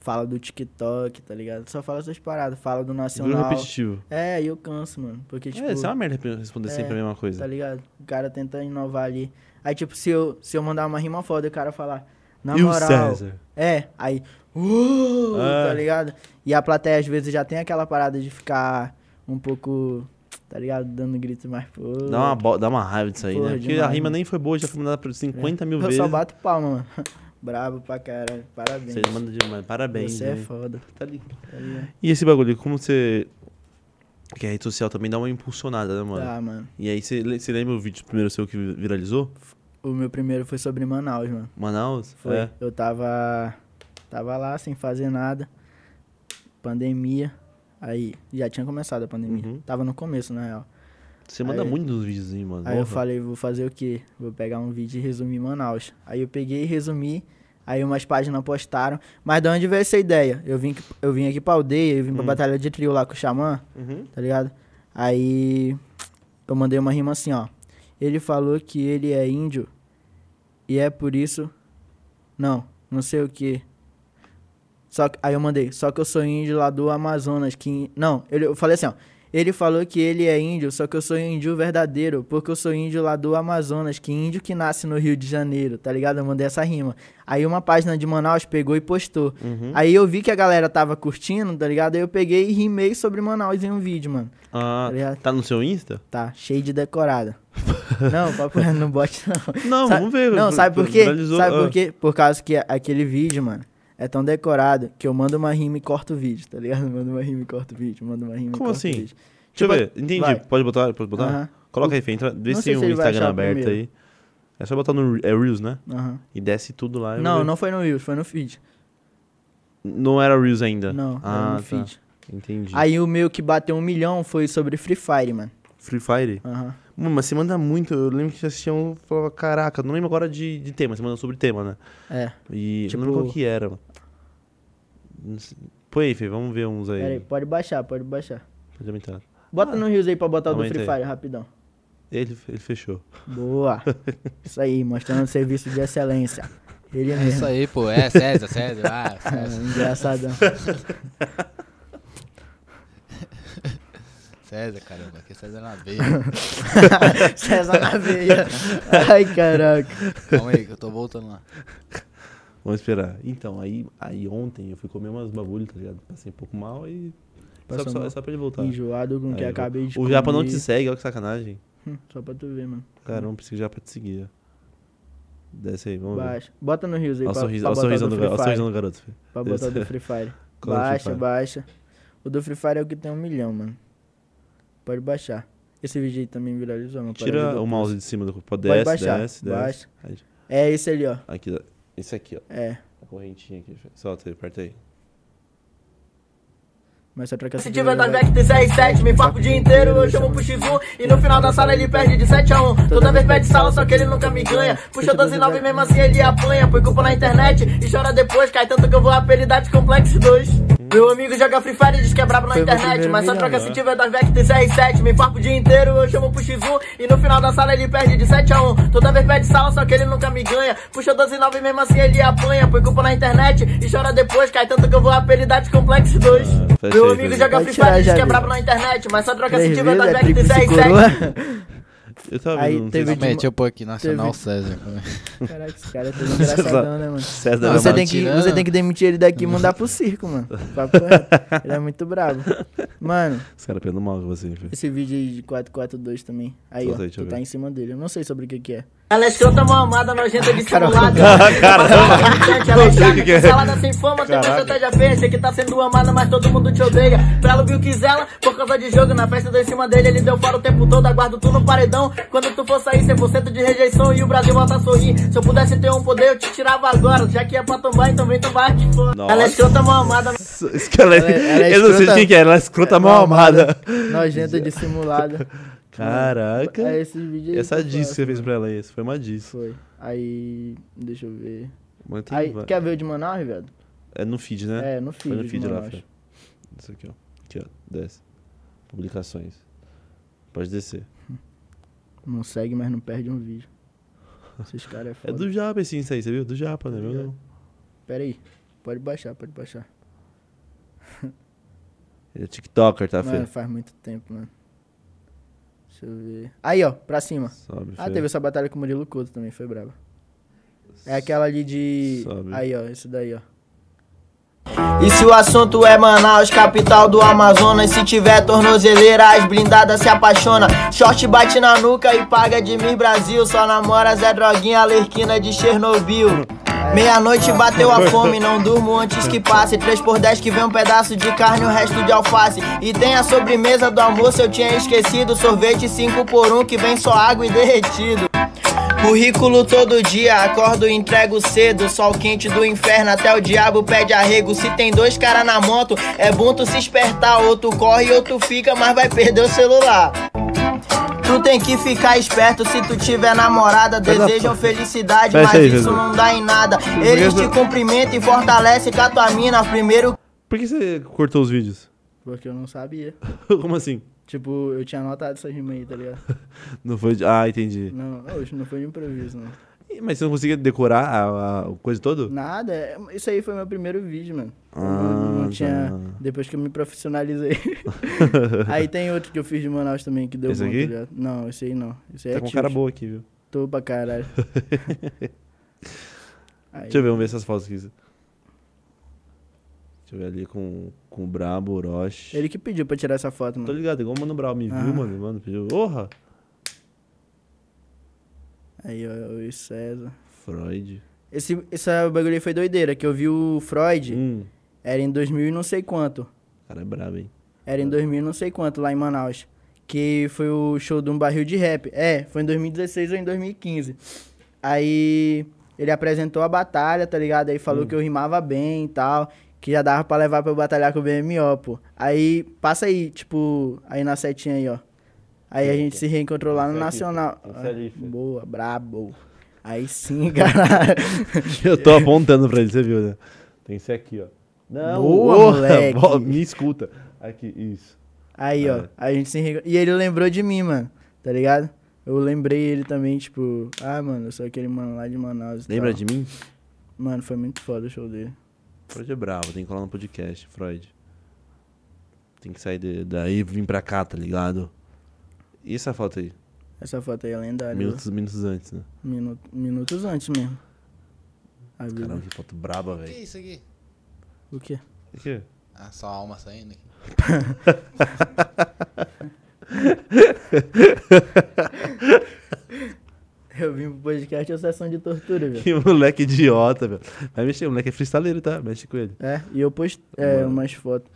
Fala do TikTok, tá ligado? Só fala essas paradas. Fala do Virou Nacional. repetitivo. É, e eu canso, mano. Porque, tipo. é, isso é uma merda responder sempre a mesma coisa. Tá ligado? O cara tenta inovar ali. Aí, tipo, se eu, se eu mandar uma rima foda, o cara falar. Na e moral. o César? É, aí. "Uh", É. Tá ligado? E a plateia às vezes já tem aquela parada de ficar um pouco. Tá ligado? Dando grito mais pô. Dá uma, bo- dá uma raiva disso aí, né? Porra, Porque a demais, rima né? nem foi boa, já foi mandada por 50 mil É. eu vezes. só bato palma, mano. [laughs] Brabo pra caralho. Parabéns. Você manda demais. Parabéns. Você é né? foda. Tá ligado. Tá ligado? E esse bagulho, como você. Que a rede social também dá uma impulsionada, né, mano? Tá, mano. E aí, você le- você lembra o vídeo primeiro seu que vi- viralizou? O meu primeiro foi sobre Manaus, mano. Manaus? Foi. É. Eu tava. Tava lá sem fazer nada. Pandemia. Aí, já tinha começado a pandemia. Uhum. Tava no começo, na real. Você manda Aí- muito nos vídeos, hein, mano? Aí eu Porra. falei, vou fazer o quê? Vou pegar um vídeo e resumir Manaus. Aí eu peguei e resumi. Aí umas páginas postaram. Mas de onde veio essa ideia? Eu vim, eu vim aqui pra aldeia, eu vim pra Hum. batalha de trio lá com o Xamã, Uhum. tá ligado? Aí eu mandei uma rima assim, ó. Ele falou que ele é índio e é por isso... Não, não sei o quê. Só que, aí eu mandei, só que eu sou índio lá do Amazonas, que... Não, ele, eu falei assim, ó. Ele falou que ele é índio, só que eu sou índio verdadeiro, porque eu sou índio lá do Amazonas, que índio que nasce no Rio de Janeiro, tá ligado? Eu mandei essa rima. Aí uma página de Manaus pegou e postou. Aí eu vi que a galera tava curtindo, tá ligado? Aí eu peguei e rimei sobre Manaus em um vídeo, mano. Ah, Tá ligado? tá no seu Insta? Tá, cheio de decorada. não, papo, reto, não bote não. Não, Sa- vamos ver. Não, sabe por quê? Viralizou, Sabe ah. por quê? Por causa que aquele vídeo, mano, é tão decorado que eu mando uma rima e corto o vídeo, tá ligado? [laughs] Mando uma rima e corto o vídeo, mando uma rima e Como corto o assim? vídeo. Deixa eu Tipo, ver. Entendi. vai. Pode botar? Pode botar? Aham. Coloca aí, Fê. Entra, vê Não se sei tem um se ele vai Instagram achar aberto primeiro. aí. É só botar no Re- é Reels, né? Aham. E desce tudo lá. eu Não, vejo. não foi no Reels, foi no feed. Não era Reels ainda. Não, era ah, no feed. Tá. Entendi. Aí o meu que bateu um milhão foi sobre Free Fire, mano. Free Fire? Aham. Mano, mas você manda muito. Eu lembro que você assistia um e falava, caraca, não lembro agora de, de tema, você mandou sobre tema, né? É. E eu Tipo- não lembro qual que era, mano. Não sei. Põe aí, Fê, vamos ver uns aí. é Pera aí, pode baixar, pode baixar. Pode aumentar. Bota no Reels aí pra botar o do Ah. aumenta Free aí. Fire, rapidão. Ele, ele fechou. [laughs] Boa. Isso aí, mostrando serviço de excelência. Ele É isso mesmo. aí, pô. É, César, César. [laughs] Ah, César. É, [laughs] Engraçadão. [laughs] César, caramba. Que César na veia. [laughs] [laughs] César na [laughs] veia. Ai, caraca. Calma aí, que eu tô voltando lá. Vamos esperar. Então, aí, aí ontem eu fui comer umas bagulho, tá ligado? Passei um pouco mal e. Só, Passou só- mal. é só pra ele voltar. Enjoado com o Aí que eu- acabei de O Japa não comer. te segue, olha que sacanagem. Hum, Só pra tu ver, mano. Caramba, preciso já pra te seguir. ó. Desce aí, vamos ver. Baixa. Bota no Reels aí Olha o pra, sorriso- pra olha botar o sorrisão o do do ga- olha o Free Fire. sorrisão do garoto. Fê. Pra Deus. botar o do Free Fire. [laughs] Qual é o Free baixa, Fire? baixa. O do Free Fire é o que tem um milhão, mano. Pode baixar. Esse vídeo aí também viralizou, mano. Tira o mouse de cima do corpo. Pode Desce, baixar. desce, desce. Baixa. Aí, É esse ali, ó. Aqui, dá- esse aqui, ó. É. A correntinha aqui. Fê. Solta aí, aperta aí. Mas só troca essa Se tiver das Vec TCR7, me papo o dia inteiro, eu chamo pro X1 E no final da sala ele perde de 7 a 1 Toda vez perde sala, só que ele nunca me ganha Puxa 12 e 9 mesmo assim ele apanha Põe culpa na internet e chora depois Cai tanto que eu vou apelidar de Complex 2 Meu amigo joga Free Fire e diz que é brabo na Foi meu internet primeiro Mas só milhão, troca né? se tiver das Vec TCR7, me papo o dia inteiro, eu chamo pro X1 E no final da sala ele perde de 7 a 1 Toda vez perde sala, só que ele nunca me ganha Puxa 12 e 9 mesmo assim ele apanha Põe culpa na internet e chora depois Cai tanto que eu vou apelidar de Complex 2 Ah, fecha aí, meu amigo Felipe. joga Pode Free tirar Fire, diz já, que é viu? brabo na internet, mas só troca se Três tiver vezes das é Vec tríplice 17. coroa. Eu tava Aí vendo. um teve- Teve... Vídeo- Calma aí, deixa eu pôr aqui. Nacional Teve- César. calma aí. Caraca, esse [laughs] cara é [laughs] todo engraçadão, né, mano? César Não, é você, uma- tem que, tirando. você tem que demitir ele daqui e mandar pro circo, mano. Papo reto. Ele é muito [laughs] bravo. Mano, Os caras pegando mal com você, Fê. esse vídeo aí de 442 também. Aí, Solta ó, aí, deixa eu tu tá ver. em cima dele. Eu não sei sobre o que que é. Ela é escrota, mamada, nojenta, [laughs] dissimulada. [laughs] Ela é Caramba. Não sei o chata, que que é. cancelada, sem fama, tem uma estratégia feia. Sei que tá sendo amada, mas todo mundo te odeia. Pra ela viu quis ela, por causa de jogo. Na festa, eu dou em cima dele, ele deu fora o tempo todo. Aguardo tu no paredão. Quando tu for sair, 100% de rejeição e o Brasil volta a sorrir. Se eu pudesse ter um poder, eu te tirava agora. Já que é pra tombar, então vem tombar aqui fora. Nossa. Ela é escrota, mamada. Isso que [laughs] ela é- Ela é- ela é eu não sei o escrota- que, que é, ela é escrota mal [laughs] amada. Nojenta, dissimulada. Caraca. É esse vídeo aí. Essa que eu diss que você faço, fez mano. pra ela aí, isso foi uma diss. Foi. Aí, deixa eu ver. Mas tem- Aí, vai- quer ver o de Manaus, velho? É no feed, né? É, no feed. Foi no feed de lá, Manaus. Fê. Isso aqui, ó. Aqui, ó. Desce. Publicações. Pode descer. Não segue, mas não perde um vídeo. Esses caras é É foda. do Japa esse Insta aí, você viu? Do Japa, né? Meu não. Pera aí. Pode baixar, pode baixar. Ele é TikToker, tá, mano, Fê? faz muito tempo, mano. Deixa eu ver. Aí, ó, pra cima. Sobe, Fê. Ah, teve essa batalha com o Murilo Couto também, foi brava. É aquela ali de. Sobe. Aí, ó, esse daí, ó. E se o assunto é Manaus, capital do Amazonas, se tiver tornozeleira, as blindadas se apaixona. Short bate na nuca e paga de mim Brasil, só namora Zé Droguinha, Alerquina de Chernobyl. Meia-noite bateu a fome, não durmo antes que passe. 3 por 10 que vem um pedaço de carne e o resto de alface. E tem a sobremesa do almoço, eu tinha esquecido. Sorvete 5 por 1 que vem só água e derretido. Currículo todo dia, acordo e entrego cedo. Sol quente do inferno até o diabo pede arrego. Se tem dois cara na moto, é bom tu se espertar. Ou tu corre ou tu fica, mas vai perder o celular. Tu tem que ficar esperto se tu tiver namorada. Desejam felicidade, Fecha mas aí, isso José. não dá em nada. Eles te cumprimentam e fortalecem com a tua mina. Primeiro Por que você cortou os vídeos? Porque eu não sabia. [laughs] Como assim? Tipo, eu tinha anotado essa rima aí, tá [laughs] ligado? Não foi de... Ah, entendi. Não, hoje não foi de improviso, não. Ih, Mas você não conseguia decorar a, a coisa toda? Nada, é- isso aí foi meu primeiro vídeo, mano. Eu Ah, não, não tá. tinha. Depois que eu me [laughs] profissionalizei. aí tem outro que eu fiz de Manaus também que deu Esse bom, aqui? tá ligado? Não, esse aí não. Esse aí Tá é com tilt. cara boa aqui, viu? Tô pra [laughs] caralho. [laughs] Aí, Deixa eu ver, vamos ver essas fotos aqui. Deixa eu ver ali com, com o Brabo, Orochi. Ele que pediu pra tirar essa foto, Tô mano. ligado, igual o Mano Brau me viu, Ah. mano. Mano, pediu. Porra! Aí, ó, o César. [laughs] Freud. Esse, essa bagulho aí foi doideira, que eu vi o Freud, Hum, era em 2000 e não sei quanto. o cara é brabo, hein? Era em 2000 e não sei quanto, lá em Manaus. Que foi o show de um barril de rap. É, foi em 2016 ou em 2015. Aí ele apresentou a batalha, tá ligado? Aí Hum. falou que eu rimava bem e tal. Que já dava pra levar pra eu batalhar com o BMO, pô. Aí, passa aí, tipo, aí na setinha aí, ó. Aí a gente se reencontrou lá no Esse aqui, Nacional. esse ali, filho. Boa, brabo. Aí sim, [laughs] caralho. [laughs] Eu tô apontando pra ele, você viu, né? Tem que ser aqui, ó. Não, Boa, porra, [laughs] moleque. bo- Me escuta. Aqui, isso. Aí, ó, É. a gente se enriqueceu. E ele lembrou de mim, mano, tá ligado? Eu lembrei ele também, tipo, ah, mano, eu sou aquele mano lá de Manaus. e Lembra tal. de mim? Mano, foi muito foda o show dele. Freud é bravo, tem que colar no podcast, Freud. Tem que sair de- daí e vir pra cá, tá ligado? E essa foto aí? Essa foto aí é lendária. Minutos, minutos antes, né? ó. Minu- minutos antes mesmo. A vida. Caramba, que foto braba, Que velho. isso aqui? O [laughs] quê? Aqui. Ah, só a alma saindo aqui. Eu vim pro podcast é sessão de tortura, velho. Que moleque idiota, velho. Vai mexer, o moleque é freestyleiro, tá? Mexe com ele. É, e eu postei é, Mano. umas fotos.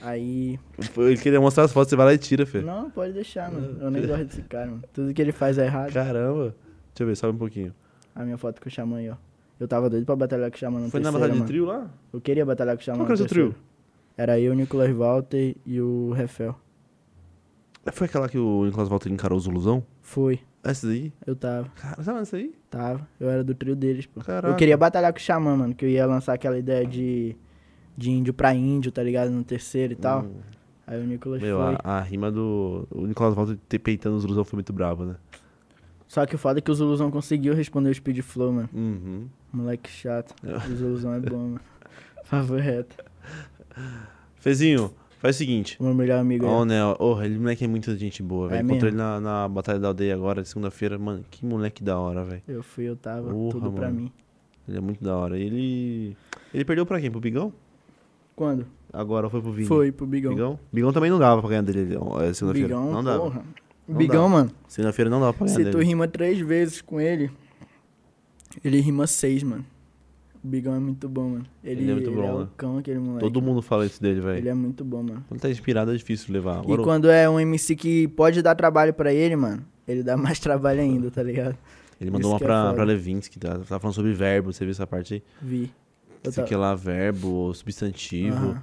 Aí. Ele queria mostrar as fotos, você vai lá e tira, filho. Não, pode deixar, mano. Eu nem gosto desse cara, mano. Tudo que ele faz é errado. Caramba. Deixa eu ver, sobe um pouquinho. A minha foto com o Xamã aí, ó. Eu tava doido pra batalhar com o Xamã no Foi na terceiro, batalha de mano. trio lá? Eu queria batalhar com o Xamã. Qual que era o seu trio? Era eu, o Nicolas Walter e o Refel. Foi aquela que o Nicolas Walter encarou os ilusão? Foi. Essa daí? Eu tava. Cara, sabe essa aí? Tava. Eu era do trio deles, pô. Caraca. Eu queria batalhar com o Xamã, mano. Que eu ia lançar aquela ideia de, de índio pra índio, tá ligado? No terceiro e tal. Aí o Nicolas Hum. Meu, foi. a, a rima do. O Nicolas Walter te peitando os ilusão foi muito brabo, né? Só que o foda é que o Zuluzão conseguiu responder o speed flow, mano. Uhum. Moleque chato. O Zuluzão é bom, [laughs] mano. Favor reto. Fezinho, faz o seguinte. O meu melhor amigo. aí. Ó, o Nel, oh, ele moleque é muita gente boa, velho. Encontrei ele mesmo? na, na Batalha da Aldeia agora, segunda-feira. Mano, que moleque da hora, velho. Eu fui, eu tava. Porra, tudo pra mano. mim. Ele é muito da hora. Ele. Ele perdeu pra quem? Pro Bigão? Quando? Agora foi pro Vini. Foi pro Bigão. Bigão? Bigão também não dava pra ganhar dele ó, é, segunda-feira. Bigão, não dava. porra. Não Bigão, dá. mano, Segunda-feira não dá pra ganhar se tu dele. rima três vezes com ele, ele rima seis, mano. O Bigão é muito bom, mano. Ele, Ele é muito bom, o né? cão, aquele moleque. Todo mano. mundo fala isso dele, Ele velho. é muito bom, mano. Quando tá inspirado é difícil levar. E Agora, o- quando é um MC que pode dar trabalho pra ele, [laughs] mano, ele dá mais trabalho ainda, tá ligado? ele mandou isso uma que é pra, foda. pra Levinsky, tá? Tava falando sobre verbo, você viu essa parte aí? Vi. Eu Sei tava- que lá, verbo, substantivo. Aham.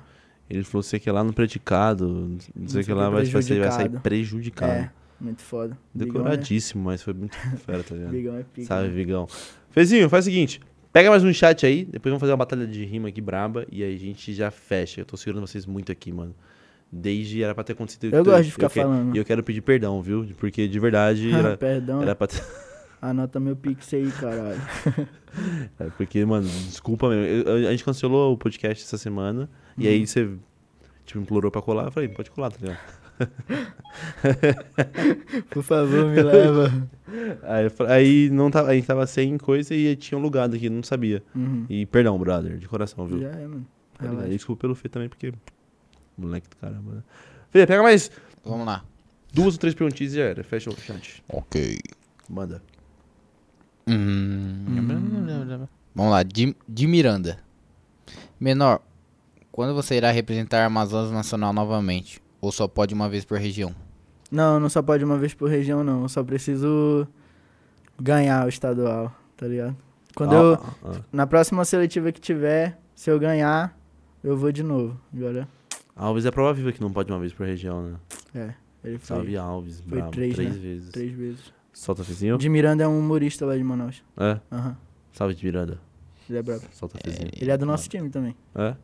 Ele falou sei que lá no predicado, não sei que lá, vai, tipo, vai sair, vai sair prejudicado. prejudicado. É, muito foda. Bigão é- Decoradíssimo, mas foi muito [laughs] fera, tá ligado? Bigão é pica. Sabe, mano. Vigão? Fezinho, faz o seguinte. Pega mais um chat aí, depois vamos fazer uma batalha de rima aqui braba e aí a gente já fecha. Eu tô segurando vocês muito aqui, mano. Desde era pra ter acontecido. Eu gosto de ficar falando. E eu quero pedir perdão, viu? Porque [laughs] de verdade Ah, era, Perdão, era pra ter. anota meu pix aí, caralho. [laughs] É, porque, mano, desculpa mesmo. Eu- eu- a gente cancelou o podcast essa semana e Uhum. aí você, tipo, implorou pra colar. Eu falei, pode colar, tá ligado? [laughs] Por favor, me leva. Aí, eu falei- aí não tava, a gente tava sem coisa e tinha um lugar aqui, não sabia. Uhum. E perdão, brother, de coração, viu? Já é, mano. Tá ligado? Relaxa. E Desculpa pelo Fê também, porque. Moleque do caramba, né? Fê, pega mais Vamos lá. duas ou três perguntinhas e já era. Fecha o chat. Ok. Manda. Hum. Vamos lá, de, de Miranda. Menor, quando você irá representar a Amazonas Nacional novamente? Ou só pode uma vez por região? Não, não só pode uma vez por região, não. Eu só preciso ganhar o estadual, tá ligado? Quando eu. Ah, ah, Na próxima seletiva que tiver, se eu ganhar, eu vou de novo. Agora, ah. Alves é prova viva que não pode uma vez por região, né? é. Ele foi Salve Alves, foi brabo. Três, três, né? vezes. três vezes. Solta Fezinho. De Miranda é um humorista lá de Manaus. É. Aham. Salve de Miranda. Ele é brabo. Solta Fezinho. Ele é do nosso time também. É?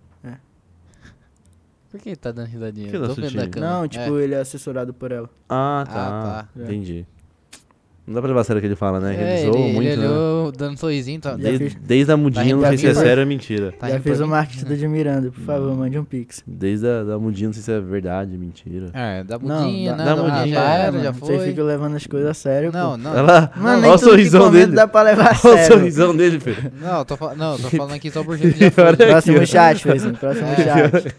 Por que ele tá dando risadinha? Que Eu Tô é nosso vendo time? da câmera. Não, tipo, ele é assessorado por ela. Ah, tá. Ah, É. tá. Entendi. Não dá pra levar a sério o que ele fala, né? é, Ele é, zoa ele, muito, ele né? olhou dando um sorrisinho. Tá, Já Desde, fiz- desde a mudinha, rindo não pra sei mim, se é pai? sério ou é tá mentira. Já rindo pra fez o mim? marketing do de Miranda, por favor, mande um pix. Desde a da mudinha, não sei se é verdade, mentira. É, da Não, budinha, dá- né? dá Da budinha budinha, já é, era, mano, já Você foi. fica levando as coisas a sério, Não, pô. não. é Olha lá. Mano, nem Olha tudo o que sorrisão comenta dele. dá pra levar a Olha o sério. sorrisão dele, Fê. Não, tô, fal... não, [laughs] tô falando aqui só por jeito que já foi. Olha aqui, ó. Próximo chat, Fezinho. Próximo É. chat.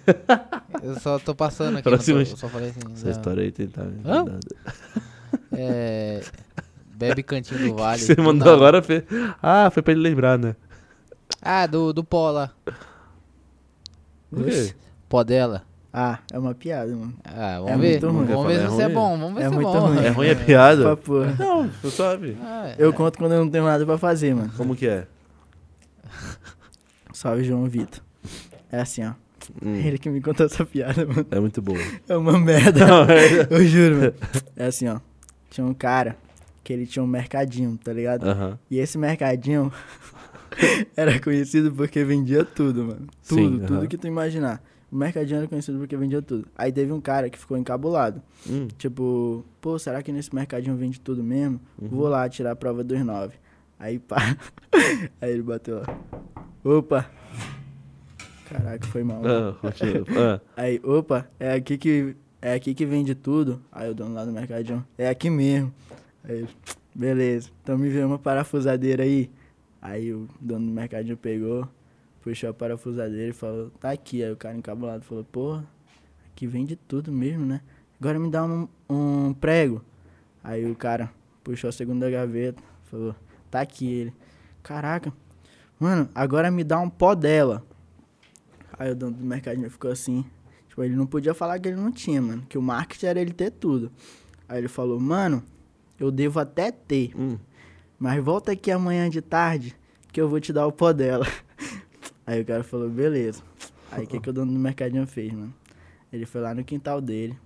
Eu só tô passando aqui. não tô- Próximo- Eu só falei assim. Essa não. história aí tem tá. Hã? É. Bebe Cantinho do Vale. Você do mandou nada. agora, Fê? Ah, foi pra ele lembrar, né? [laughs] Ah, do, do pó lá. Oxi. Pó dela. Ah, é uma piada, mano. Ah, vamos É ver. muito ruim. Vamos ver É se você é ruim? bom. Vamos ver É se é muito bom. ruim. É ruim, é Pra piada? porra. [laughs] Não, tu sabe. Ah, é. Eu conto quando eu não tenho nada pra fazer, mano. Como que é? [laughs] Salve, João Vitor. É assim, ó. Hum, Ele que me contou essa piada, mano. é muito boa. É uma merda. [laughs] eu juro, mano. É assim, ó. Tinha um cara que ele tinha um mercadinho, tá ligado? Aham. E esse mercadinho era conhecido porque vendia tudo, mano. Tudo, Sim, tudo aham. que tu imaginar. O mercadinho era conhecido porque vendia tudo. Aí teve um cara que ficou encabulado. Hum. Tipo, pô, será que nesse mercadinho vende tudo mesmo? Uhum. Vou lá tirar a prova dos nove. Aí pá. [laughs] Aí ele bateu lá. Opa! Caraca, foi mal. Ah, continua. [laughs] Ah, Aí, opa, é aqui que é aqui que vende tudo. Aí o dono lá do mercadinho, é aqui mesmo. Aí, ele, beleza. Então me vê uma parafusadeira aí. Aí o dono do mercadinho pegou, puxou a parafusadeira e falou, tá aqui. Aí o cara encabulado falou, porra, aqui vende tudo mesmo, né? Agora me dá um, um prego. Aí o cara puxou a segunda gaveta, falou, tá aqui ele. Caraca, mano, agora me dá um pó dela. Aí o dono do mercadinho ficou assim. Tipo, ele não podia falar que ele não tinha, mano. Que o marketing era ele ter tudo. Aí ele falou, mano, eu devo até ter. Hum. Mas volta aqui amanhã de tarde que eu vou te dar o pó dela. [laughs] Aí o cara falou, beleza. Aí o que, que o dono do mercadinho fez, mano? Ele foi lá no quintal dele.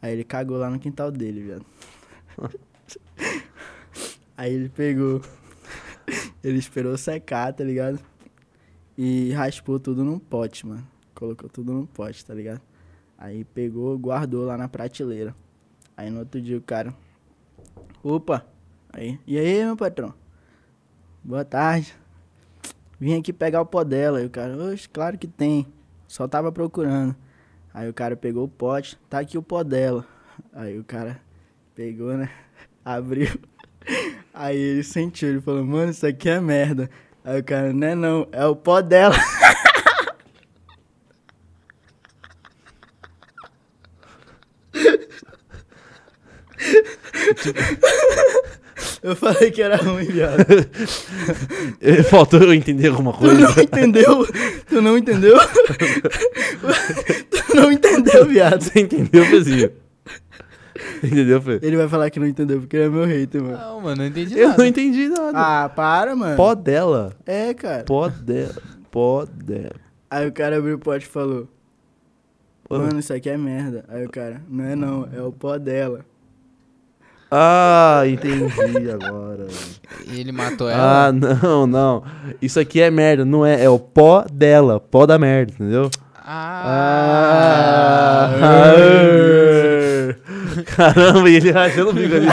Aí ele cagou lá no quintal dele, viado. [laughs] Aí ele pegou. [laughs] Ele esperou secar, tá ligado? E raspou tudo num pote, mano. Colocou tudo num pote, tá ligado? Aí pegou, guardou lá na prateleira. Aí no outro dia o cara. Opa! Aí, e aí, meu patrão? Boa tarde. Vim aqui pegar o pó dela. Aí o cara, oxe, claro que tem. Só tava procurando. Aí o cara pegou o pote, tá aqui o pó dela. Aí o cara pegou, né? [laughs] Abriu. Aí ele sentiu, ele falou, mano, isso aqui é merda. Aí o cara, não é não, é o pó dela. Eu falei que era ruim, viado. [laughs] Eh, Faltou eu entender alguma Tu coisa. não entendeu? Tu não entendeu? tu não entendeu, viado. Você entendeu, Fezinho? Entendeu, Fê? Ele vai falar que não entendeu, porque ele é meu hater, mano. Não, mano, não entendi Eu nada. não entendi nada. Ah, para, mano. Pó dela. É, cara. Pó dela. Pó dela. Aí o cara abriu o pote e falou: Ô, Mano, isso aqui é merda. Aí o cara: Não é não, é o pó dela. Ah, entendi agora. E ele matou ela. Ah, não, não. Isso aqui é merda, não é? É o pó dela. Pó da merda, entendeu? Ah, ah, Caramba, e ele rachando o bico ali.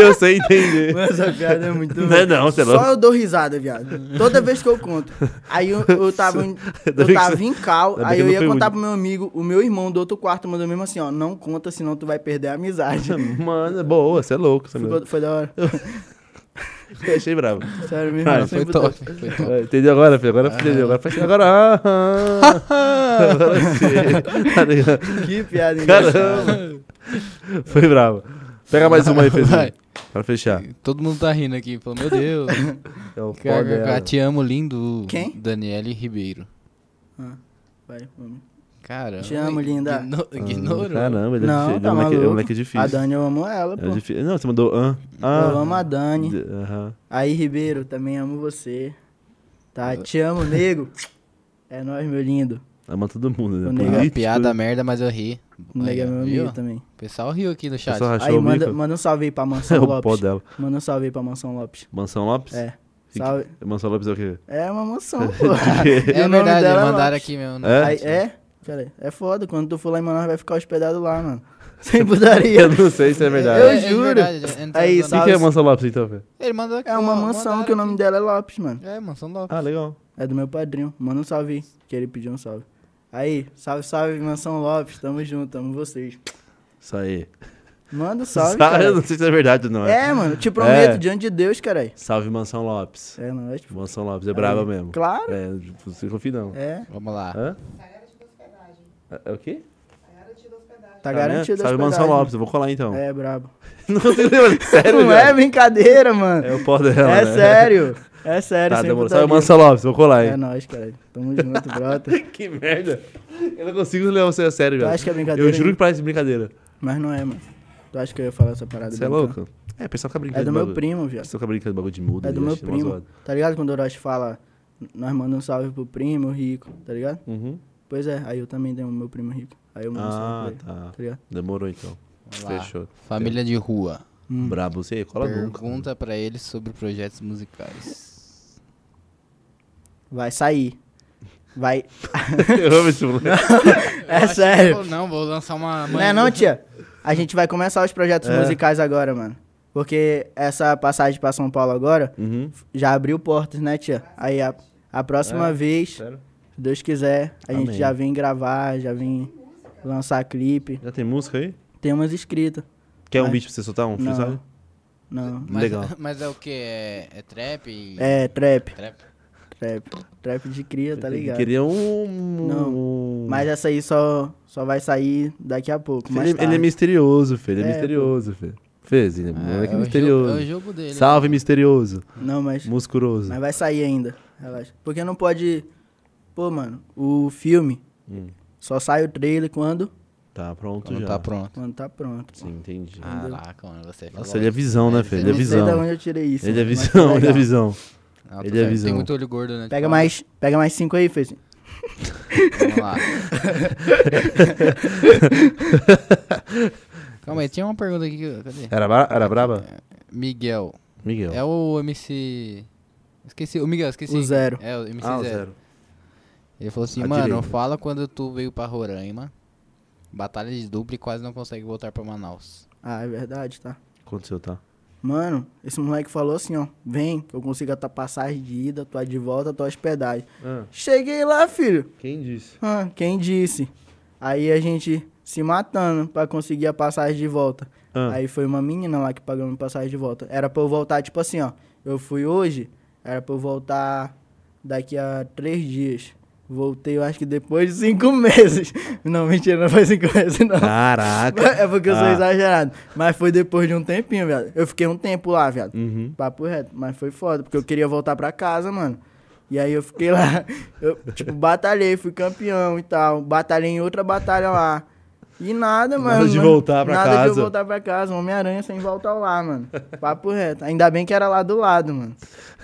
Eu sei entender. Mas essa piada é muito. Não é não, você é louco. Só eu dou risada, viado. Toda vez que eu conto. Aí eu, eu [laughs] tava, em, eu tava em cal, Ainda bem aí que eu não ia foi o contar único. pro meu amigo, o meu irmão do outro quarto mandou mesmo assim, ó, não conta, senão tu vai perder a amizade. [laughs] Mano, é boa, você é louco. Você é Ficou- louco. foi da hora. [laughs] Eu achei bravo. Sério mesmo. Ah, eu Não, foi sempre dou- top. Foi top. Ah, Entendeu agora, filho? Agora entendeu. Agora faz. Agora. Ah, [laughs] ah. agora sim. Tá ligado? Que piada engraçada. Caramba. Foi bravo. Pega mais uma aí, Vai. Fezinho. Pra fechar. Todo mundo tá rindo aqui. Falou, meu Deus. É o pó dela. KKK, te amo, lindo. Quem? Daniele Ribeiro. Vai, vamos. Caramba. Te amo, linda. Igno- Ah, Ignorou. Caramba, ele é, Não, difícil. ele é tá um moleque, ele é um maluco. moleque difícil. A Dani, eu amo ela, É pô. difícil. Não, você mandou. Ah, ah. Eu amo a Dani. D- aham. Aí, Ribeiro, também amo você. Tá, Ah. te amo, nego. É nóis, meu lindo. Ama todo mundo, O né? Foi nego é uma Político. piada merda, mas eu ri. O nego é Aí, meu ó, amigo viu? também. O pessoal riu aqui no chat. Pessoal rachou Aí, o manda, bico. manda um salve aí pra [laughs] É Mansão o pó Lopes. dela. Manda um salve aí pra Mansão Lopes. Mansão Lopes? É. Que- Salve. Mansão Lopes é o quê? É uma [laughs] mansão, pô. E É o nome verdade, dela é mandaram Lopes. aqui mesmo. no É? chat. Aí, é? Pera aí. É foda. Quando tu for lá em Manaus, vai ficar hospedado lá, mano. [laughs] Sem putaria. Eu não sei se é verdade. Eu O juro. verdade, eu não tô Aí, que zoando. que, é Mansão Lopes então, velho? Ele mandou aqui. É uma ó, mansão mandaram que o nome aqui. dela é Lopes, mano. É, mansão Lopes. Ah, legal. É do meu padrinho. Manda um salve aí, que ele pediu um salve. Aí, salve, salve, Mansão Lopes. Tamo junto, amo vocês. Isso aí. Manda um salve, Salve, cara. [laughs] eu não sei se é verdade ou não. É, mano, te prometo, É. diante de Deus, caralho. Salve Mansão Lopes. É nóis. pô. Mansão Lopes, é brava mesmo. Claro. É, não se confia não. É, Vamos lá. Hã? Sayara te dá hospedagem. É o quê? Sayara te dá hospedagem. tá garantido. a Salve Mansão hospedagem. Lopes, eu vou colar então. É, brabo. [laughs] Não consigo [laughs] lembrar. Sério, Não é velho? brincadeira, mano. É o pó dela, É né? [laughs] sério. É sério, Tá, sem demorou. putaria. Salve Mansão Lopes, vou colar, hein? É nóis, caralho. Tamo [laughs] junto, brota. Que merda. Eu não consigo levar você a sério, Tu velho. acha que é brincadeira? Eu juro que hein? parece brincadeira. Mas não é, mano. Tu acha que eu ia falar essa parada? Você é brincando? louco? É, o pessoal fica brincando É do de meu bagulho. primo, viado. Pessoal fica brincando de bagulho de muda. É do eu meu acho mó primo. zoado. Tá ligado quando o Orochi fala, nós mandamos um salve pro primo rico, tá ligado? Uhum. Pois é, aí eu também tenho o meu primo rico. Aí eu mando um Ah, salve pra ele, tá. tá ligado? Demorou então. Vamos lá. Fechou. Ah, Família de rua. Hum. Brabo, você aí, cola nunca. Pergunta pra ele sobre projetos musicais. Vai sair. Vai. [laughs] Eu amo [laughs] esse moleque. É Ou sério. não, vou lançar uma. Não é não, tia? A gente vai começar os projetos É. musicais agora, mano. Porque essa passagem pra São Paulo agora Uhum. já abriu portas, né, tia? Aí a, a próxima vez, se É, Sério? Deus quiser, a gente Amém. já vem gravar, já vem lançar clipe. Já tem música aí? Tem umas escritas. Quer um Vai. beat pra você soltar um Não. freestyle? Não. Mas, Legal. [laughs] Mas é o que? É, é trap? e- É, trap. Trap? Trap. Trap de cria, tá Eu ligado? Queria um... um- Mas essa aí só, só vai sair daqui a pouco. Ele, mais ele é tarde. misterioso, filho. Ele é, É, misterioso, filho. Fez, ele é moleque o misterioso. jogo- é o jogo dele. Salve, misterioso. Não, mas, Musculoso. mas vai sair ainda. Relaxa. Porque não pode. Pô, mano, o filme Hum. só sai o trailer quando? Tá pronto Quando já. tá pronto. Quando tá pronto. Sim, entendi. Caraca, mano, você Nossa, falou. ele é visão, né, filho? Ele é não visão. sei de onde eu tirei isso. Ele é mano, mas visão, foi [laughs] ele é legal. visão. Não, ele tô é certo. visão. Tem muito olho gordo, né? de Pega pau. mais, pega mais cinco aí, Fezinho. Vamos lá. [laughs] Calma aí, tinha uma pergunta aqui. que- Cadê? Era, bra- era braba? Miguel. Miguel. É o MC. Esqueci, o Miguel, esqueci. O Zero. É, o MC ah, o zero. zero. Ele falou assim, À mano, direita. fala quando tu veio pra Roraima. Batalha de dupla e quase não consegue voltar pra Manaus. Ah, é verdade, tá? Aconteceu, tá? Mano, esse moleque falou assim, ó. Vem, que eu consigo a tua passagem de ida, tua de volta, tua hospedagem. Ah, Cheguei lá, filho. quem disse? Ah, quem disse? Aí a gente se matando pra conseguir a passagem de volta. Ah. Aí foi uma menina lá que pagou minha passagem de volta. Era pra eu voltar, tipo assim, ó. Eu fui hoje, era pra eu voltar daqui a três dias. Voltei, eu acho que depois de cinco [laughs] meses. Não, mentira, não foi cinco meses, não. Caraca. É porque eu sou Ah. exagerado. Mas foi depois de um tempinho, viado. Eu fiquei um tempo lá, viado. Uhum. Papo reto. Mas foi foda, porque eu queria voltar pra casa, mano. E aí eu fiquei lá. [laughs] Eu, tipo, batalhei, fui campeão e tal. Batalhei em outra batalha lá. E nada, mano. de mano. voltar pra Nada de casa. eu voltar pra casa. Homem-Aranha sem voltar lá, mano. Papo reto. Ainda bem que era lá do lado, mano.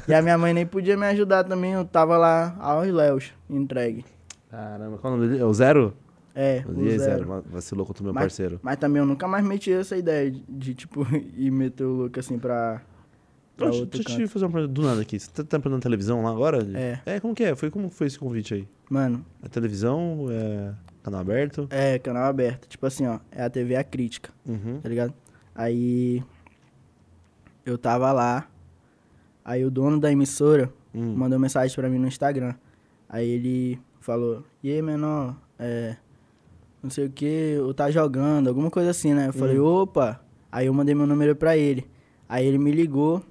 E a minha mãe nem podia me ajudar também. Eu tava lá aos léus, entregue. Caramba, qual o nome dele? É o Zero? É, Eu o dei zero. zero. Vacilou contra o meu Mas- parceiro. Mas também eu nunca mais meti essa ideia de, de, tipo, [laughs] ir meter o louco assim pra, pra Deixa, outro deixa eu te canto. fazer uma pergunta do nada aqui. Você tá trampando na televisão lá agora? É. É, como que é? Foi, como foi esse convite aí? Mano, É televisão? É canal aberto? é canal aberto. Tipo assim, ó, é a TV A Crítica, Uhum. tá ligado? Aí eu tava lá, aí o dono da emissora Hum. mandou mensagem pra mim no Instagram. Aí ele falou, e aí, menor, é, não sei o que, ou tá jogando, alguma coisa assim, né? Eu falei, Hum. opa! Aí eu mandei meu número pra ele. Aí ele me ligou,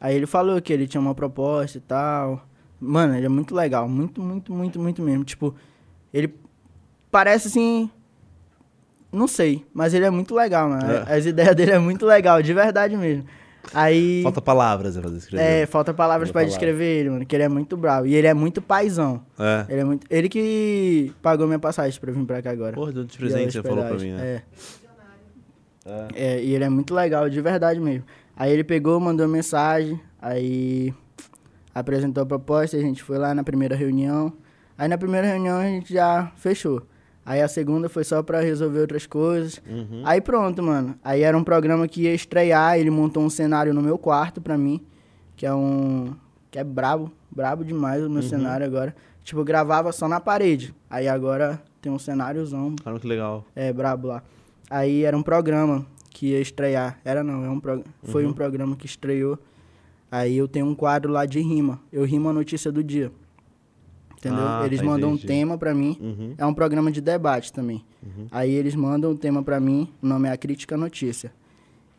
aí ele falou que ele tinha uma proposta e tal. Mano, ele é muito legal, muito, muito, muito, muito mesmo. Tipo, ele parece assim. Não sei, mas ele é muito legal, mano. É. As ideias dele é muito legal, de verdade mesmo. Aí. Falta palavras pra descrever. É, falta palavras Falta pra palavras. descrever ele, mano, que ele é muito bravo. E ele é muito paizão. É. Ele é muito. Ele que pagou minha passagem pra vir pra cá agora. Porra, deu de E a presente, você falou pra mim. hospedagem, né? É. É, e ele é muito legal, de verdade mesmo. Aí ele pegou, mandou mensagem, aí apresentou a proposta, a gente foi lá na primeira reunião. Aí na primeira reunião a gente já fechou. Aí a segunda foi só pra resolver outras coisas. Uhum. Aí [laughs] pronto, mano. Aí era um programa que ia estrear, ele montou um cenário no meu quarto pra mim, que é um que é brabo, brabo demais o meu cenário agora. Tipo, eu gravava só na parede. Aí agora tem um cenáriozão Caramba, que legal. é, brabo lá. Aí era um programa que ia estrear. Era não, é um prog- foi Uhum. um programa que estreou. Aí eu tenho um quadro lá de rima. Eu rimo a notícia do dia. Entendeu? Ah, eles tá, mandam entendi. um tema pra mim. Uhum. É um programa de debate também. Aí eles mandam um tema pra mim, o nome é A Crítica à Notícia.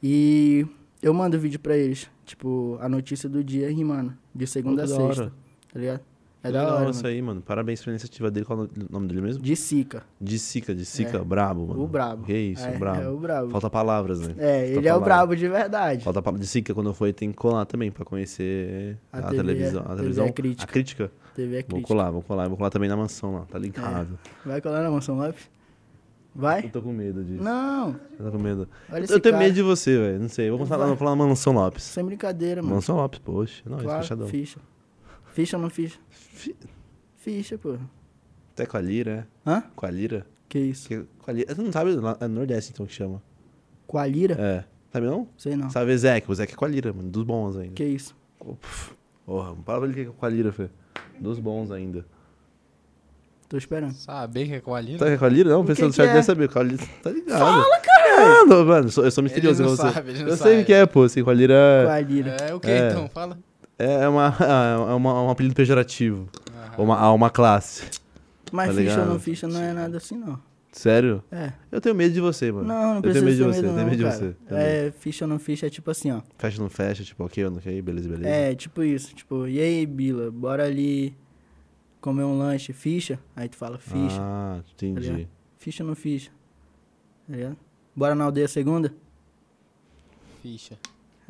E eu mando vídeo pra eles, tipo, a notícia do dia rimando, de segunda Pô, a que da hora. sexta. Tá ligado? É Que da hora, isso mano. aí, mano. Parabéns pela iniciativa dele. Qual é o nome dele mesmo? De Sica. É. De Sica, de Sica, brabo, mano. O brabo. Que isso, É, brabo. é o brabo. Falta palavras, né? É, Falta ele é o palavras. brabo de verdade. Falta palavras. De Sica, quando eu for, tem que colar também pra conhecer a, A é- TV, televisão. a A TV televisão. crítica. A crítica. TV é Vou crítica. É. colar, vou colar. Vou colar também na mansão lá. Tá ligado. Vai colar na mansão Lopes? Eu Vai? tô com medo disso. Não, Eu tô com medo. Olha eu esse eu tenho cara. medo de você, velho. Não sei. Vou começar lá, vou falar na Mansão Lopes. sem brincadeira, mano. Mansão Lopes, poxa. Não, esse claro, fechadão. ficha. Ficha ou não ficha? Fi- Ficha, pô. Até com a Lira, Hã? é? Com a Lira? Que isso? Que- com a Lira. Tu não sabe? Lá- É Nordeste, então, que chama. Qualira? É. Sabe não? Sei não. Sabe Zeke? O Zeke é com a Lira, mano. Dos bons ainda. Que isso? Puf. Porra, não fala pra ele que é com a Lira, Fê. Dos bons ainda. Tô esperando. Saber que é com a Lira? Tá com a Lira? Não, que pensando que certo, é? deve saber. Com a Lira, tá ligado. Fala, caralho! Mano, eu sou- eu sou misterioso Ele não com você. sabe, ele não eu sei o sabe. que que é, pô. Assim, com a Lira Qualira. É o que É. então? Fala. é, é uma, [laughs] é uma, é um apelido pejorativo. Uma, a uma classe. Mas Tá ficha ou ligado? não ficha não é nada assim, não. Sério? É. Eu tenho medo de você, mano. Não, não eu tenho precisa medo de ter você, medo eu não, tenho medo de cara. você. Eu É, ficha ou não ficha é tipo assim, ó. Fecha ou não fecha, tipo, ok ou não ok, beleza, beleza. É, tipo isso. Tipo, e aí, Bila, bora ali comer um lanche. Ficha? Aí tu fala, ficha. Tá Ah, entendi. Ficha ou não ficha? Tá ligado? Bora na aldeia segunda? Ficha.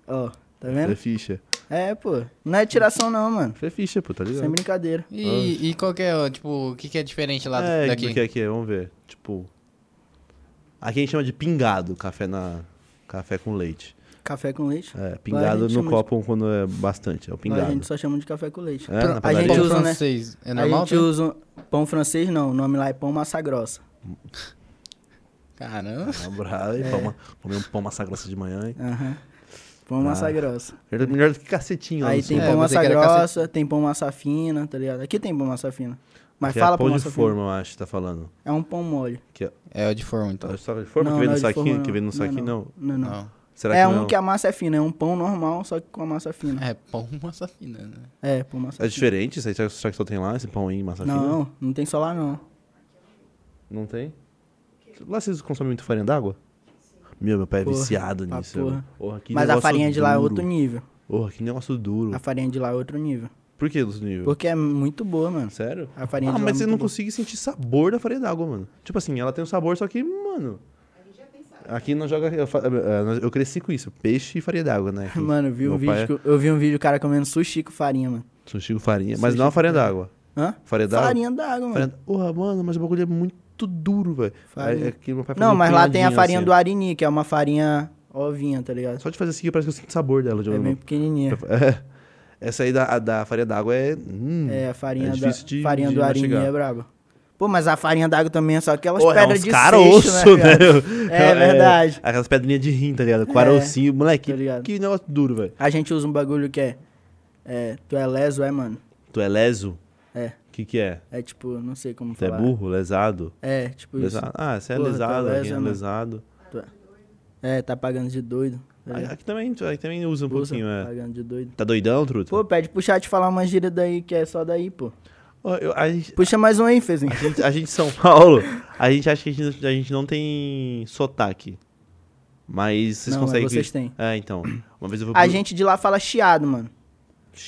Ó, tá Foi vendo? ficha. É, pô. Não é tiração não, mano. Foi ficha, pô, tá Sem ligado? brincadeira. E, e qual que é, ó, tipo, o que, que é diferente lá do- É, daqui? do que aqui é, vamos ver. Tipo. Aqui a gente chama de pingado, café na. Café com leite. Café com leite? É, Lá a pingado gente no chama copo quando é bastante, é o Lá a pingado. gente só chama de café com leite. É, na a padaria. gente Pão usa, né? francês é a normal? gente tá? usa um pão francês, não. O nome lá é pão massa grossa. Caramba. [laughs] Uma brava, e pão ma- comer um pão massa grossa de manhã, hein? É. Ah, Aham. Pão massa grossa. Melhor- Melhor do que cacetinho, lá Aí no tem sul. É, pão eu pensei massa que era grossa, tem pão massa fina, tá ligado? Aqui tem pão massa fina. Mas Que fala é pão de massa forma, eu acho, tá falando. fina. É um pão mole. Que é, É o de forma, então. é só de forma que vem é no de saquinho, forma, que vem no saquinho, não. Não, não. Não. Será é que um não? que a massa é fina, é um pão normal, só que com a massa fina. É pão massa fina, né? É, pão massa É diferente? Isso aí será- será que só tem lá esse pão aí, massa fina. fina? Não, não tem só lá não. Não tem? Lá vocês consomem muito farinha d'água? Meu, meu pai é Porra, viciado pra nisso. porra. mano. Porra, que Mas a negócio farinha de lá é duro. outro nível. Porra, que negócio duro. A farinha de lá é outro nível. Por que, Lúcio Nível? Porque é muito boa, mano. Sério? A farinha ah, de ló mas é você muito não boa. consegue sentir sabor da farinha d'água, mano. Tipo assim, ela tem um sabor, só que, mano. Aqui não joga. Eu, fa- eh, eu cresci com isso. Peixe e farinha [laughs] d'água, né? [laughs] Aqui. Mano, eu vi, um Meu pai vídeo, que- eu vi um vídeo, cara, comendo sushi com farinha, mano. é sushi com farinha. Mas Sushi não a com farinha d'água. Hã? Farinha d'água? Farinha d'água, mano. Farinha d- Porra, mano, mas o bagulho é muito duro, velho. Farinha. Aí, aqui meu pai fazia Não, um mas lá tem a pinhadinho, farinha [laughs] assim, do ó. Arini, que é uma farinha ovinha, tá ligado? Só de fazer assim que parece que eu sinto sabor dela. De é novo. bem pequenininha. É. Essa aí da, a da farinha d'água é. hum, É, a farinha, da, difícil de- farinha de do Arini mastigar. é braba. Pô, mas a farinha d'água também é só aquelas Porra, é pedras uns de caroço, seixo, né? [laughs] cara? É verdade. aquelas pedrinhas de rim, tá ligado? Com carocinho, moleque. tá ligado. Que negócio duro, velho. A gente usa um bagulho que é... É, tu é leso, é, mano? Tu é leso? É. O que que é? É tipo, não sei como Tu é falar. burro? Lesado? É, tipo isso. lesado? Ah, você é Porra, tu é lesado, leso, aqui é né, mano? lesado. É, tá pagando de doido. tá ligado? Aqui também, aqui também usa um Usa, pouquinho, é. Pagando de doido. Tá doidão, truta? [laughs] Pô, pede pro chat falar uma gíria daí, que é só daí, pô. Ó, eu- a, gente, Puxa mais um aí, Fezinho. a gente- a gente de [laughs] São Paulo, a gente acha que a gente, a gente não tem sotaque. Mas vocês Não, mas conseguem... vocês têm. É, então. Uma vez eu vou A gente de lá fala chiado, mano.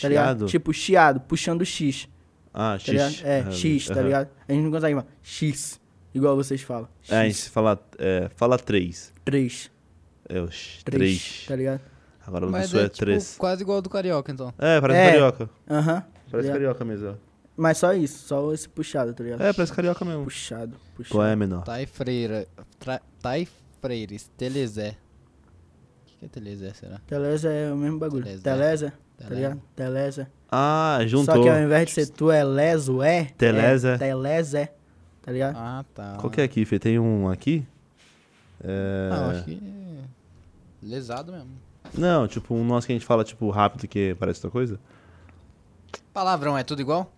Tá ligado? Chiado? Tipo, chiado, puxando o X. ah, Tá ligado? X. É, Ah, X, tá aham. ligado? A gente não consegue falar X, igual vocês falam. É, a X, gente fala, é, fala três. 3, É o 3, X, três. tá ligado? Agora o do Mas Sul é, é tipo, três. quase igual ao do carioca, então. É, parece É. carioca. Aham. tá Parece ligado? carioca mesmo. ó. Mas só isso, só esse puxado, tá ligado? É, parece carioca mesmo. Puxado, tipo, puxado. Qual é, menor? Tai Freira. Tra, tai Freires. Telezé. O que, que é Telezé, será? Teleza é o mesmo bagulho. Teleza. Teleza, tá Teleza. ligado? Teleza. Ah, Só juntou. que ao invés de ser tu é leso, é. Teleza. É, teleza, é, tá ligado? Ah, tá. Qual que é aqui, Fê? Tem um aqui? É... Não, acho que. é Lesado mesmo. Não, tipo, um nosso que a gente fala, tipo, rápido, que parece outra coisa. Palavrão é tudo igual?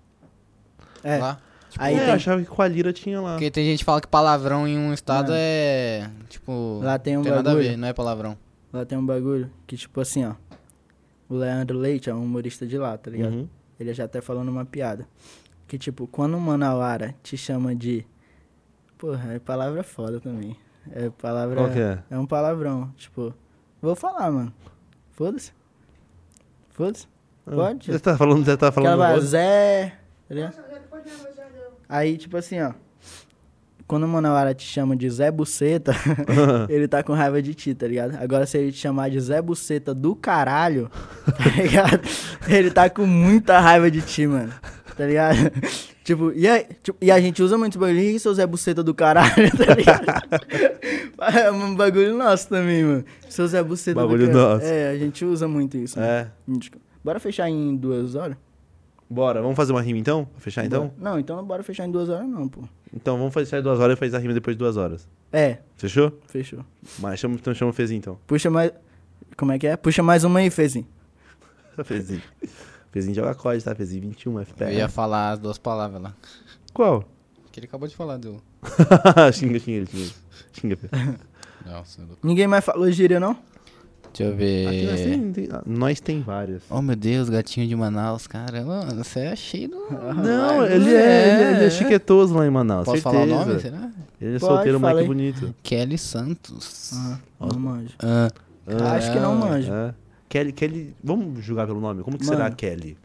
É. Lá? Tipo, Aí é, tem- eu achava que com a Lira tinha lá. Porque tem gente que fala que palavrão em um estado é. Tipo. Lá tem um não tem nada a bagulho. ver, não é palavrão. Lá tem um bagulho que, tipo assim, ó. O Leandro Leite é um humorista de lá, tá ligado? Uhum. Ele já tá falando uma piada. Que, tipo, quando um manauara te chama de. Porra, é palavra foda também. É palavra. Qual que é? um palavrão. Tipo, vou falar, mano. Foda-se. Foda-se. Pode? Você tá falando, você tá Aquela falando. vai, outro? Zé. Tá ligado? Aí, tipo assim, ó. Quando o Manauara te chama de Zé [laughs] Buceta, ele tá com raiva de ti, tá ligado? Agora, se ele te chamar de Zé Buceta do caralho, tá [laughs] ligado? ele tá com muita raiva de ti, mano. Tá ligado? [laughs] Tipo, e, aí, tipo, e a gente usa muito esse bagulho. Ih, seu Zé Buceta do caralho, [laughs] tá [laughs] ligado? é um bagulho nosso também, mano. Seu Zé Buceta Bagulho do caralho. nosso. É, a gente usa muito isso. mano. É. Bora fechar em duas horas? Bora, vamos fazer uma rima então? Pra fechar então? Bora. Não, então não bora fechar em duas horas, não, pô. Então vamos fechar em duas horas e fazer a rima depois de duas horas. É, Fechou? fechou. Mas chama, então chama o Fezinho [laughs] então. Puxa mais. Como é que é? Puxa mais uma aí, Fezinho. Fezinho. Fezinho joga COD, tá? Fezinho 21 FPS. Eu ia falar as duas palavras lá. Qual? Que ele acabou de falar do. [laughs] xinga, xinga ele, xinga ele. Xinga, Fê. Não, você é louco. Ninguém mais falou gíria, não? Deixa eu Aqui nós ver. tem, tem- nós tem várias. Oh meu Deus, gatinho de Manaus, cara. Mano, você é cheio do. Ah, Não, ele é, ele, é- ele é chiquetoso lá em Manaus. Posso falar o certeza. nome, será? Ele é Pode, solteiro, fala moleque aí. bonito. Kelly Santos. Ah, não manjo. Ah, Acho que não manjo. É. Kelly, Kelly, vamos julgar pelo nome? Como que Mano. será a Kelly?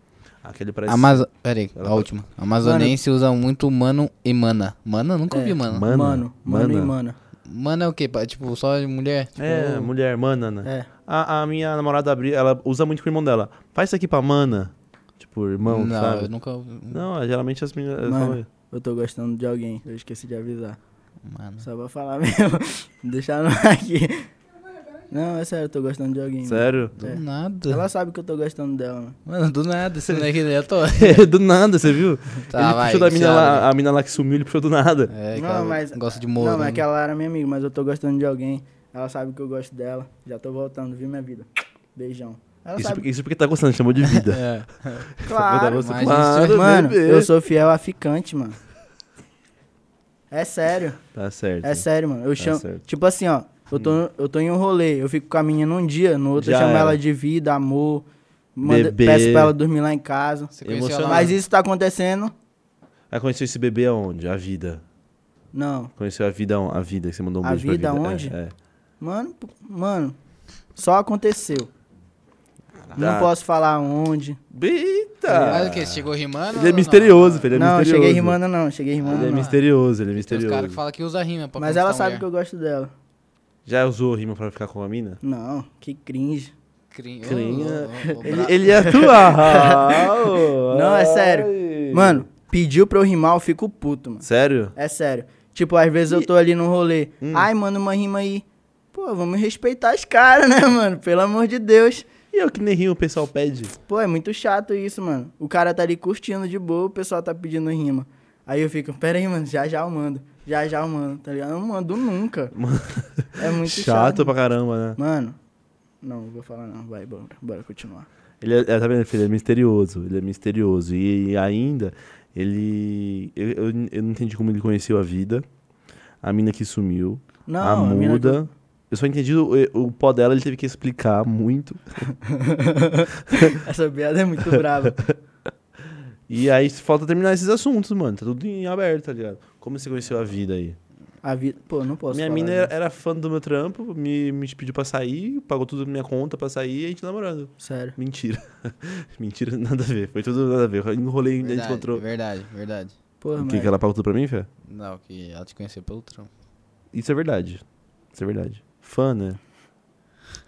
A Kelly parece. Amazo... Pera aí, Ela a última. Amazonense usa muito mano e mana. Mana? Nunca ouvi mana. Mana? É, Mano, mano e Mana? mana. Mana é o quê? Pa- Tipo, só de mulher? Tipo, É, mulher, mana, né? É. A, a minha namorada abriu, ela usa muito com o irmão dela. Faz isso aqui pra mana. Tipo, irmão, Não, sabe? eu nunca ouvi. Não, é, geralmente as meninas. elas falam- Mano, eu tô gostando de alguém. Eu esqueci de avisar. Mano. Só vou falar [laughs] mesmo. Deixar no ar aqui. Não, é sério, eu tô gostando de alguém. mano. É. Sério? Do nada. Ela sabe que eu tô gostando dela, mano. Mano, do nada. Esse moleque é eu tô. [laughs] do nada, você viu? [laughs] Tá, ele vai, puxou da mina se lá, abre. a mina lá que sumiu, ele puxou do nada. É, Não, cara, mas- gosta de né? Não, morro. mas é aquela era minha amiga, mas eu tô gostando de alguém. Ela sabe que eu gosto dela. Já tô voltando, viu, minha vida? Beijão. Ela Isso, sabe porque- isso porque tá gostando, chamou de [laughs] vida. tá É. Claro, Você- mas claro, isso- mano, bebê. eu sou fiel a ficante, mano. É sério, Tá certo. Tá é sério, mano. Eu chamo, certo. Hum. tipo assim, ó, eu tô, eu tô em um rolê, eu fico com a menina um dia, no outro Já eu chamo era. ela de vida, amor, manda, Bebê. peço pra ela dormir lá em casa. Você conheceu ela- Emocionado. Mas isso tá acontecendo? Aí conheceu esse bebê aonde? A vida. Não. Conheceu a vida, on- a vida que você mandou um A beijo pra vida vida. onde? É, é. Mano, p- mano, só aconteceu. Não posso falar onde. Mas Eita! o que? Você chegou rimando? Ele é ou não? misterioso, filho. Ele é não, eu misterioso. cheguei rimando, não. Cheguei rimando, Ele é não. misterioso, ele é Tem os caras que misterioso. falam que usa rima pra Mas conquistar ela sabe mulher. que eu gosto dela. Já usou rima pra ficar com a mina? Não, que cringe. Crin- ô, [laughs] Crinha. ô, ô, ô, Ele, bra- ele é ia [laughs] atuar. ô, Não, é sério. ai. Mano, pediu pra eu rimar, eu fico puto, mano. Sério? Hum. É sério. Tipo, às vezes eu tô ali no rolê. Ai, manda uma rima aí. Pô, vamos respeitar os caras, né, [laughs] mano? Pelo amor de Deus. E eu que nem rimo, o pessoal pede. Pô, é muito chato isso, mano. O cara tá ali curtindo de boa, o pessoal tá pedindo rima. Aí eu fico, pera aí, mano, já já eu mando. Já já eu mando, tá ligado? Eu não mando [laughs] nunca. É muito chato, chato. pra caramba, né? Mano, não, não vou falar não. Vai, bora, bora continuar. Ele é, é, tá vendo, filho? Ele é misterioso. Ele é misterioso. E, e ainda, ele. Eu, eu, eu não entendi como ele conheceu a vida. A mina que sumiu. Não, a a mina muda. Eu só entendi o, o pó dela, ele teve que explicar muito. [laughs] Essa piada é muito brava. [laughs] E aí falta terminar esses assuntos, mano. Tá tudo em aberto, tá ligado? Como você conheceu a vida aí? A vida. Pô, não posso minha falar. mina né? era, era fã do meu trampo, me, me pediu pra sair, pagou tudo na minha conta pra sair e a gente namorando. Sério. Mentira. [laughs] Mentira, nada a ver. Foi tudo nada a ver. Eu Enrolei, a gente Verdade, encontrou. verdade, verdade. Porra, O mano. que, que ela pagou tudo pra mim, Fê? Não, que ela te conheceu pelo trampo. Isso é verdade. Isso é verdade. Fã, né?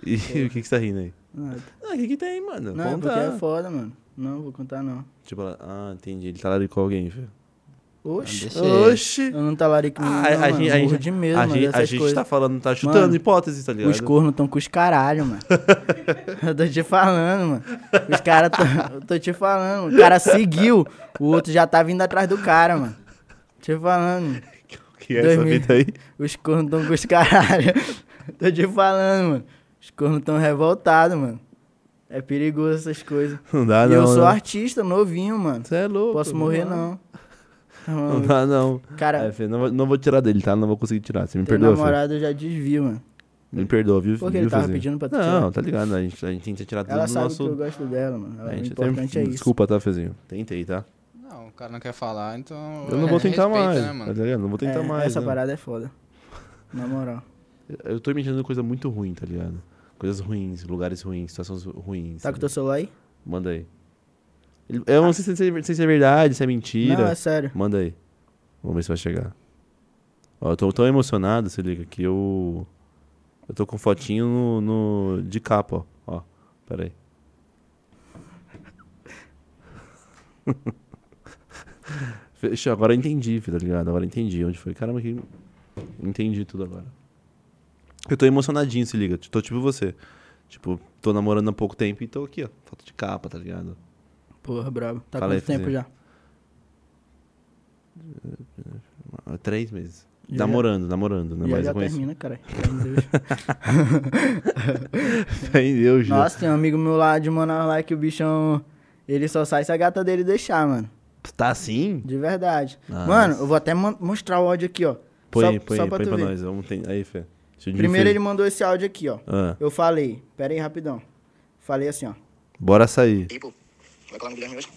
E [laughs] o que, que você tá rindo aí? Nada. Ah, o que, que tem, mano? Não, Conta. porque é foda, mano. Não, vou contar não. Tipo, ela- ah, entendi. Ele talaricou alguém, Fê. Ah, Oxi. Deixa ele. Oxi! Eu não talarico ninguém, Ah, não, a, mano. gente, a Morro gente- de medo, a mano, gente- a dessas gente coisas. tá falando, tá chutando Mano, hipóteses, tá ligado? Os [laughs] cornos estão com os caralho, mano. [laughs] Eu tô te falando, mano. Os caras tão... Eu tô te falando. O cara seguiu, o outro já tá vindo atrás do cara, mano. Te falando. que é essa 2000. vida aí? Os cornos tão com os caralho. Tô te falando, mano. Os cornos tão revoltados, mano. É perigoso essas coisas. Não dá, e não. eu sou né? artista, novinho, mano. Você é louco. Posso morrer, dá. não. Tá Não maluco? dá, não. Cara, É, Fê, não, vou- não vou tirar dele, tá? Não vou conseguir tirar. Você me Teu perdoa, Fê? namorado eu já desvio, mano. Me perdoa, viu? Porque viu, ele tava Fezinho? pedindo pra tu Não, tirar. tá ligado. A gente, a gente tenta tirar tudo Ela do sabe nosso... que eu gosto dela, mano. Ela- um A O gente tem- importante é isso. Desculpa, tá, Fezinho? Tentei, tá? Não, o cara não quer falar, então. Eu não vou tentar respeita, mais. né, tá mano? ligado? Não vou tentar É, mais. Essa né? parada é foda. Na moral. Eu tô imaginando coisa muito ruim, tá ligado? Coisas ruins, lugares ruins, situações ruins. Tá com o teu celular aí? Manda aí. Ele- Eu não sei se, é- se é verdade, se é mentira. Não, é sério. Manda aí. Vamos ver se vai chegar. Ó, eu tô tão emocionado, se liga, que eu. Eu tô com fotinho no, no- de capa, ó. Ó, pera aí. Fechou, agora eu entendi, filho, tá ligado? Agora eu entendi onde foi. Caramba, que. Entendi tudo agora. Eu tô emocionadinho, se liga. Tô tipo você. Tipo, tô namorando há pouco tempo e tô aqui, ó. Foto de capa, tá ligado? Porra, brabo. Tá Fala aí, quanto tempo Fizinho. já? Há É, Três meses. Já- namorando, namorando, né? já Mas já eu conheço. termina, [laughs] caralho. Meu Deus. Entendeu, Gil? Nossa, tem um amigo meu lá de Manaus lá que o bichão. Ele só sai se a gata dele deixar, mano. Tá assim? De verdade. Nossa. Mano, eu vou até mon- mostrar o áudio aqui, ó. Põe só, aí, põe só aí, pra põe tu pra ver. nós. Vamos ten- Aí, Fê. Deixa eu Primeiro ele diferir. mandou esse áudio aqui, ó. Ah, Eu falei, pera aí rapidão. Falei assim, ó. bora sair. E, pô, Tipo, vai colar no Guilherme hoje?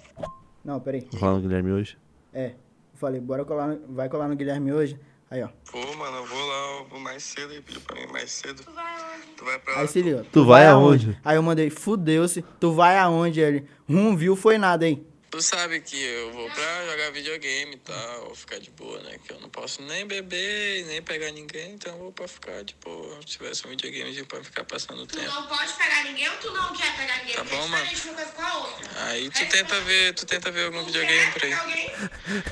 Não, pera aí. Vou falar no Guilherme hoje. É. Eu falei, bora colar, no- vai colar no Guilherme hoje. Aí, ó. Pô, mano, eu vou lá, eu vou mais cedo aí, pediu pra mim mais cedo. Tu vai aonde? Tu vai pra Aí se liga. Tu, vai aonde? Aí eu mandei, fudeu-se, tu vai aonde? Ele, rum, viu, foi nada, hein? Tu sabe que eu vou pra jogar videogame e tal, ficar de boa, né? Que eu não posso nem beber, nem pegar ninguém, então eu vou pra ficar de boa. Se tivesse um videogame pra ficar passando o Tu tempo. não pode pegar ninguém ou tu não quer pegar ninguém? Tá Porque é bom, mano. diferente uma coisa com a outra. Aí tu tenta ver, tu tenta ver algum Tu videogame quer pra pegar aí. alguém?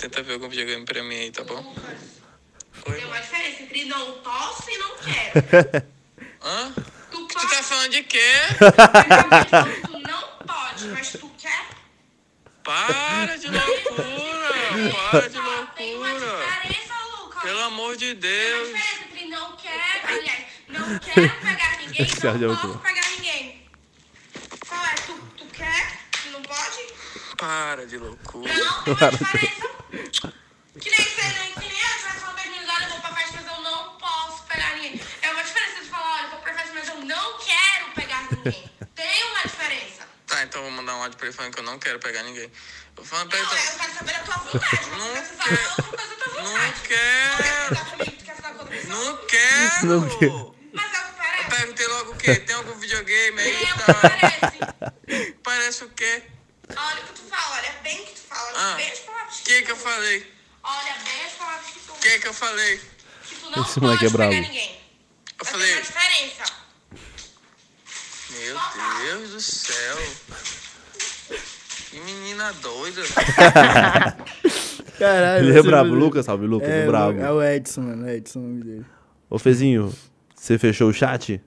Tenta ver algum videogame pra mim aí, tá bom? Lucas, Oi, Tem uma mano. diferença entre não posso e não quero. Hã? Tu Tu tá pode falando de quê? pegar alguém, tu não pode, mas tu quer. Para de loucura! Para de Só Tem uma loucura! diferença, Lucas. Pelo amor de Tem uma Deus! diferença entre não quer, aliás, não quero pegar ninguém [laughs] Esse e áudio é não muito posso bom. pegar ninguém. Qual é? Tu, tu quer e não pode? Para de loucura! Não, tem uma diferença. Que nem você, nem que nem eu tivesse uma oportunidade, eu vou pra festa, mas eu não posso pegar ninguém. É uma diferença de falar, olha, eu vou pra festa, mas eu não quero pegar ninguém. Tem uma diferença. Tá, então eu vou mandar um áudio pra ele falando que eu não quero pegar ninguém. Eu falo pra Não, é, ele, tá, eu quero saber a tua vontade. mas Não Tu quer fazer outra coisa da tua não vontade. Tu quer quero! ficar comigo, tu quer ficar com outra pessoa. Não quero! Mas é eu, peraí, perguntei logo o [laughs] quê? Tem algum videogame aí? Tem, Tá, é parece. parece o quê? Olha o que tu fala, olha bem o que tu fala. Ah. Bem as palavras que O que tu que eu usa. falei? Olha bem as palavras que tu O usa. que que eu falei? Que tu não Esse pode moleque é pegar brabo. ninguém. Eu Essa falei, é a diferença. meu Deus do céu. Que menina doida. Caralho. Ele você- é brabo. Lucas, salve, Lucas. É, brabo. é o Edson, mano. É o Edson o nome dele. Ô, Fezinho, você fechou o chat?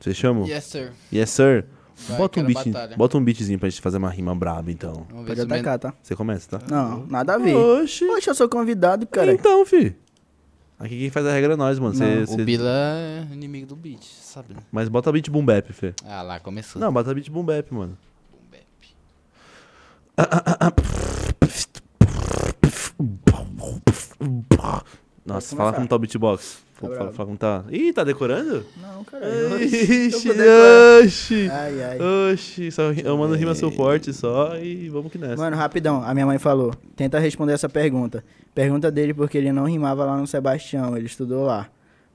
Fechamos? Yes, sir. Yes, sir. Vai, bota, um quero beat, batalha. bota um beatzinho pra gente fazer uma rima braba, então. Vamos ver Pode se o men- atacar, tá? Você começa, tá? Não, nada a ver. Oxi. Poxa, eu sou convidado, cara. Então, fi. Aqui quem faz a regra é nós, mano. Cê, O cê- Bila é inimigo do beat, sabe? né? Mas bota beat boom bap, Fê. Ah lá, começou. Não, bota beat boom bap, mano. Boom bap. [coughs] Nossa, Pode fala começar. como tá o beatbox. Fala, fala, brabo. fala como tá. Ih, tá decorando? Não, cara. Oxi, oxi. Ai, ai. Oxi, só, eu mando rima seu porte só e vamos que nessa. Mano, rapidão, a minha mãe falou. Tenta responder essa pergunta. Pergunta dele porque ele não rimava lá no Sebastião, ele estudou lá.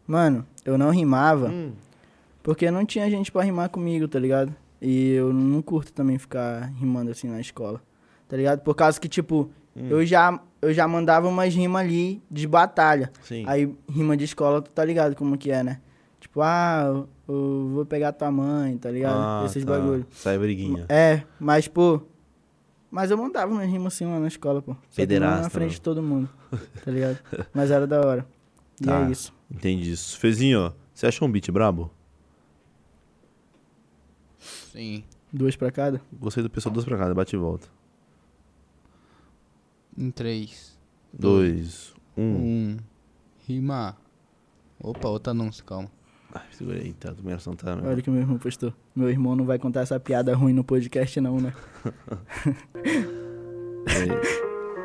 Mano, eu não rimava Hum. porque não tinha gente pra rimar comigo, tá ligado? E eu não curto também ficar rimando assim na escola. Tá ligado? Por causa que, tipo, Hum. eu, já, eu já mandava umas rimas ali de batalha. Sim. Aí, rima de escola, tu tá ligado como que é, né? Tipo, ah, eu, eu vou pegar tua mãe, tá ligado? Ah, Esses tá. bagulho. Sai briguinha. É, mas, pô. Mas eu mandava umas rimas assim lá na escola, pô. Só que Pederasta, não Na frente mano. de todo mundo, tá [laughs] ligado? Mas era da hora. E Tá. é isso. Entendi isso. Fezinho, você achou um beat brabo? Sim. Duas pra cada? Gostei do pessoal duas pra cada, bate e volta. [laughs] Em três. Dois, um. Um. Rima. Opa, outro anúncio, calma. Ai, segura aí, tá? Tu não tá. Olha o que meu irmão postou. Meu irmão não vai contar essa piada ruim no podcast, não, né?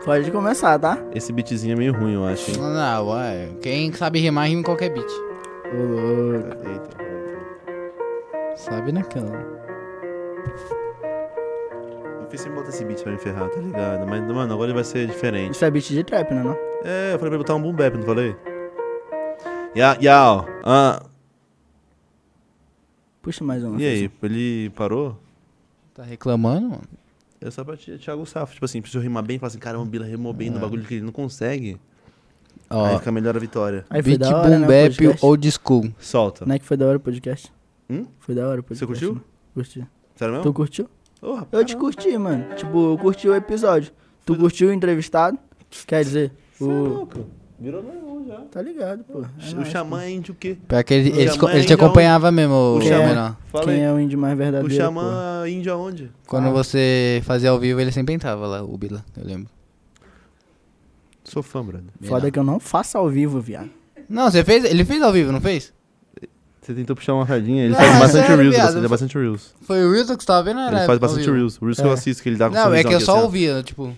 Pode começar, tá? É, Esse beatzinho é meio ruim, eu acho, hein? Não, não, ué. Quem sabe rimar, rima em qualquer beat. Ô, louco. Eita. Sabe naquela. Eu fiz sempre botar esse beat pra me ferrar, tá ligado? Mas, mano, agora ele vai ser diferente. Isso é beat de trap, né? Não? É, eu falei pra ele botar um boom bap, não falei? Ya, ya, ó. ah. Puxa mais uma. E aí, ele parou? Tá reclamando, mano? Eu só bati Thiago Safo, tipo assim, preciso rimar bem, fala assim, caramba, o Bila rimou bem É. no bagulho que ele não consegue. Aí Ó, fica melhor a vitória. Aí foi beat da hora, boom né, o bap podcast? old school. Solta. Não é que foi da hora o podcast? Hum? Foi da hora o podcast. Você curtiu? né? Curti. Sério Tu mesmo? curtiu? Ô, rapaz, Eu te caramba. curti, mano. Tipo, eu curti o episódio. Tu curtiu o entrevistado? Quer dizer, Cê é o. louco. Virou meu já. Tá ligado, pô. É O nóis. xamã é índio o quê? Pior que ele, O ele, xamã te co- ele te ainda é um- acompanhava mesmo, o Quem é? Xamã. Fala aí. Quem é o índio mais O verdadeiro? pô? xamã índio aonde? Quando você fazia ao vivo, ele sempre entrava lá, o Bila, eu lembro. Sou fã, brother. Foda que eu não faço ao vivo, viado. Não, você fez? Ele fez ao vivo, não fez? Você tentou puxar uma sardinha, ele Não, faz é bastante sério, reels, viado. ele é bastante reels. Foi o Reels que você tava vendo? Ele faz bastante reels, reels que eu É. assisto, que ele dá com assim, Não, é que eu só ouvi. ouvia, tipo.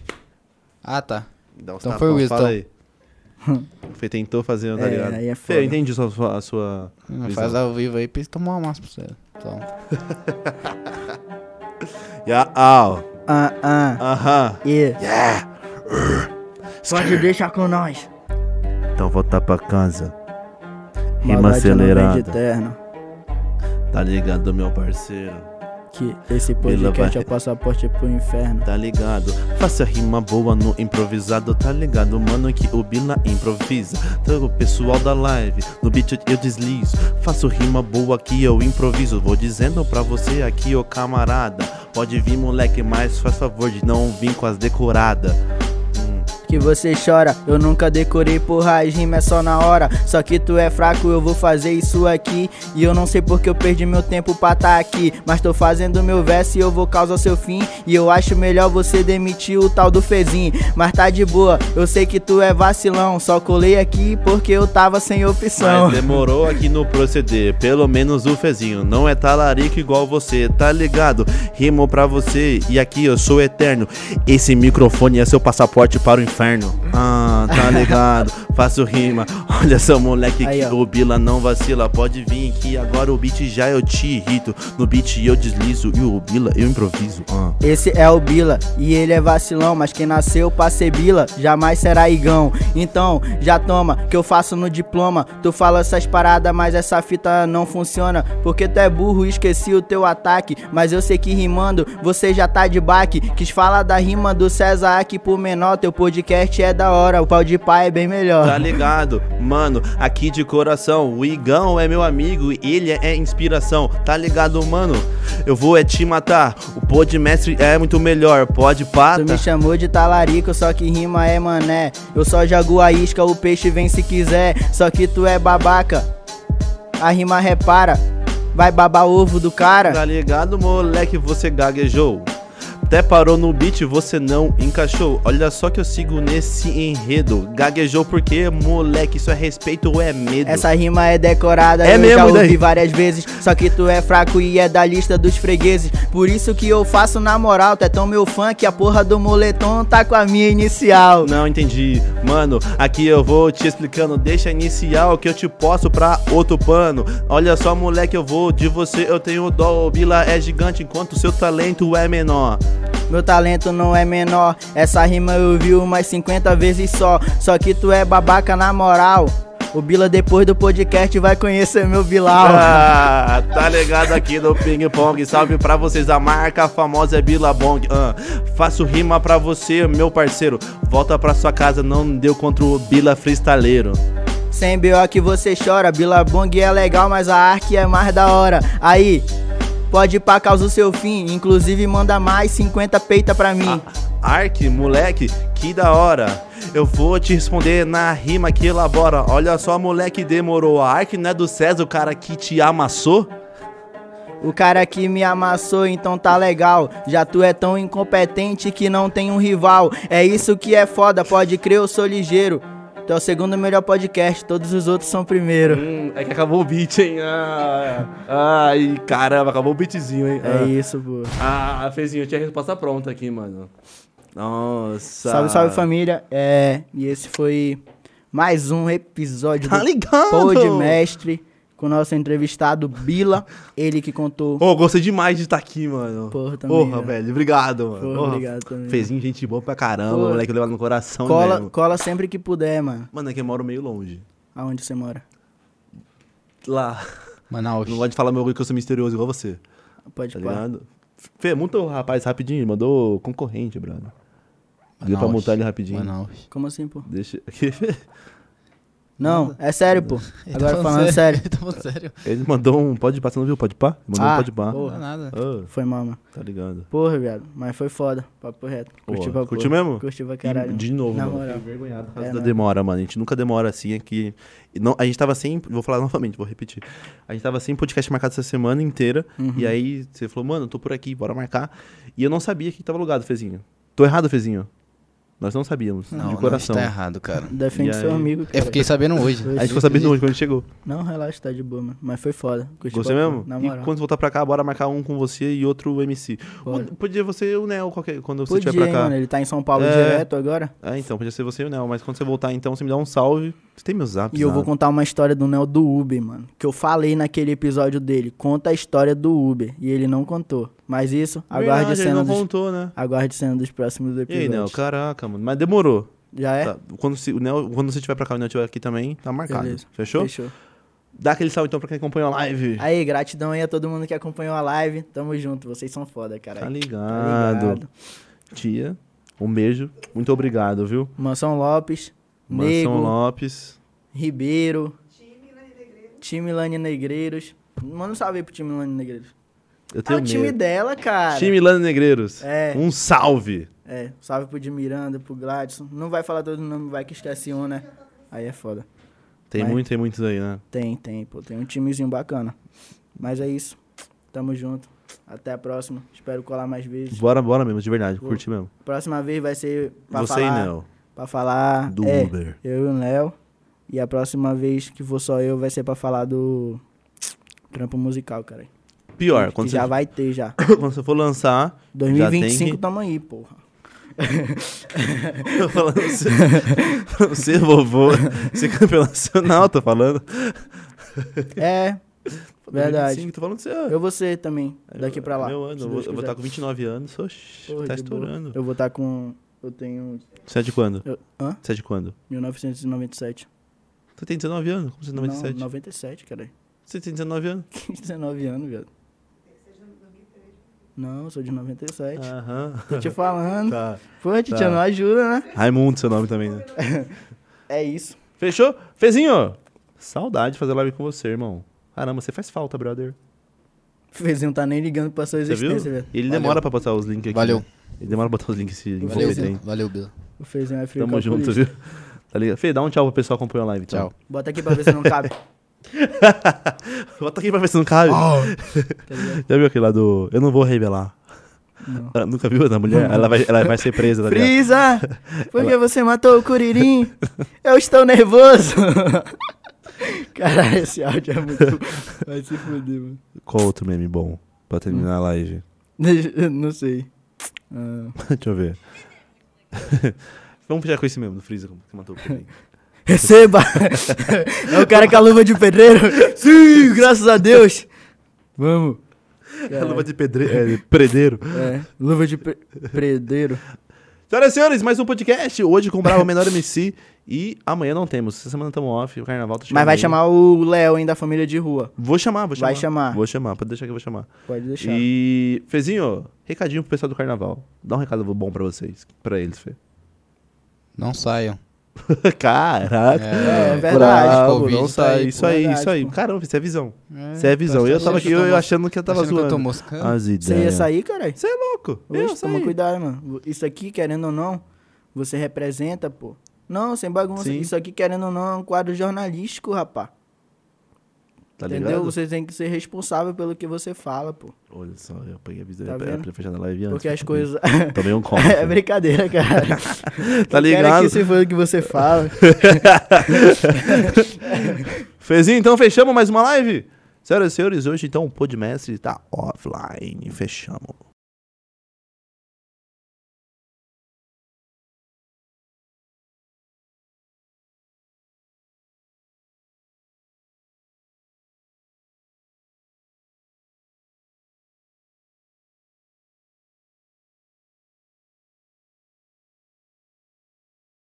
Ah, tá. Dá uns Então tapão, foi o Will, Fala aí. Fê tentou fazer, tá É, ligado? aí é Fê, foda. eu entendi sua- sua- a sua. Não, visão. faz ao vivo aí pra você tomar uma massa pra você. [laughs] Então, Ya, au. Ah, ah. Aham. E. ah. Só te deixa com nós. Então voltar pra casa. Rima Maldade não vem de acelerada. terno. Tá ligado, meu parceiro? Que esse Pela podcast é vai- o passaporte pro inferno. Tá ligado? Faça rima boa no improvisado, tá ligado? Mano, que o Bila improvisa. Trago o pessoal da live, no beat eu deslizo. Faço rima boa que eu improviso. Vou dizendo pra você aqui, ô camarada. Pode vir, moleque, mas faz favor de não vir com as decoradas. Que você chora, eu nunca decorei porra, as rimas é só na hora. Só que tu é fraco, eu vou fazer isso aqui. E eu não sei porque eu perdi meu tempo pra tá aqui. Mas tô fazendo meu verso e eu vou causar seu fim. E eu acho melhor você demitir o tal do Fezin. Mas tá de boa, eu sei que tu é vacilão. Só colei aqui porque eu tava sem opção. Mas demorou aqui no proceder, pelo menos o Fezinho. Não é talarico igual você, tá ligado? Rimo pra você e aqui eu [laughs] sou eterno. Esse microfone é seu passaporte para o inferno. Ah, tá ligado? faço rima. Olha essa moleque Aí, que ó. gobila, não vacila. Pode vir que agora o beat já eu te irrito. No beat eu deslizo e o bila eu improviso. Ah. Esse é o Bila e ele é vacilão, mas quem nasceu pra ser Bila jamais será igão. Então, já toma, que eu faço no diploma. Tu fala essas paradas, mas essa fita não funciona. Porque tu é burro e esqueci o teu ataque. Mas eu sei que rimando, você já tá de baque. Quis falar da rima do César aqui por menor. Teu podcast é da hora, o pau de pai é bem melhor. Tá ligado, mano, aqui de coração, o Igão é meu amigo e ele é inspiração. Tá ligado, mano, eu vou é te matar. O pô de mestre é muito melhor, pode tá? pata. Tu me chamou de talarico, só que rima é mané. Eu só jogo a isca, o peixe vem se quiser. Só que tu é babaca, a rima repara. Vai babar ovo do cara. Tá ligado, moleque, você gaguejou. Até parou no beat, você não encaixou. Olha só que eu sigo nesse enredo. Gaguejou porque, moleque, isso é respeito ou é medo? Essa rima é decorada, É eu mesmo, já ouvi daí? várias vezes. Só que tu é fraco e é da lista dos fregueses. Por isso que eu faço na moral, tu é tão meu fã que a porra do moletom tá com a minha inicial. Não entendi, mano. Aqui eu vou te explicando. Deixa inicial que eu te posso pra outro pano. Olha só, moleque, eu vou de você. Eu tenho dó. O Bila é gigante enquanto seu talento é menor. Meu talento não é menor. Essa rima eu vi umas 50 vezes só. Só que tu é babaca na moral. O Bila depois do podcast vai conhecer meu Bilal. [laughs] Ah, tá ligado aqui no Ping Pong. Salve pra vocês, a marca famosa é Bilabong. Ah, faço rima pra você, meu parceiro. Volta pra sua casa, não deu contra o Bila Freestaleiro. Sem BO que você chora. Bilabong é legal, mas a arque é mais da hora. Aí, pode ir pra causa o seu fim. Inclusive, manda mais 50 peita pra mim. Ark, moleque, que da hora. Eu vou te responder na rima que elabora. Olha só, moleque, demorou. A Ark não é do César, o cara que te amassou? O cara que me amassou, então tá legal. Já tu é tão incompetente que não tem um rival. É isso que é foda, pode crer, eu sou ligeiro. Tu é o segundo melhor podcast, todos os outros são primeiro. Hum, é que acabou o beat, hein? Ah, ai, caramba, acabou o beatzinho, hein? É Ah. isso, pô. Ah, Fezinho, eu tinha a resposta pronta aqui, mano. Nossa. Salve, salve família. É, e esse foi mais um episódio Tá do ligado? Podmestre com o nosso entrevistado Bila, ele que contou. Ô, gostei demais de estar aqui, mano. Porra, também, Porra, né? velho. Obrigado, mano. Porra, Porra. obrigado também. Fezinho, gente boa pra caramba, Porra. moleque. Leva no coração Cola, mesmo. cola sempre que puder, mano. Mano, é que eu moro meio longe. Aonde você mora? Lá. Manaus. Não gosto de falar meu orgulho que eu sou misterioso igual você. Pode Tá parar. ligado? Fê, multa o rapaz rapidinho. Mandou concorrente, brother. Deu pra Manaus. multar ele rapidinho. Manaus. Como assim, pô? Deixa. Ele [laughs] Não, é sério, [laughs] pô. Ele tá Então Agora falando sério. [laughs] Ele tá falando sério. mandou um pode pá, você não viu? Pode pá? Mandou Ah, um pode pá. porra. Não é nada. Ah, Foi mal, mano. tá ligado. Porra, viado. Mas foi foda. Papo reto. Curti Boa. pra Curtiu porra. mesmo? Curti pra caralho. De novo, Na mano. moral. Envergonhado por causa É, da né? demora, mano. A gente nunca demora assim aqui. E não- a gente tava sem. Vou falar novamente, vou repetir. A gente tava sem podcast marcado essa semana inteira. E Uhum. aí você falou, mano, eu tô por aqui, bora marcar. E eu não sabia que tava alugado, Fezinho. Tô errado, Fezinho. Nós não sabíamos. Não, de não, coração. tá errado, cara. Defende E aí? seu amigo, cara. Eu fiquei sabendo hoje. Foi a gente ficou sabendo hoje quando a gente chegou. Não, relaxa, tá de boa, mano. Mas foi foda. Curti Gostou pra mesmo? porra, Na e moral. quando você voltar pra cá, bora marcar um com você e outro MC. Bora. Ou Podia você e o Neo qualquer, quando você Podia, estiver pra hein, cá. mano. Ele tá em São Paulo É. direto agora. Ah, então, podia ser você e o Neo. Mas quando você voltar, então, você me dá um salve. Você tem meu zap. E eu né? vou contar uma história do Neo do Uber, mano. Que eu falei naquele episódio dele. Conta a história do Uber. E ele não contou. Mas isso, aguarde Verdade, ele cena não dos... contou, né? Aguarde cena dos próximos E aí, Neo, episódios. caraca, mano. Mas demorou. Já é? Tá, Quando, se- o Neo- quando você estiver pra cá e o Neo estiver aqui também, tá marcado. Beleza. Fechou? Fechou. Dá aquele salve então pra quem acompanhou a live. Aí, gratidão aí a todo mundo que acompanhou a live. Tamo junto, vocês são foda, cara. Tá ligado. Tia, um beijo. Muito obrigado, viu? Mansão Lopes, Nego, Mansão Lopes. Ribeiro, time Lani Negreiros. Manda um salve aí pro time Lani Negreiros. Eu É tenho o time medo. dela, cara. Time Lano Negreiros. É. Um salve. É, salve pro de Miranda, pro Gladson. Não vai falar todo o nome, vai que esquece um, né? Aí é foda. Tem Vai. muito, tem muitos aí, né? Tem, tem, pô. Tem um timezinho bacana. Mas é isso. Tamo junto. Até a próxima. Espero colar mais vezes. Bora, bora mesmo, de verdade. Boa. Curti mesmo. Próxima vez vai ser pra você falar... e Neo. Pra falar Do é, Uber. Eu e o Léo. E a próxima vez que for só eu vai ser pra falar do trampo musical, cara. Pior, que [coughs] quando você, já vai ter já. quando você for lançar, já tem 2025 que- [laughs] tamo aí, porra. Tô falando pra você, [laughs] pra [laughs] você, vovô, ser campeão nacional, tô falando. É, Verdade. 25, tô falando de você. ó. eu vou ser também, daqui pra lá. Meu ano, se eu vou, Deus eu vou quiser. estar com 29 anos, oxi, Porra, tá de boa. estourando. Eu vou estar com. Eu tenho. Você é de quando? Eu, hã? Você é de quando? 1997. Você tem 19 anos? Como você é 97? Não, 97, caralho. Você tem [laughs] 19 anos? 19 anos, viado. Não, eu sou de 97. Aham. Tô te falando. [laughs] Tá. Pô, Titia, Tá. não ajuda, né? [laughs] Raimundo, seu nome também, né? É isso. Fechou? Fezinho, saudade de fazer live com você, irmão. Caramba, você faz falta, brother. Fezinho tá nem ligando pra sua Você viu? existência, velho. Ele demora pra botar os links aqui. Valeu. né? Ele demora pra botar os links, esse link Valeu, que ele tem. valeu, Bila. O Fezinho é frio Tamo junto, viu? Tá ligado? Fê, dá um tchau pro pessoal que acompanhou a live. Então. Tchau. Bota aqui pra ver se não cabe. Bota aqui [laughs] pra ver se não cabe. Ah. [laughs] Já viu aquele lá do. Eu não vou revelar. Não. Ah, Nunca viu da mulher? Ela vai, ela vai ser presa, tá ligado? [laughs] Brisa! Por que você matou o Curirim? Eu estou nervoso! [laughs] Caralho, esse áudio é muito. Vai se fuder, mano. Qual outro meme bom pra terminar Hum. a live? [laughs] Deixa- Não sei. Ah. Deixa eu ver. Vamos fechar com esse mesmo, do Freeza, que matou [laughs] o Coringa. Receba! é o cara com a luva de pedreiro? Sim, graças a Deus! Vamos! A luva de pedre... é, de predeiro. É, luva de pre- pedreiro. Senhoras e senhores, mais um podcast. Hoje com o Bravo Menor MC. E amanhã não temos. Essa semana estamos off, o carnaval tá chegando. Mas vai aí. chamar o Léo, hein, da família de rua. Vou chamar, vou chamar. Vai chamar. Vou chamar, pode deixar que eu vou chamar. Pode deixar. E, Fezinho, recadinho pro pessoal do carnaval. Dá um recado bom pra vocês, pra eles, Fê. Não saiam. [laughs] Caraca. É, é É, verdade. Bravo, Covid não tá sai. aí, pô. isso aí, Verdade, isso aí. pô. Caramba, isso é visão. É, Isso é visão. tá eu certo. tava aqui, Achando eu, que eu achando que eu tá tava achando que eu zoando. tô moscando. As Você ia ideias. sair, caralho? Você é louco. eu Hoje, toma saí. cuidado, mano. Isso aqui, querendo ou não, você representa, pô. Não, sem bagunça. Sim. Isso aqui, querendo ou não, é um quadro jornalístico, rapá. Tá Entendeu? ligado? Você tem que ser responsável pelo que que você fala, pô. Olha só, eu peguei a visão. Tá Tá vendo? era pra eu fechar na live antes. Porque eu as [laughs] tomei- coisas. [laughs] Tomei um copo. é brincadeira, cara. Cara, [laughs] tá que ligado? se foi o que você fala. [laughs] Fezinho, então fechamos mais uma live? Senhoras e senhores, hoje então o Podmestre tá offline. Fechamos.